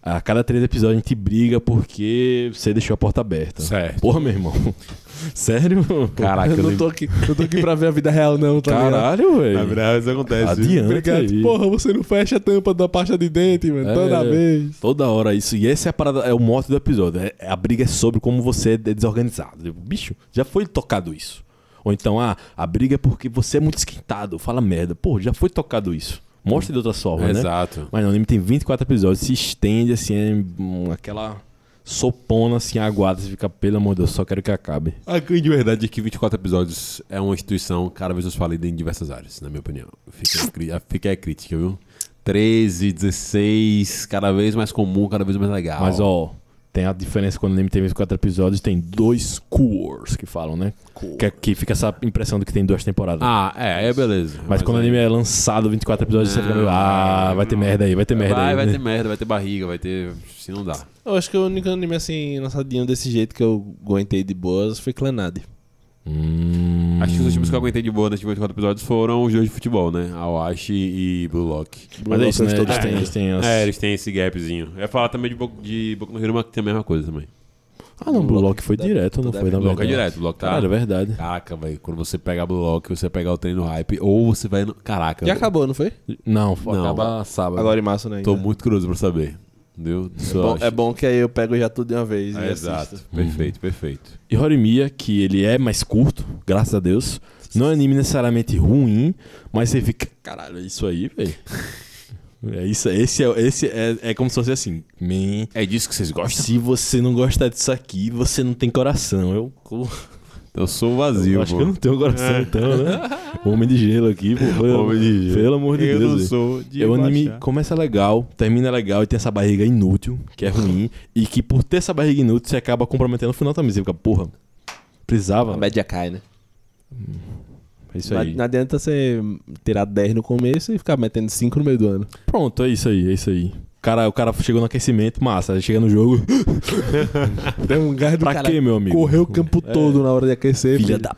Speaker 4: a cada três episódios a gente briga porque você deixou a porta aberta.
Speaker 2: Certo.
Speaker 4: Porra, meu irmão. <laughs> Sério?
Speaker 2: Caraca,
Speaker 3: Eu
Speaker 2: eu
Speaker 3: não tô aqui, não tô aqui pra ver a vida real, não, tá ligado?
Speaker 4: Caralho, velho.
Speaker 2: verdade, isso acontece.
Speaker 4: Adianta
Speaker 3: Obrigado.
Speaker 4: aí.
Speaker 3: Porra, você não fecha a tampa da pasta de dente, mano.
Speaker 4: É.
Speaker 3: Toda vez.
Speaker 4: Toda hora isso. E essa é a parada, é o mote do episódio. É- a briga é sobre como você é desorganizado. Tipo, Bicho, já foi tocado isso. Ou então, ah, a briga é porque você é muito esquentado, fala merda. Pô, já foi tocado isso. Mostra de outra forma,
Speaker 3: É,
Speaker 4: né?
Speaker 2: Exato.
Speaker 4: Mas não, o anime tem 24 episódios, se estende assim, é um- aquela sopona assim, aguada, você fica, pelo amor de Deus, só quero que acabe.
Speaker 2: A grande verdade é que 24 episódios é uma instituição cada vez mais falida em diversas áreas, na minha opinião. Fica, a cri- a- fica aí a crítica, viu? 13, 16, cada vez mais comum, cada vez mais legal.
Speaker 4: Mas ó, tem a diferença quando o anime tem 24 episódios, tem dois cores que falam, né? Que, que fica essa impressão de que tem duas temporadas.
Speaker 2: Ah, é, é beleza.
Speaker 4: mas, quando o
Speaker 2: aí-
Speaker 4: anime é lançado 24 episódios, você fica meio,
Speaker 2: Não,
Speaker 4: ah, vai ter merda aí, vai ter merda
Speaker 2: Vai,
Speaker 4: aí.
Speaker 2: vai
Speaker 4: né?
Speaker 2: ter merda, vai ter barriga, vai ter. Se não dá.
Speaker 3: Eu acho que o único anime assim, lançadinho desse jeito que eu aguentei de boas foi Clanade.
Speaker 4: Hum,
Speaker 2: Acho que os últimos que eu aguentei de boa nesses 24 episódios foram os dois de futebol, né? Awashi e Blue Lock.
Speaker 4: mas é isso, né?
Speaker 3: Todos
Speaker 4: Eles têm, eles têm as-
Speaker 2: É, eles têm esse gapzinho. Eu ia falar também de Boku, de Boku no Hero, mas que tem a mesma coisa também.
Speaker 4: Ah, não, Blue Lock foi direto, não foi? na
Speaker 2: Blue Lock é
Speaker 4: verdade.
Speaker 2: direto, Blue Lock tá.
Speaker 4: Cara, é verdade.
Speaker 2: Caraca, velho. Quando você pega Blue Lock, você vai pegar o treino hype. Ou você vai. No... Caraca.
Speaker 3: Já
Speaker 2: eu
Speaker 3: acabou, não foi?
Speaker 4: Não, foi
Speaker 2: Não.
Speaker 4: acabar sábado.
Speaker 3: Agora em março, né?
Speaker 2: Tô
Speaker 3: ainda.
Speaker 2: muito curioso pra saber. Entendeu?
Speaker 3: É bom, é bom que aí eu pego já tudo de uma vez. e assisto.
Speaker 2: exato. Perfeito, perfeito.
Speaker 4: E Horimiya, que ele é mais curto, graças a Deus. Não é um anime necessariamente ruim, mas você fica, caralho, é isso aí, velho. <laughs> É isso, esse é, esse é, é como se fosse assim, man,
Speaker 2: É disso que vocês gostam?
Speaker 4: se você não gostar disso aqui, você não tem coração. Eu, eu
Speaker 2: Eu sou vazio,
Speaker 4: acho
Speaker 2: pô. É.
Speaker 4: que eu não tenho coração então,
Speaker 2: <laughs>
Speaker 4: né? Homem de gelo aqui, pô. Pelo,
Speaker 2: Homem de gelo.
Speaker 4: Pelo amor de
Speaker 2: Eu
Speaker 4: Deus.
Speaker 2: não
Speaker 4: velho.
Speaker 2: sou de
Speaker 4: É um anime
Speaker 2: baixar.
Speaker 4: começa legal, termina legal e tem essa barriga inútil, que é ruim, e que por ter essa barriga inútil você acaba comprometendo o final também. Você fica, porra, precisava.
Speaker 2: Tá
Speaker 3: A média cai, né?
Speaker 4: É isso
Speaker 3: Não,
Speaker 4: aí.
Speaker 3: não adianta você tirar 10 no começo e ficar metendo 5 no meio do ano.
Speaker 4: Pronto, é isso aí, é isso aí. O cara, o cara chegou no aquecimento, massa. Aí Chega no
Speaker 3: <laughs>
Speaker 4: jogo.
Speaker 3: Tem um gás do
Speaker 4: Pra
Speaker 3: cara
Speaker 4: quê, meu amigo? É.
Speaker 3: Correu o campo todo na hora de aquecer.
Speaker 4: Filha
Speaker 3: filho.
Speaker 4: da.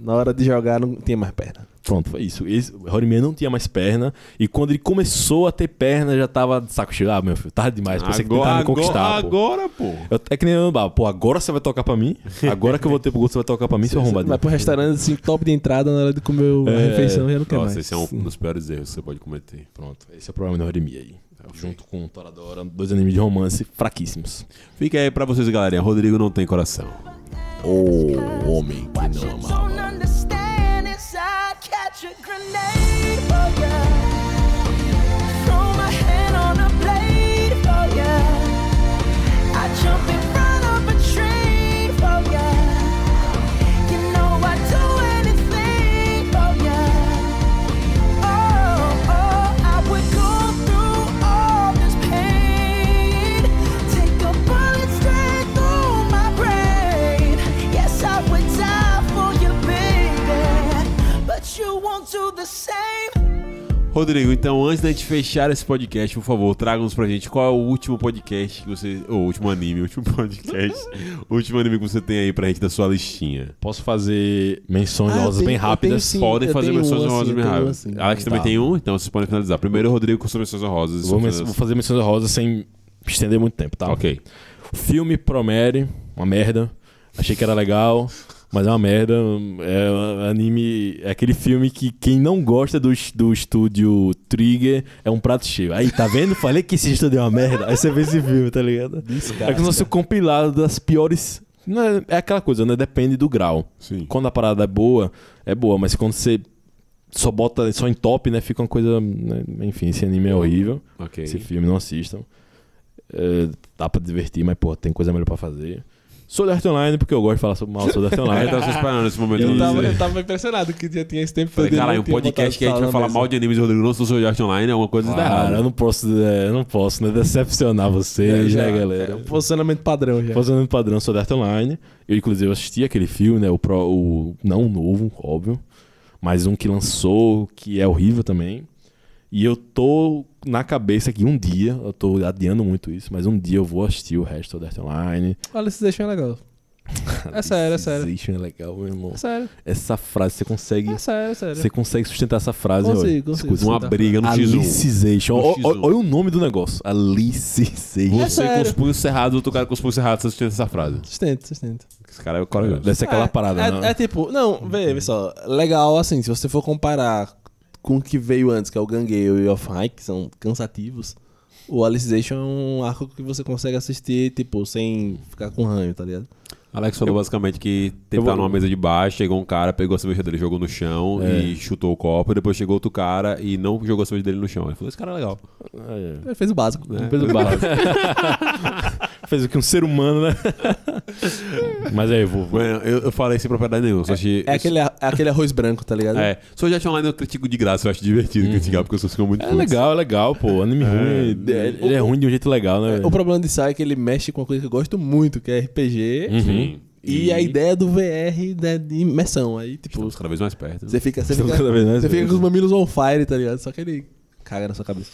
Speaker 3: Na hora de jogar não tinha mais perna.
Speaker 4: Pronto, foi isso. Esse, o Horimiya não tinha mais perna. E quando ele começou a ter perna, já tava de saco cheio. Ah, meu filho, tarde demais. Pensei que tentava me conquistar. pô.
Speaker 2: agora, pô.
Speaker 4: Eu, é que nem eu, bah, pô, agora você vai tocar pra mim? Agora que eu vou ter pro gosto, você vai
Speaker 3: <laughs>
Speaker 4: tocar pra mim, seu arrombadinho.
Speaker 3: Vai pro restaurante assim, top de entrada na hora de comer o- a
Speaker 4: É.
Speaker 3: refeição já não quer mais.
Speaker 2: Nossa, esse é um dos piores erros que você pode cometer.
Speaker 4: Pronto, esse é o problema da Horimiya aí.
Speaker 3: É
Speaker 4: Junto com Toradora, dois animes de romance fraquíssimos.
Speaker 2: Fica aí pra vocês, galerinha. Rodrigo não tem coração.
Speaker 5: O homem que não amava. Oh, Do the same.
Speaker 2: Rodrigo, então, antes da gente fechar esse podcast, por favor, traga-nos pra gente qual é o último podcast que você. Ou o último anime, o último <laughs> podcast. o último anime que você tem aí pra gente da sua listinha.
Speaker 4: Posso fazer menções
Speaker 3: Ah, eu
Speaker 4: honrosas
Speaker 3: tenho-
Speaker 4: bem
Speaker 3: eu tenho
Speaker 4: rápidas?
Speaker 3: sim.
Speaker 2: Podem
Speaker 3: eu
Speaker 2: fazer
Speaker 3: tenho
Speaker 2: menções
Speaker 3: um assim,
Speaker 2: honrosas
Speaker 3: eu
Speaker 2: bem
Speaker 3: tenho um
Speaker 2: rápidas.
Speaker 3: assim.
Speaker 2: Alex também
Speaker 4: Tá.
Speaker 2: tem um, então vocês podem finalizar. Primeiro, Rodrigo, com suas menções honrosas.
Speaker 4: Vou, men-
Speaker 2: Suas-
Speaker 4: vou fazer menções honrosas sem estender muito tempo, tá?
Speaker 2: Ok.
Speaker 4: O filme Promere, uma merda. Achei que era legal, mas é uma merda. É um anime. É aquele filme que quem não gosta do, es- do estúdio Trigger é um prato cheio. Aí, tá vendo? Falei que esse estúdio é uma merda. Aí você vê esse filme, tá ligado? É como se fosse o compilado das piores. Não é, é aquela coisa, né? Depende né? do grau.
Speaker 2: Sim.
Speaker 4: Quando a parada é boa, é boa, mas quando você só bota, só em top, né? Fica uma coisa. né, Enfim, esse anime é horrível.
Speaker 2: Ok.
Speaker 4: Esse filme não assistam. É, dá pra divertir, mas, pô, tem coisa melhor pra fazer. Soul Art Online, porque eu gosto de falar sobre mal Soul Art
Speaker 2: Ah, eu
Speaker 4: Online.
Speaker 3: <laughs>
Speaker 4: então, <laughs>
Speaker 2: tava só esperando esse momento.
Speaker 4: Eu
Speaker 2: de
Speaker 4: tava-
Speaker 2: dizer.
Speaker 3: eu tava impressionado que já tinha esse tempo
Speaker 2: Falei,
Speaker 3: todo e não
Speaker 2: caralho, um
Speaker 3: tinha
Speaker 2: podcast
Speaker 3: botado
Speaker 2: que a gente
Speaker 3: sala
Speaker 2: vai
Speaker 3: na
Speaker 2: falar
Speaker 3: mesa.
Speaker 2: mal de animes do Rodrigo não sou Soul Art Online, é uma coisa da
Speaker 4: Cara, eu
Speaker 2: errada.
Speaker 4: não posso, é, eu não posso, né? Decepcionar vocês,
Speaker 3: já,
Speaker 4: né,
Speaker 3: é,
Speaker 4: galera?
Speaker 3: um posicionamento padrão já.
Speaker 4: Fazendo um padrão Soul Art Online. Eu, inclusive, assisti aquele filme, né? O, pro, o não o novo, óbvio. Mas um que lançou, que é horrível também. E eu tô na cabeça que um dia, eu tô adiando muito isso, mas um dia eu vou assistir o resto do Soul Art Online.
Speaker 3: Olha, esse deixa é legal. É sério, é sério.
Speaker 4: Existe, é legal, meu irmão.
Speaker 3: É sério,
Speaker 4: Essa frase, você consegue.
Speaker 3: é sério, é sério.
Speaker 4: Você consegue sustentar essa frase,
Speaker 3: Consigo,
Speaker 4: olha.
Speaker 3: consigo.
Speaker 4: Escuta,
Speaker 2: Uma briga no X1.
Speaker 4: Alicization.
Speaker 2: No
Speaker 4: Ó- ó-
Speaker 2: X1.
Speaker 4: Olha o nome do negócio.
Speaker 3: É
Speaker 4: Alicization.
Speaker 2: Você com
Speaker 3: sério.
Speaker 2: os punhos cerrados, outro cara com os punhos cerrados, você sustenta essa frase.
Speaker 3: Sustento, sustento.
Speaker 2: Esse cara é o corajoso.
Speaker 4: Deve ser aquela
Speaker 3: É,
Speaker 4: parada, né?
Speaker 3: é,
Speaker 4: não? Uhum.
Speaker 3: é tipo, não, vê, vê só. Legal, assim, se você for comparar com o que veio antes, que é o Gangueio e o Off-High, que são cansativos, o Alicization é um arco que você consegue assistir, tipo, sem ficar com ranho, tá ligado?
Speaker 2: Alex falou basicamente que tentaram
Speaker 4: vou-
Speaker 2: numa mesa de bar, chegou um cara, pegou a cerveja dele, jogou no chão
Speaker 4: É.
Speaker 2: e chutou o copo, e depois chegou outro cara e não jogou a cerveja dele no chão. Ele falou, esse cara é legal.
Speaker 4: É,
Speaker 3: Ele fez o básico.
Speaker 4: é. Depois do
Speaker 2: <laughs>
Speaker 4: barro. Fez o que um ser humano, né? <laughs> Mas aí, vou. vou-
Speaker 2: Bueno, eu, eu falei sem propriedade nenhuma, só achei...
Speaker 3: É aquele, é aquele arroz branco, tá ligado?
Speaker 2: É, só já tinha online eu critico de graça, eu acho divertido criticar, porque eu sou muito
Speaker 4: É
Speaker 2: puto.
Speaker 4: legal, é legal, pô. Anime ruim. é- Ele é ruim de um jeito legal, né?
Speaker 3: O problema de Sai é que ele mexe com uma coisa que eu gosto muito, que é RPG.
Speaker 4: Uhum.
Speaker 2: Sim.
Speaker 3: E, a ideia do VR né, de imersão. Aí, tipo,
Speaker 4: Então,
Speaker 2: Estamos cada vez mais perto. né?
Speaker 3: você fica, você
Speaker 4: Estamos
Speaker 3: fica,
Speaker 4: cada vez mais
Speaker 3: você fica
Speaker 4: perto.
Speaker 3: com os mamilos on fire, tá ligado? Só que ele caga na sua cabeça.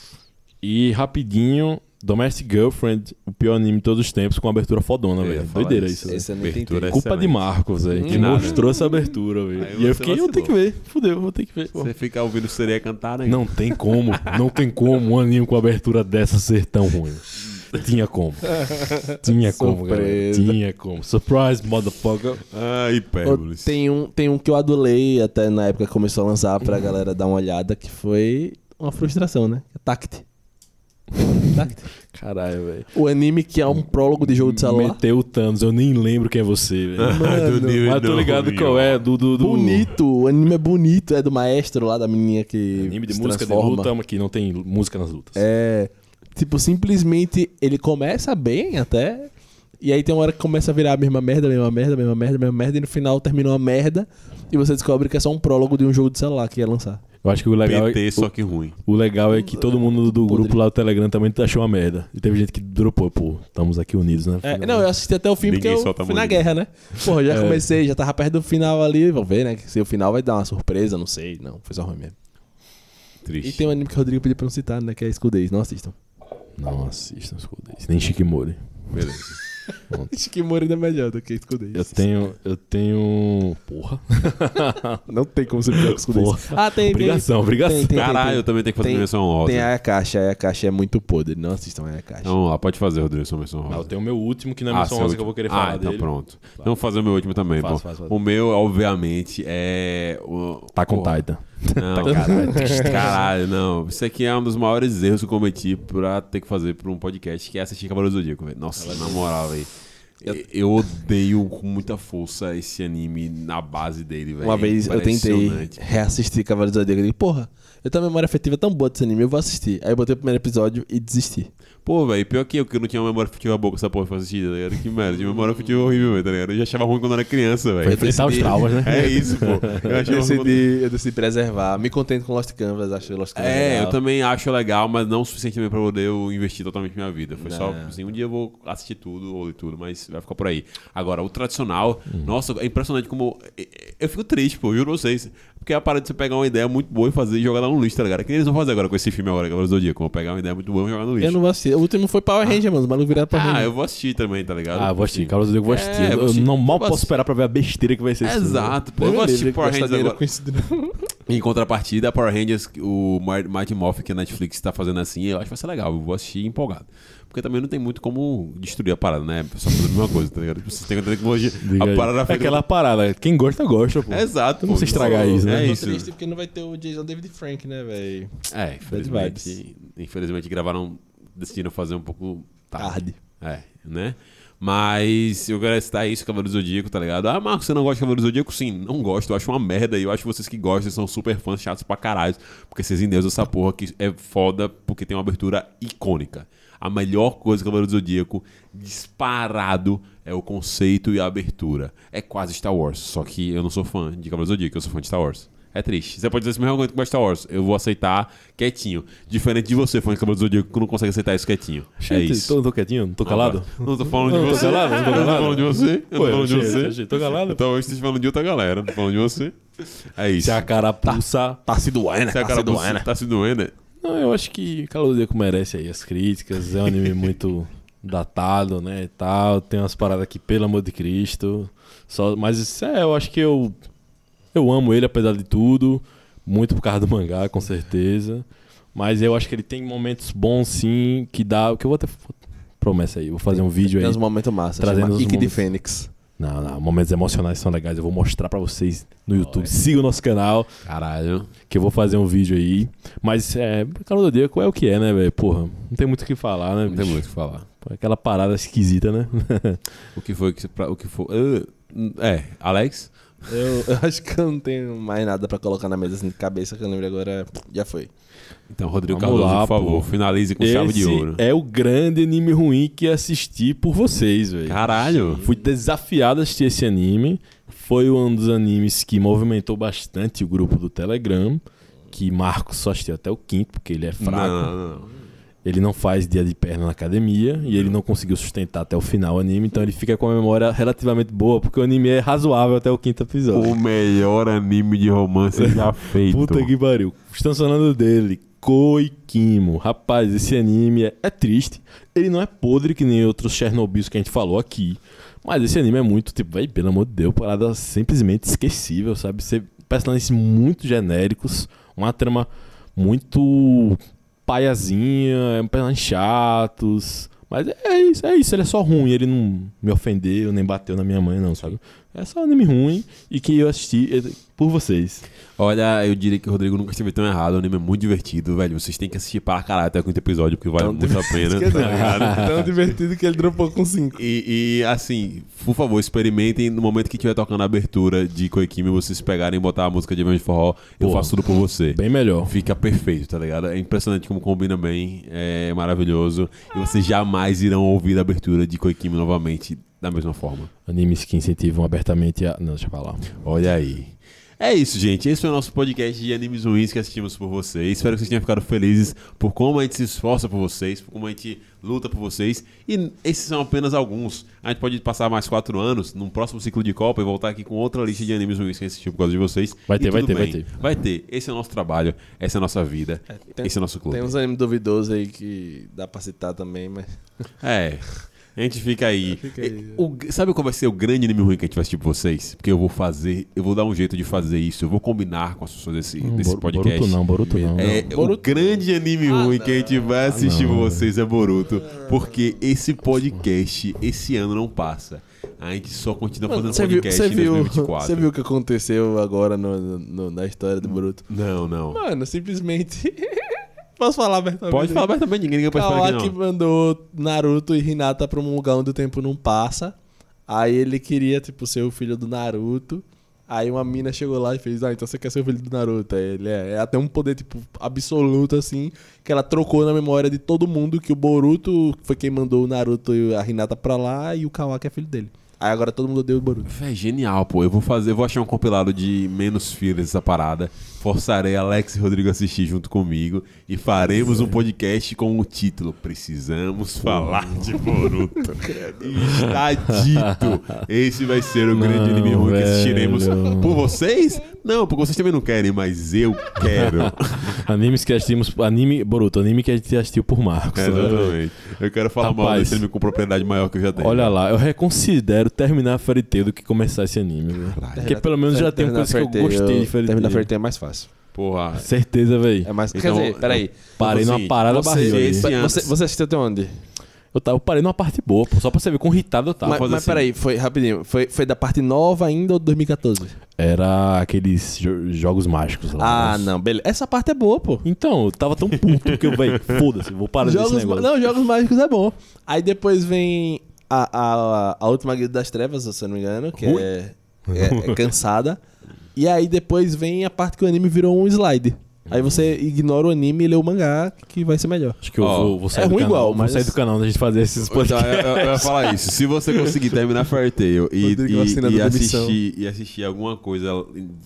Speaker 4: E rapidinho, Domestic Girlfriend, o pior anime de todos os tempos, com abertura fodona,
Speaker 2: Eu ia
Speaker 4: velho.
Speaker 2: falar
Speaker 4: É,
Speaker 2: É,
Speaker 4: Doideira
Speaker 2: isso.
Speaker 4: isso. velho.
Speaker 3: Esse eu nem
Speaker 2: Abertura
Speaker 3: tentei.
Speaker 2: é
Speaker 4: Culpa de
Speaker 2: excelente.
Speaker 4: Marcos, velho, que
Speaker 2: nada.
Speaker 4: mostrou essa abertura, velho.
Speaker 2: Aí
Speaker 4: E eu
Speaker 2: você
Speaker 4: fiquei, eu tenho que
Speaker 2: vacilou.
Speaker 4: ver. Fudeu, vou ter que ver.
Speaker 2: Você fica ouvindo sereia cantar, né?
Speaker 4: Não tem como, não tem como um anime com abertura dessa ser tão ruim. Tinha como. Tinha como, galera.
Speaker 3: Surpresa.
Speaker 4: Tinha como. Surprise, motherfucker.
Speaker 2: Ah,
Speaker 4: é
Speaker 2: hipérboles.
Speaker 3: Ô,
Speaker 2: <laughs>
Speaker 3: Tem um, tem um que eu adulei até na época que começou a lançar pra galera dar uma olhada, que foi uma frustração, né? Tact. Tact.
Speaker 4: Caralho, velho.
Speaker 3: O anime que é um prólogo de jogo de celular.
Speaker 4: Meteu o Thanos, eu nem lembro quem é você, velho.
Speaker 2: nível
Speaker 4: Mas Ah, tô
Speaker 2: Ah, não,
Speaker 4: ligado
Speaker 2: meu.
Speaker 4: qual é, do. do, do...
Speaker 3: Bonito, o anime é bonito, é do maestro lá, da menina que.
Speaker 4: Anime de
Speaker 3: se
Speaker 4: música de
Speaker 3: transforma.
Speaker 4: luta, mas que não tem música nas lutas.
Speaker 3: É. Tipo, simplesmente ele começa bem até. E aí tem uma hora que começa a virar a mesma merda, a mesma merda, a mesma merda, a mesma merda, e no final termina uma merda. E você descobre que é só um prólogo de um jogo de celular que ia lançar.
Speaker 4: Eu acho que o legal,
Speaker 2: PT,
Speaker 4: é,
Speaker 2: só que ruim.
Speaker 4: o legal é que todo mundo do
Speaker 3: Podre.
Speaker 4: grupo lá do Telegram também achou uma merda. E teve gente que dropou, pô, estamos aqui unidos, né?
Speaker 3: É, não, eu assisti até o fim porque
Speaker 2: Ninguém
Speaker 3: eu
Speaker 2: solta a
Speaker 3: fui na
Speaker 2: mão de
Speaker 3: guerra, né? Porra, já
Speaker 4: É.
Speaker 3: comecei, já tava perto do final ali. Vamos ver, né? que Se o final vai dar uma surpresa, não sei. Não, foi só ruim mesmo. E
Speaker 2: Triste.
Speaker 3: tem um anime que o Rodrigo pediu pra não citar, né? Que é Escudez. Não <laughs> assistam.
Speaker 4: Não assistam, escudei. Nem Shikimori.
Speaker 2: Beleza.
Speaker 3: Shikimori ainda é melhor do que Escudez.
Speaker 4: Eu tenho. Eu tenho. <laughs> Porra.
Speaker 3: Não tem como você pegar com Escudez.
Speaker 4: Porra.
Speaker 3: Ah, tem, tem.
Speaker 4: Obrigação, obrigação.
Speaker 3: tem, tem.
Speaker 2: Caralho, eu também tenho que fazer
Speaker 3: Tem-
Speaker 2: menção honrosa.
Speaker 3: Tem a caixa, a caixa é muito podre. Não assistam a caixa.
Speaker 2: Então, ah, pode fazer, Rodrigo, sua menção honrosa.
Speaker 4: Não, tem o meu último que não é menção
Speaker 2: seu
Speaker 4: honrosa que
Speaker 2: último.
Speaker 4: eu vou querer
Speaker 2: ah,
Speaker 4: falar
Speaker 2: então
Speaker 4: dele.
Speaker 2: pronto. Então vou fazer o meu último também.
Speaker 4: Faz,
Speaker 2: bom.
Speaker 4: faz, faz.
Speaker 2: O meu, obviamente, é... O...
Speaker 4: Tá com
Speaker 2: Porra.
Speaker 4: Titan.
Speaker 2: Não, caralho. <laughs> caralho, não. Isso aqui é um dos maiores erros que eu cometi pra ter que fazer pra um podcast, que é assistir Cavaleiros do Zodíaco, velho. Nossa, na moral, velho. Eu- Eu odeio com muita força esse anime na base dele, velho.
Speaker 3: Uma vez eu tentei
Speaker 2: Impressionante.
Speaker 3: reassistir Cavaleiros do Zodíaco. Eu digo, porra, eu tenho uma memória afetiva tão boa desse anime, eu vou assistir. Aí eu botei o primeiro episódio e desisti.
Speaker 2: Pô, velho, pior que eu, que eu não tinha uma memória afetiva boa com essa porra pra assistir, tá ligado? Que merda, eu tinha memória afetiva horrível, velho, tá ligado? Eu já achava ruim quando eu era criança, velho.
Speaker 4: Pra enfrentar os traumas, né?
Speaker 2: É isso, pô. Eu
Speaker 3: Eu
Speaker 2: achava ruim quando-
Speaker 3: decidi, eu decidi preservar. Me contento com Lost Canvas, acho Lost Canvas.
Speaker 2: É,
Speaker 3: legal.
Speaker 2: eu também acho legal, mas não o suficiente também pra poder eu investir totalmente minha vida. Foi só, tipo assim, um dia eu vou assistir tudo, ou ler tudo, mas vai ficar por aí. Agora, o tradicional, nossa, é impressionante como. eu- Eu fico triste, pô, juro pra vocês. Porque é a parada de você pegar uma ideia muito boa e fazer e jogar ela no lixo, tá ligado? É Que nem eles vão fazer agora com esse filme agora, Cavaleiros do Zodíaco. Vão pegar uma ideia muito boa e jogar no lixo.
Speaker 3: Eu não vou assistir. O último foi Power Ranger, mano. O maluco virado Power
Speaker 2: Ah,
Speaker 3: Ranger.
Speaker 2: eu vou assistir também, tá ligado?
Speaker 4: Ah, vou assistir. Carlos eu vou
Speaker 2: É,
Speaker 4: assistir. eu
Speaker 2: vou assistir.
Speaker 4: não mal
Speaker 2: Vou
Speaker 4: posso
Speaker 2: assistir.
Speaker 4: esperar pra ver a besteira que vai ser esse filme.
Speaker 2: Exato, pô. Eu vou assistir Power Rangers agora.
Speaker 3: isso, não.
Speaker 2: Em contrapartida, Power Rangers, o Mar- Mighty Morphin que a Netflix tá fazendo assim, eu acho que vai ser legal, eu vou assistir empolgado. Porque também não tem muito como destruir a parada, né? Só fazer a mesma coisa, tá ligado? Você tem que ter tecnologia.
Speaker 4: Diga aí.
Speaker 2: A parada
Speaker 4: é
Speaker 2: fica-
Speaker 4: aquela parada. Quem gosta, gosta, pô.
Speaker 2: Exato.
Speaker 4: Não
Speaker 2: pô.
Speaker 4: sei estragar isso, né?
Speaker 2: É
Speaker 4: Tô
Speaker 2: isso.
Speaker 3: triste porque não vai ter o Jason David Frank, né, velho?
Speaker 2: É, infelizmente. Infelizmente gravaram, decidiram fazer um pouco tarde.
Speaker 3: Tarde.
Speaker 2: É, né? Mas eu quero citar isso, Cavaleiro do Zodíaco, tá ligado? Ah, Marcos, você não gosta de Cavaleiro do Zodíaco? Sim, não gosto. Eu acho uma merda. E eu acho que vocês que gostam são super fãs chatos pra caralho. Porque vocês endeusam essa porra que é foda porque tem uma abertura icônica. A melhor coisa do Cavaleiro do Zodíaco, disparado, é o conceito e a abertura. É quase Star Wars, só que eu não sou fã de Cavaleiro do Zodíaco, eu sou fã de Star Wars. É triste. Você pode dizer esse mesmo argumento com Star Wars. Eu vou aceitar quietinho. Diferente de você, fã de Cavaleiro do Zodíaco, que não consegue aceitar isso quietinho. é isso.
Speaker 4: Tô, tô quietinho, não tá. tô calado.
Speaker 2: Não tô falando de
Speaker 4: Não, tô
Speaker 2: você.
Speaker 4: calado, não tô
Speaker 2: Eu
Speaker 4: calado.
Speaker 2: falando de você. Eu tô
Speaker 4: Pô,
Speaker 2: falando de
Speaker 4: achei,
Speaker 2: você.
Speaker 4: achei, tô calado.
Speaker 2: Então eu estou falando de outra galera. Não tô falando de você. É isso.
Speaker 4: Se a carapuça.
Speaker 3: Tá se doendo, né?
Speaker 2: Se a
Speaker 3: Tá se
Speaker 2: carapuça
Speaker 3: doendo.
Speaker 2: tá se doendo.
Speaker 4: Não, eu acho que Calodeco merece aí as críticas. É um anime muito datado, né? E tal. Tem umas paradas que, pelo amor de Cristo. Só... Mas isso é, eu acho que eu. Eu amo ele, apesar de tudo. Muito por causa do mangá, com certeza. Mas eu acho que ele tem momentos bons, sim, que dá. Que eu vou até. Promessa aí, vou fazer um vídeo aí.
Speaker 3: Tem uns momentos massa.
Speaker 4: Trazendo
Speaker 3: Trazendo
Speaker 4: uns
Speaker 3: Kick de
Speaker 4: momentos.
Speaker 3: Fênix.
Speaker 4: Não, não, momentos emocionais são legais. Eu vou mostrar pra vocês no YouTube. Siga o nosso canal. Caralho. Que eu vou fazer um víeo aí. Mas, é, cara do Deco é o que é, né, velho? Porra, não tem muito o que falar, né?
Speaker 2: Não tem muito o que falar.
Speaker 4: Aquela parada esquisita, né? <laughs>
Speaker 2: O que foi que. você- pra- O que foi. Ah, É, Alex?
Speaker 3: Eu, <laughs> eu acho que eu não tenho mais nada pra colocar na mesa assim de cabeça, que eu lembro agora. Já foi.
Speaker 2: Então, Rodrigo
Speaker 4: Vamos
Speaker 2: Cardoso,
Speaker 4: lá,
Speaker 2: por favor,
Speaker 4: pô.
Speaker 2: finalize com Um chave de
Speaker 4: Esse
Speaker 2: ouro.
Speaker 4: É o grande anime ruim que assisti por vocês, velho.
Speaker 2: Caralho.
Speaker 4: Fui desafiado a assistir esse anime. Foi um dos animes que movimentou bastante o grupo do Telegram. Que Marcos só assistiu até o quinto, porque ele é fraco.
Speaker 2: Não, não, não.
Speaker 4: Ele não faz dia de perna na academia e ele não conseguiu sustentar até o final o anime, então ele fica com a memória relativamente boa, porque o anime é razoável até o quinto episódio.
Speaker 2: O melhor anime de romance já feito.
Speaker 4: Puta que pariu. Estamos falando dele, Koikimo. Rapaz, esse anime é, é triste. Ele não é podre que nem outros Chernobyls que a gente falou aqui. Mas esse anime é muito, tipo, vai, pelo amor de Deus, parada simplesmente esquecível, sabe? Você, personagens muito genéricos, uma trama muito paiazinha, é um personagem chatos. Mas é isso, é isso, ele é só ruim, ele não me ofendeu, nem bateu na minha mãe, não, sabe? É só um anime ruim e que eu assisti eh, por vocês.
Speaker 2: Olha, eu diria que o Rodrigo nunca esteve tão errado. O anime é muito divertido, velho. Vocês têm que assistir para caralho até o quinto episódio, porque vale muito a <laughs> pena. tá ligado?
Speaker 3: né? Tão divertido que ele dropou com 5.
Speaker 2: E, e, assim, por favor, experimentem no momento que estiver tocando a abertura de Koikimi, vocês pegarem e botar a música de Evandro de Forró, eu
Speaker 4: Porra.
Speaker 2: faço tudo por você.
Speaker 4: Bem melhor.
Speaker 2: Fica perfeito, tá ligado? É impressionante como combina bem, é maravilhoso. E vocês jamais irão ouvir a abertura de Koikimi novamente da mesma forma.
Speaker 4: Animes que incentivam abertamente a. Não, deixa pra lá.
Speaker 2: Olha aí. É isso, gente. Esse foi o nosso podcast de animes ruins que assistimos por vocês. Espero que vocês tenham ficado felizes por como a gente se esforça por vocês, por como a gente luta por vocês. E esses são apenas alguns. A gente pode passar mais quatro anos num próximo ciclo de Copa e voltar aqui com outra lista de animes ruins que a gente assistiu por causa de vocês.
Speaker 4: Vai
Speaker 2: E
Speaker 4: ter, vai
Speaker 2: tudo
Speaker 4: ter, vai
Speaker 2: bem.
Speaker 4: ter.
Speaker 2: Vai ter. Esse é o nosso trabalho, essa é a nossa vida,
Speaker 3: tem-
Speaker 2: esse é o nosso clube.
Speaker 3: Tem uns animes duvidosos aí que dá pra citar também, mas.
Speaker 2: É. A gente fica aí.
Speaker 3: É, aí,
Speaker 2: E- o- sabe qual vai ser o grande anime ruim que a gente vai assistir pra vocês? Porque eu vou fazer, eu vou dar um jeito de fazer isso, eu vou combinar com as pessoas desse, desse
Speaker 4: Bor-
Speaker 2: podcast.
Speaker 4: Boruto não, Boruto não. Ah,
Speaker 2: É, o grande anime
Speaker 3: Ah,
Speaker 2: ruim que a gente vai assistir pra vocês é Boruto. Porque esse podcast, esse ano não passa. A gente só continua fazendo
Speaker 3: Você viu,
Speaker 2: podcast
Speaker 3: você
Speaker 2: em
Speaker 3: viu,
Speaker 2: 2024.
Speaker 3: você viu o que aconteceu agora no- no- no- na história do Boruto?
Speaker 2: Não, não.
Speaker 3: Mano, simplesmente. <laughs> Posso falar abertamente?
Speaker 2: Pode falar mas também, ninguém pode falar
Speaker 3: Kawaki
Speaker 2: aqui não.
Speaker 3: mandou Naruto e Hinata pra um lugar onde o tempo não passa. Aí ele queria, tipo, ser o filho do Naruto. Aí uma mina chegou lá e fez, ah, então você quer ser o filho do Naruto. Aí ele é, é até um poder, tipo, absoluto, assim, que ela trocou na memória de todo mundo que o Boruto foi quem mandou o Naruto e a Hinata pra lá e o Kawaki é filho dele. Aí agora todo mundo odeia o Boruto.
Speaker 2: Véi, genial, pô. Eu vou fazer, eu vou achar um compilado de menos filhas dessa parada. Forçarei Alex e Rodrigo a assistir junto comigo e faremos um podcast com o título Precisamos falar de Boruto. E Está dito. Esse vai ser o grande
Speaker 4: Não,
Speaker 2: inimigo que assistiremos
Speaker 4: velho.
Speaker 2: por vocês? Não, porque vocês também não querem, mas eu
Speaker 4: <laughs>
Speaker 2: quero.
Speaker 4: Animes que assistimos. Anime. Boruto, anime que a gente assistiu por Marcos. né, velho?
Speaker 2: Exatamente. Eu quero falar mal
Speaker 4: Rapaz.
Speaker 2: desse anime com propriedade maior que eu já tenho.
Speaker 4: Olha lá, eu reconsidero terminar Fairy Tail do que começar esse anime, velho.
Speaker 3: É. Ah,
Speaker 4: Porque pelo menos já tem coisas que eu gostei de Fairy
Speaker 3: Terminar
Speaker 4: Tail.
Speaker 3: Fairy Tail é mais fácil.
Speaker 2: Porra.
Speaker 4: Certeza, velho.
Speaker 3: É mais...
Speaker 2: Então,
Speaker 3: Quer dizer, peraí.
Speaker 4: Parei numa
Speaker 2: Assim,
Speaker 4: parada
Speaker 2: você-
Speaker 4: barriga. ali.
Speaker 2: esse-
Speaker 3: Você, você assistiu até onde?
Speaker 4: Eu, tava, eu parei numa parte boa, pô, só pra você ver com irritado eu tava.
Speaker 3: mas
Speaker 2: fazer
Speaker 3: mas
Speaker 2: assim.
Speaker 3: peraí, foi rapidinho. Foi, foi da parte nova ainda ou de 2014?
Speaker 4: Era aqueles jo- jogos mágicos lá.
Speaker 3: Ah, não, beleza. Essa parte é boa, pô.
Speaker 4: Então, eu tava tão
Speaker 3: <laughs>
Speaker 4: puto que eu, velho, foda-se, vou parar desse
Speaker 3: Jogos,
Speaker 4: negócio.
Speaker 3: não, jogos mágicos é bom. Aí depois vem a, a, a última guilda das trevas, se eu não me engano, que é, é- é cansada. E aí depois vem a parte que o anime virou um slide. Aí você ignora o anime e lê o mangá, que vai ser melhor.
Speaker 4: Acho que eu
Speaker 2: Ó,
Speaker 4: vou, vou sair
Speaker 3: é
Speaker 4: do
Speaker 3: ruim
Speaker 4: canal.
Speaker 3: igual, mas- é-
Speaker 4: Vou sair do canal da gente fazer esses
Speaker 2: Então,
Speaker 4: podcasts. <laughs>
Speaker 2: eu, eu- eu ia falar isso. Se você conseguir terminar Fairy Tail e,
Speaker 3: Rodrigo assinando
Speaker 2: e, e,
Speaker 3: demissão.
Speaker 2: assistir, e assistir alguma coisa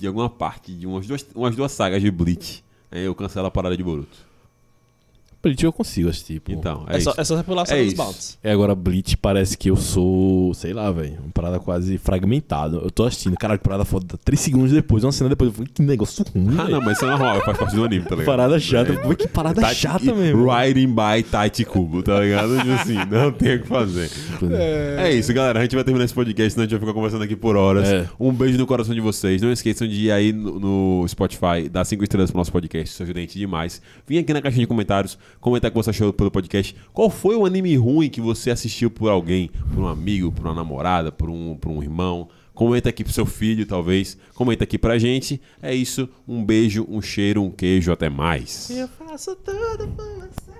Speaker 2: de alguma parte, de umas duas, umas duas sagas de Bleach, aí eu cancelo a parada de Boruto.
Speaker 4: Bleach eu consigo assistir, pô.
Speaker 2: Então, é,
Speaker 3: É, só,
Speaker 2: isso.
Speaker 3: é só você pular só
Speaker 2: É
Speaker 3: dos
Speaker 2: isso.
Speaker 3: baldes.
Speaker 4: É, agora Bleach parece que eu sou, sei lá, velho, uma parada quase fragmentada. Eu tô assistindo, caralho, parada foda. Três segundos depois, uma cena depois, eu falei, que negócio ruim,
Speaker 2: Ah, não,
Speaker 4: velho.
Speaker 2: mas isso é normal, faz parte do anime, tá ligado?
Speaker 4: Parada chata. Pô, que parada
Speaker 2: Tati-
Speaker 4: é chata mesmo.
Speaker 2: Tá Riding by Tati Kubo, tá ligado? Tipo assim, <laughs> não tem o que fazer. É. isso, galera. A gente vai terminar esse podcast, senão a gente vai ficar conversando aqui por horas.
Speaker 4: É.
Speaker 2: Um beijo no coração de vocês. Não esqueçam de ir aí no, no Spotify, dar cinco estrelas pro nosso podcast. Isso ajuda a gente demais. Vim aqui na caixinha de comentários, comentar o que você achou pelo podcast. Qual foi o anime ruim que você assistiu por alguém? Por um amigo, por uma namorada, por um, por um irmão? Comenta aqui pro seu filho, talvez. Comenta aqui pra gente. É isso. Um beijo, um cheiro, um queijo. Até mais.
Speaker 3: Eu faço tudo por você.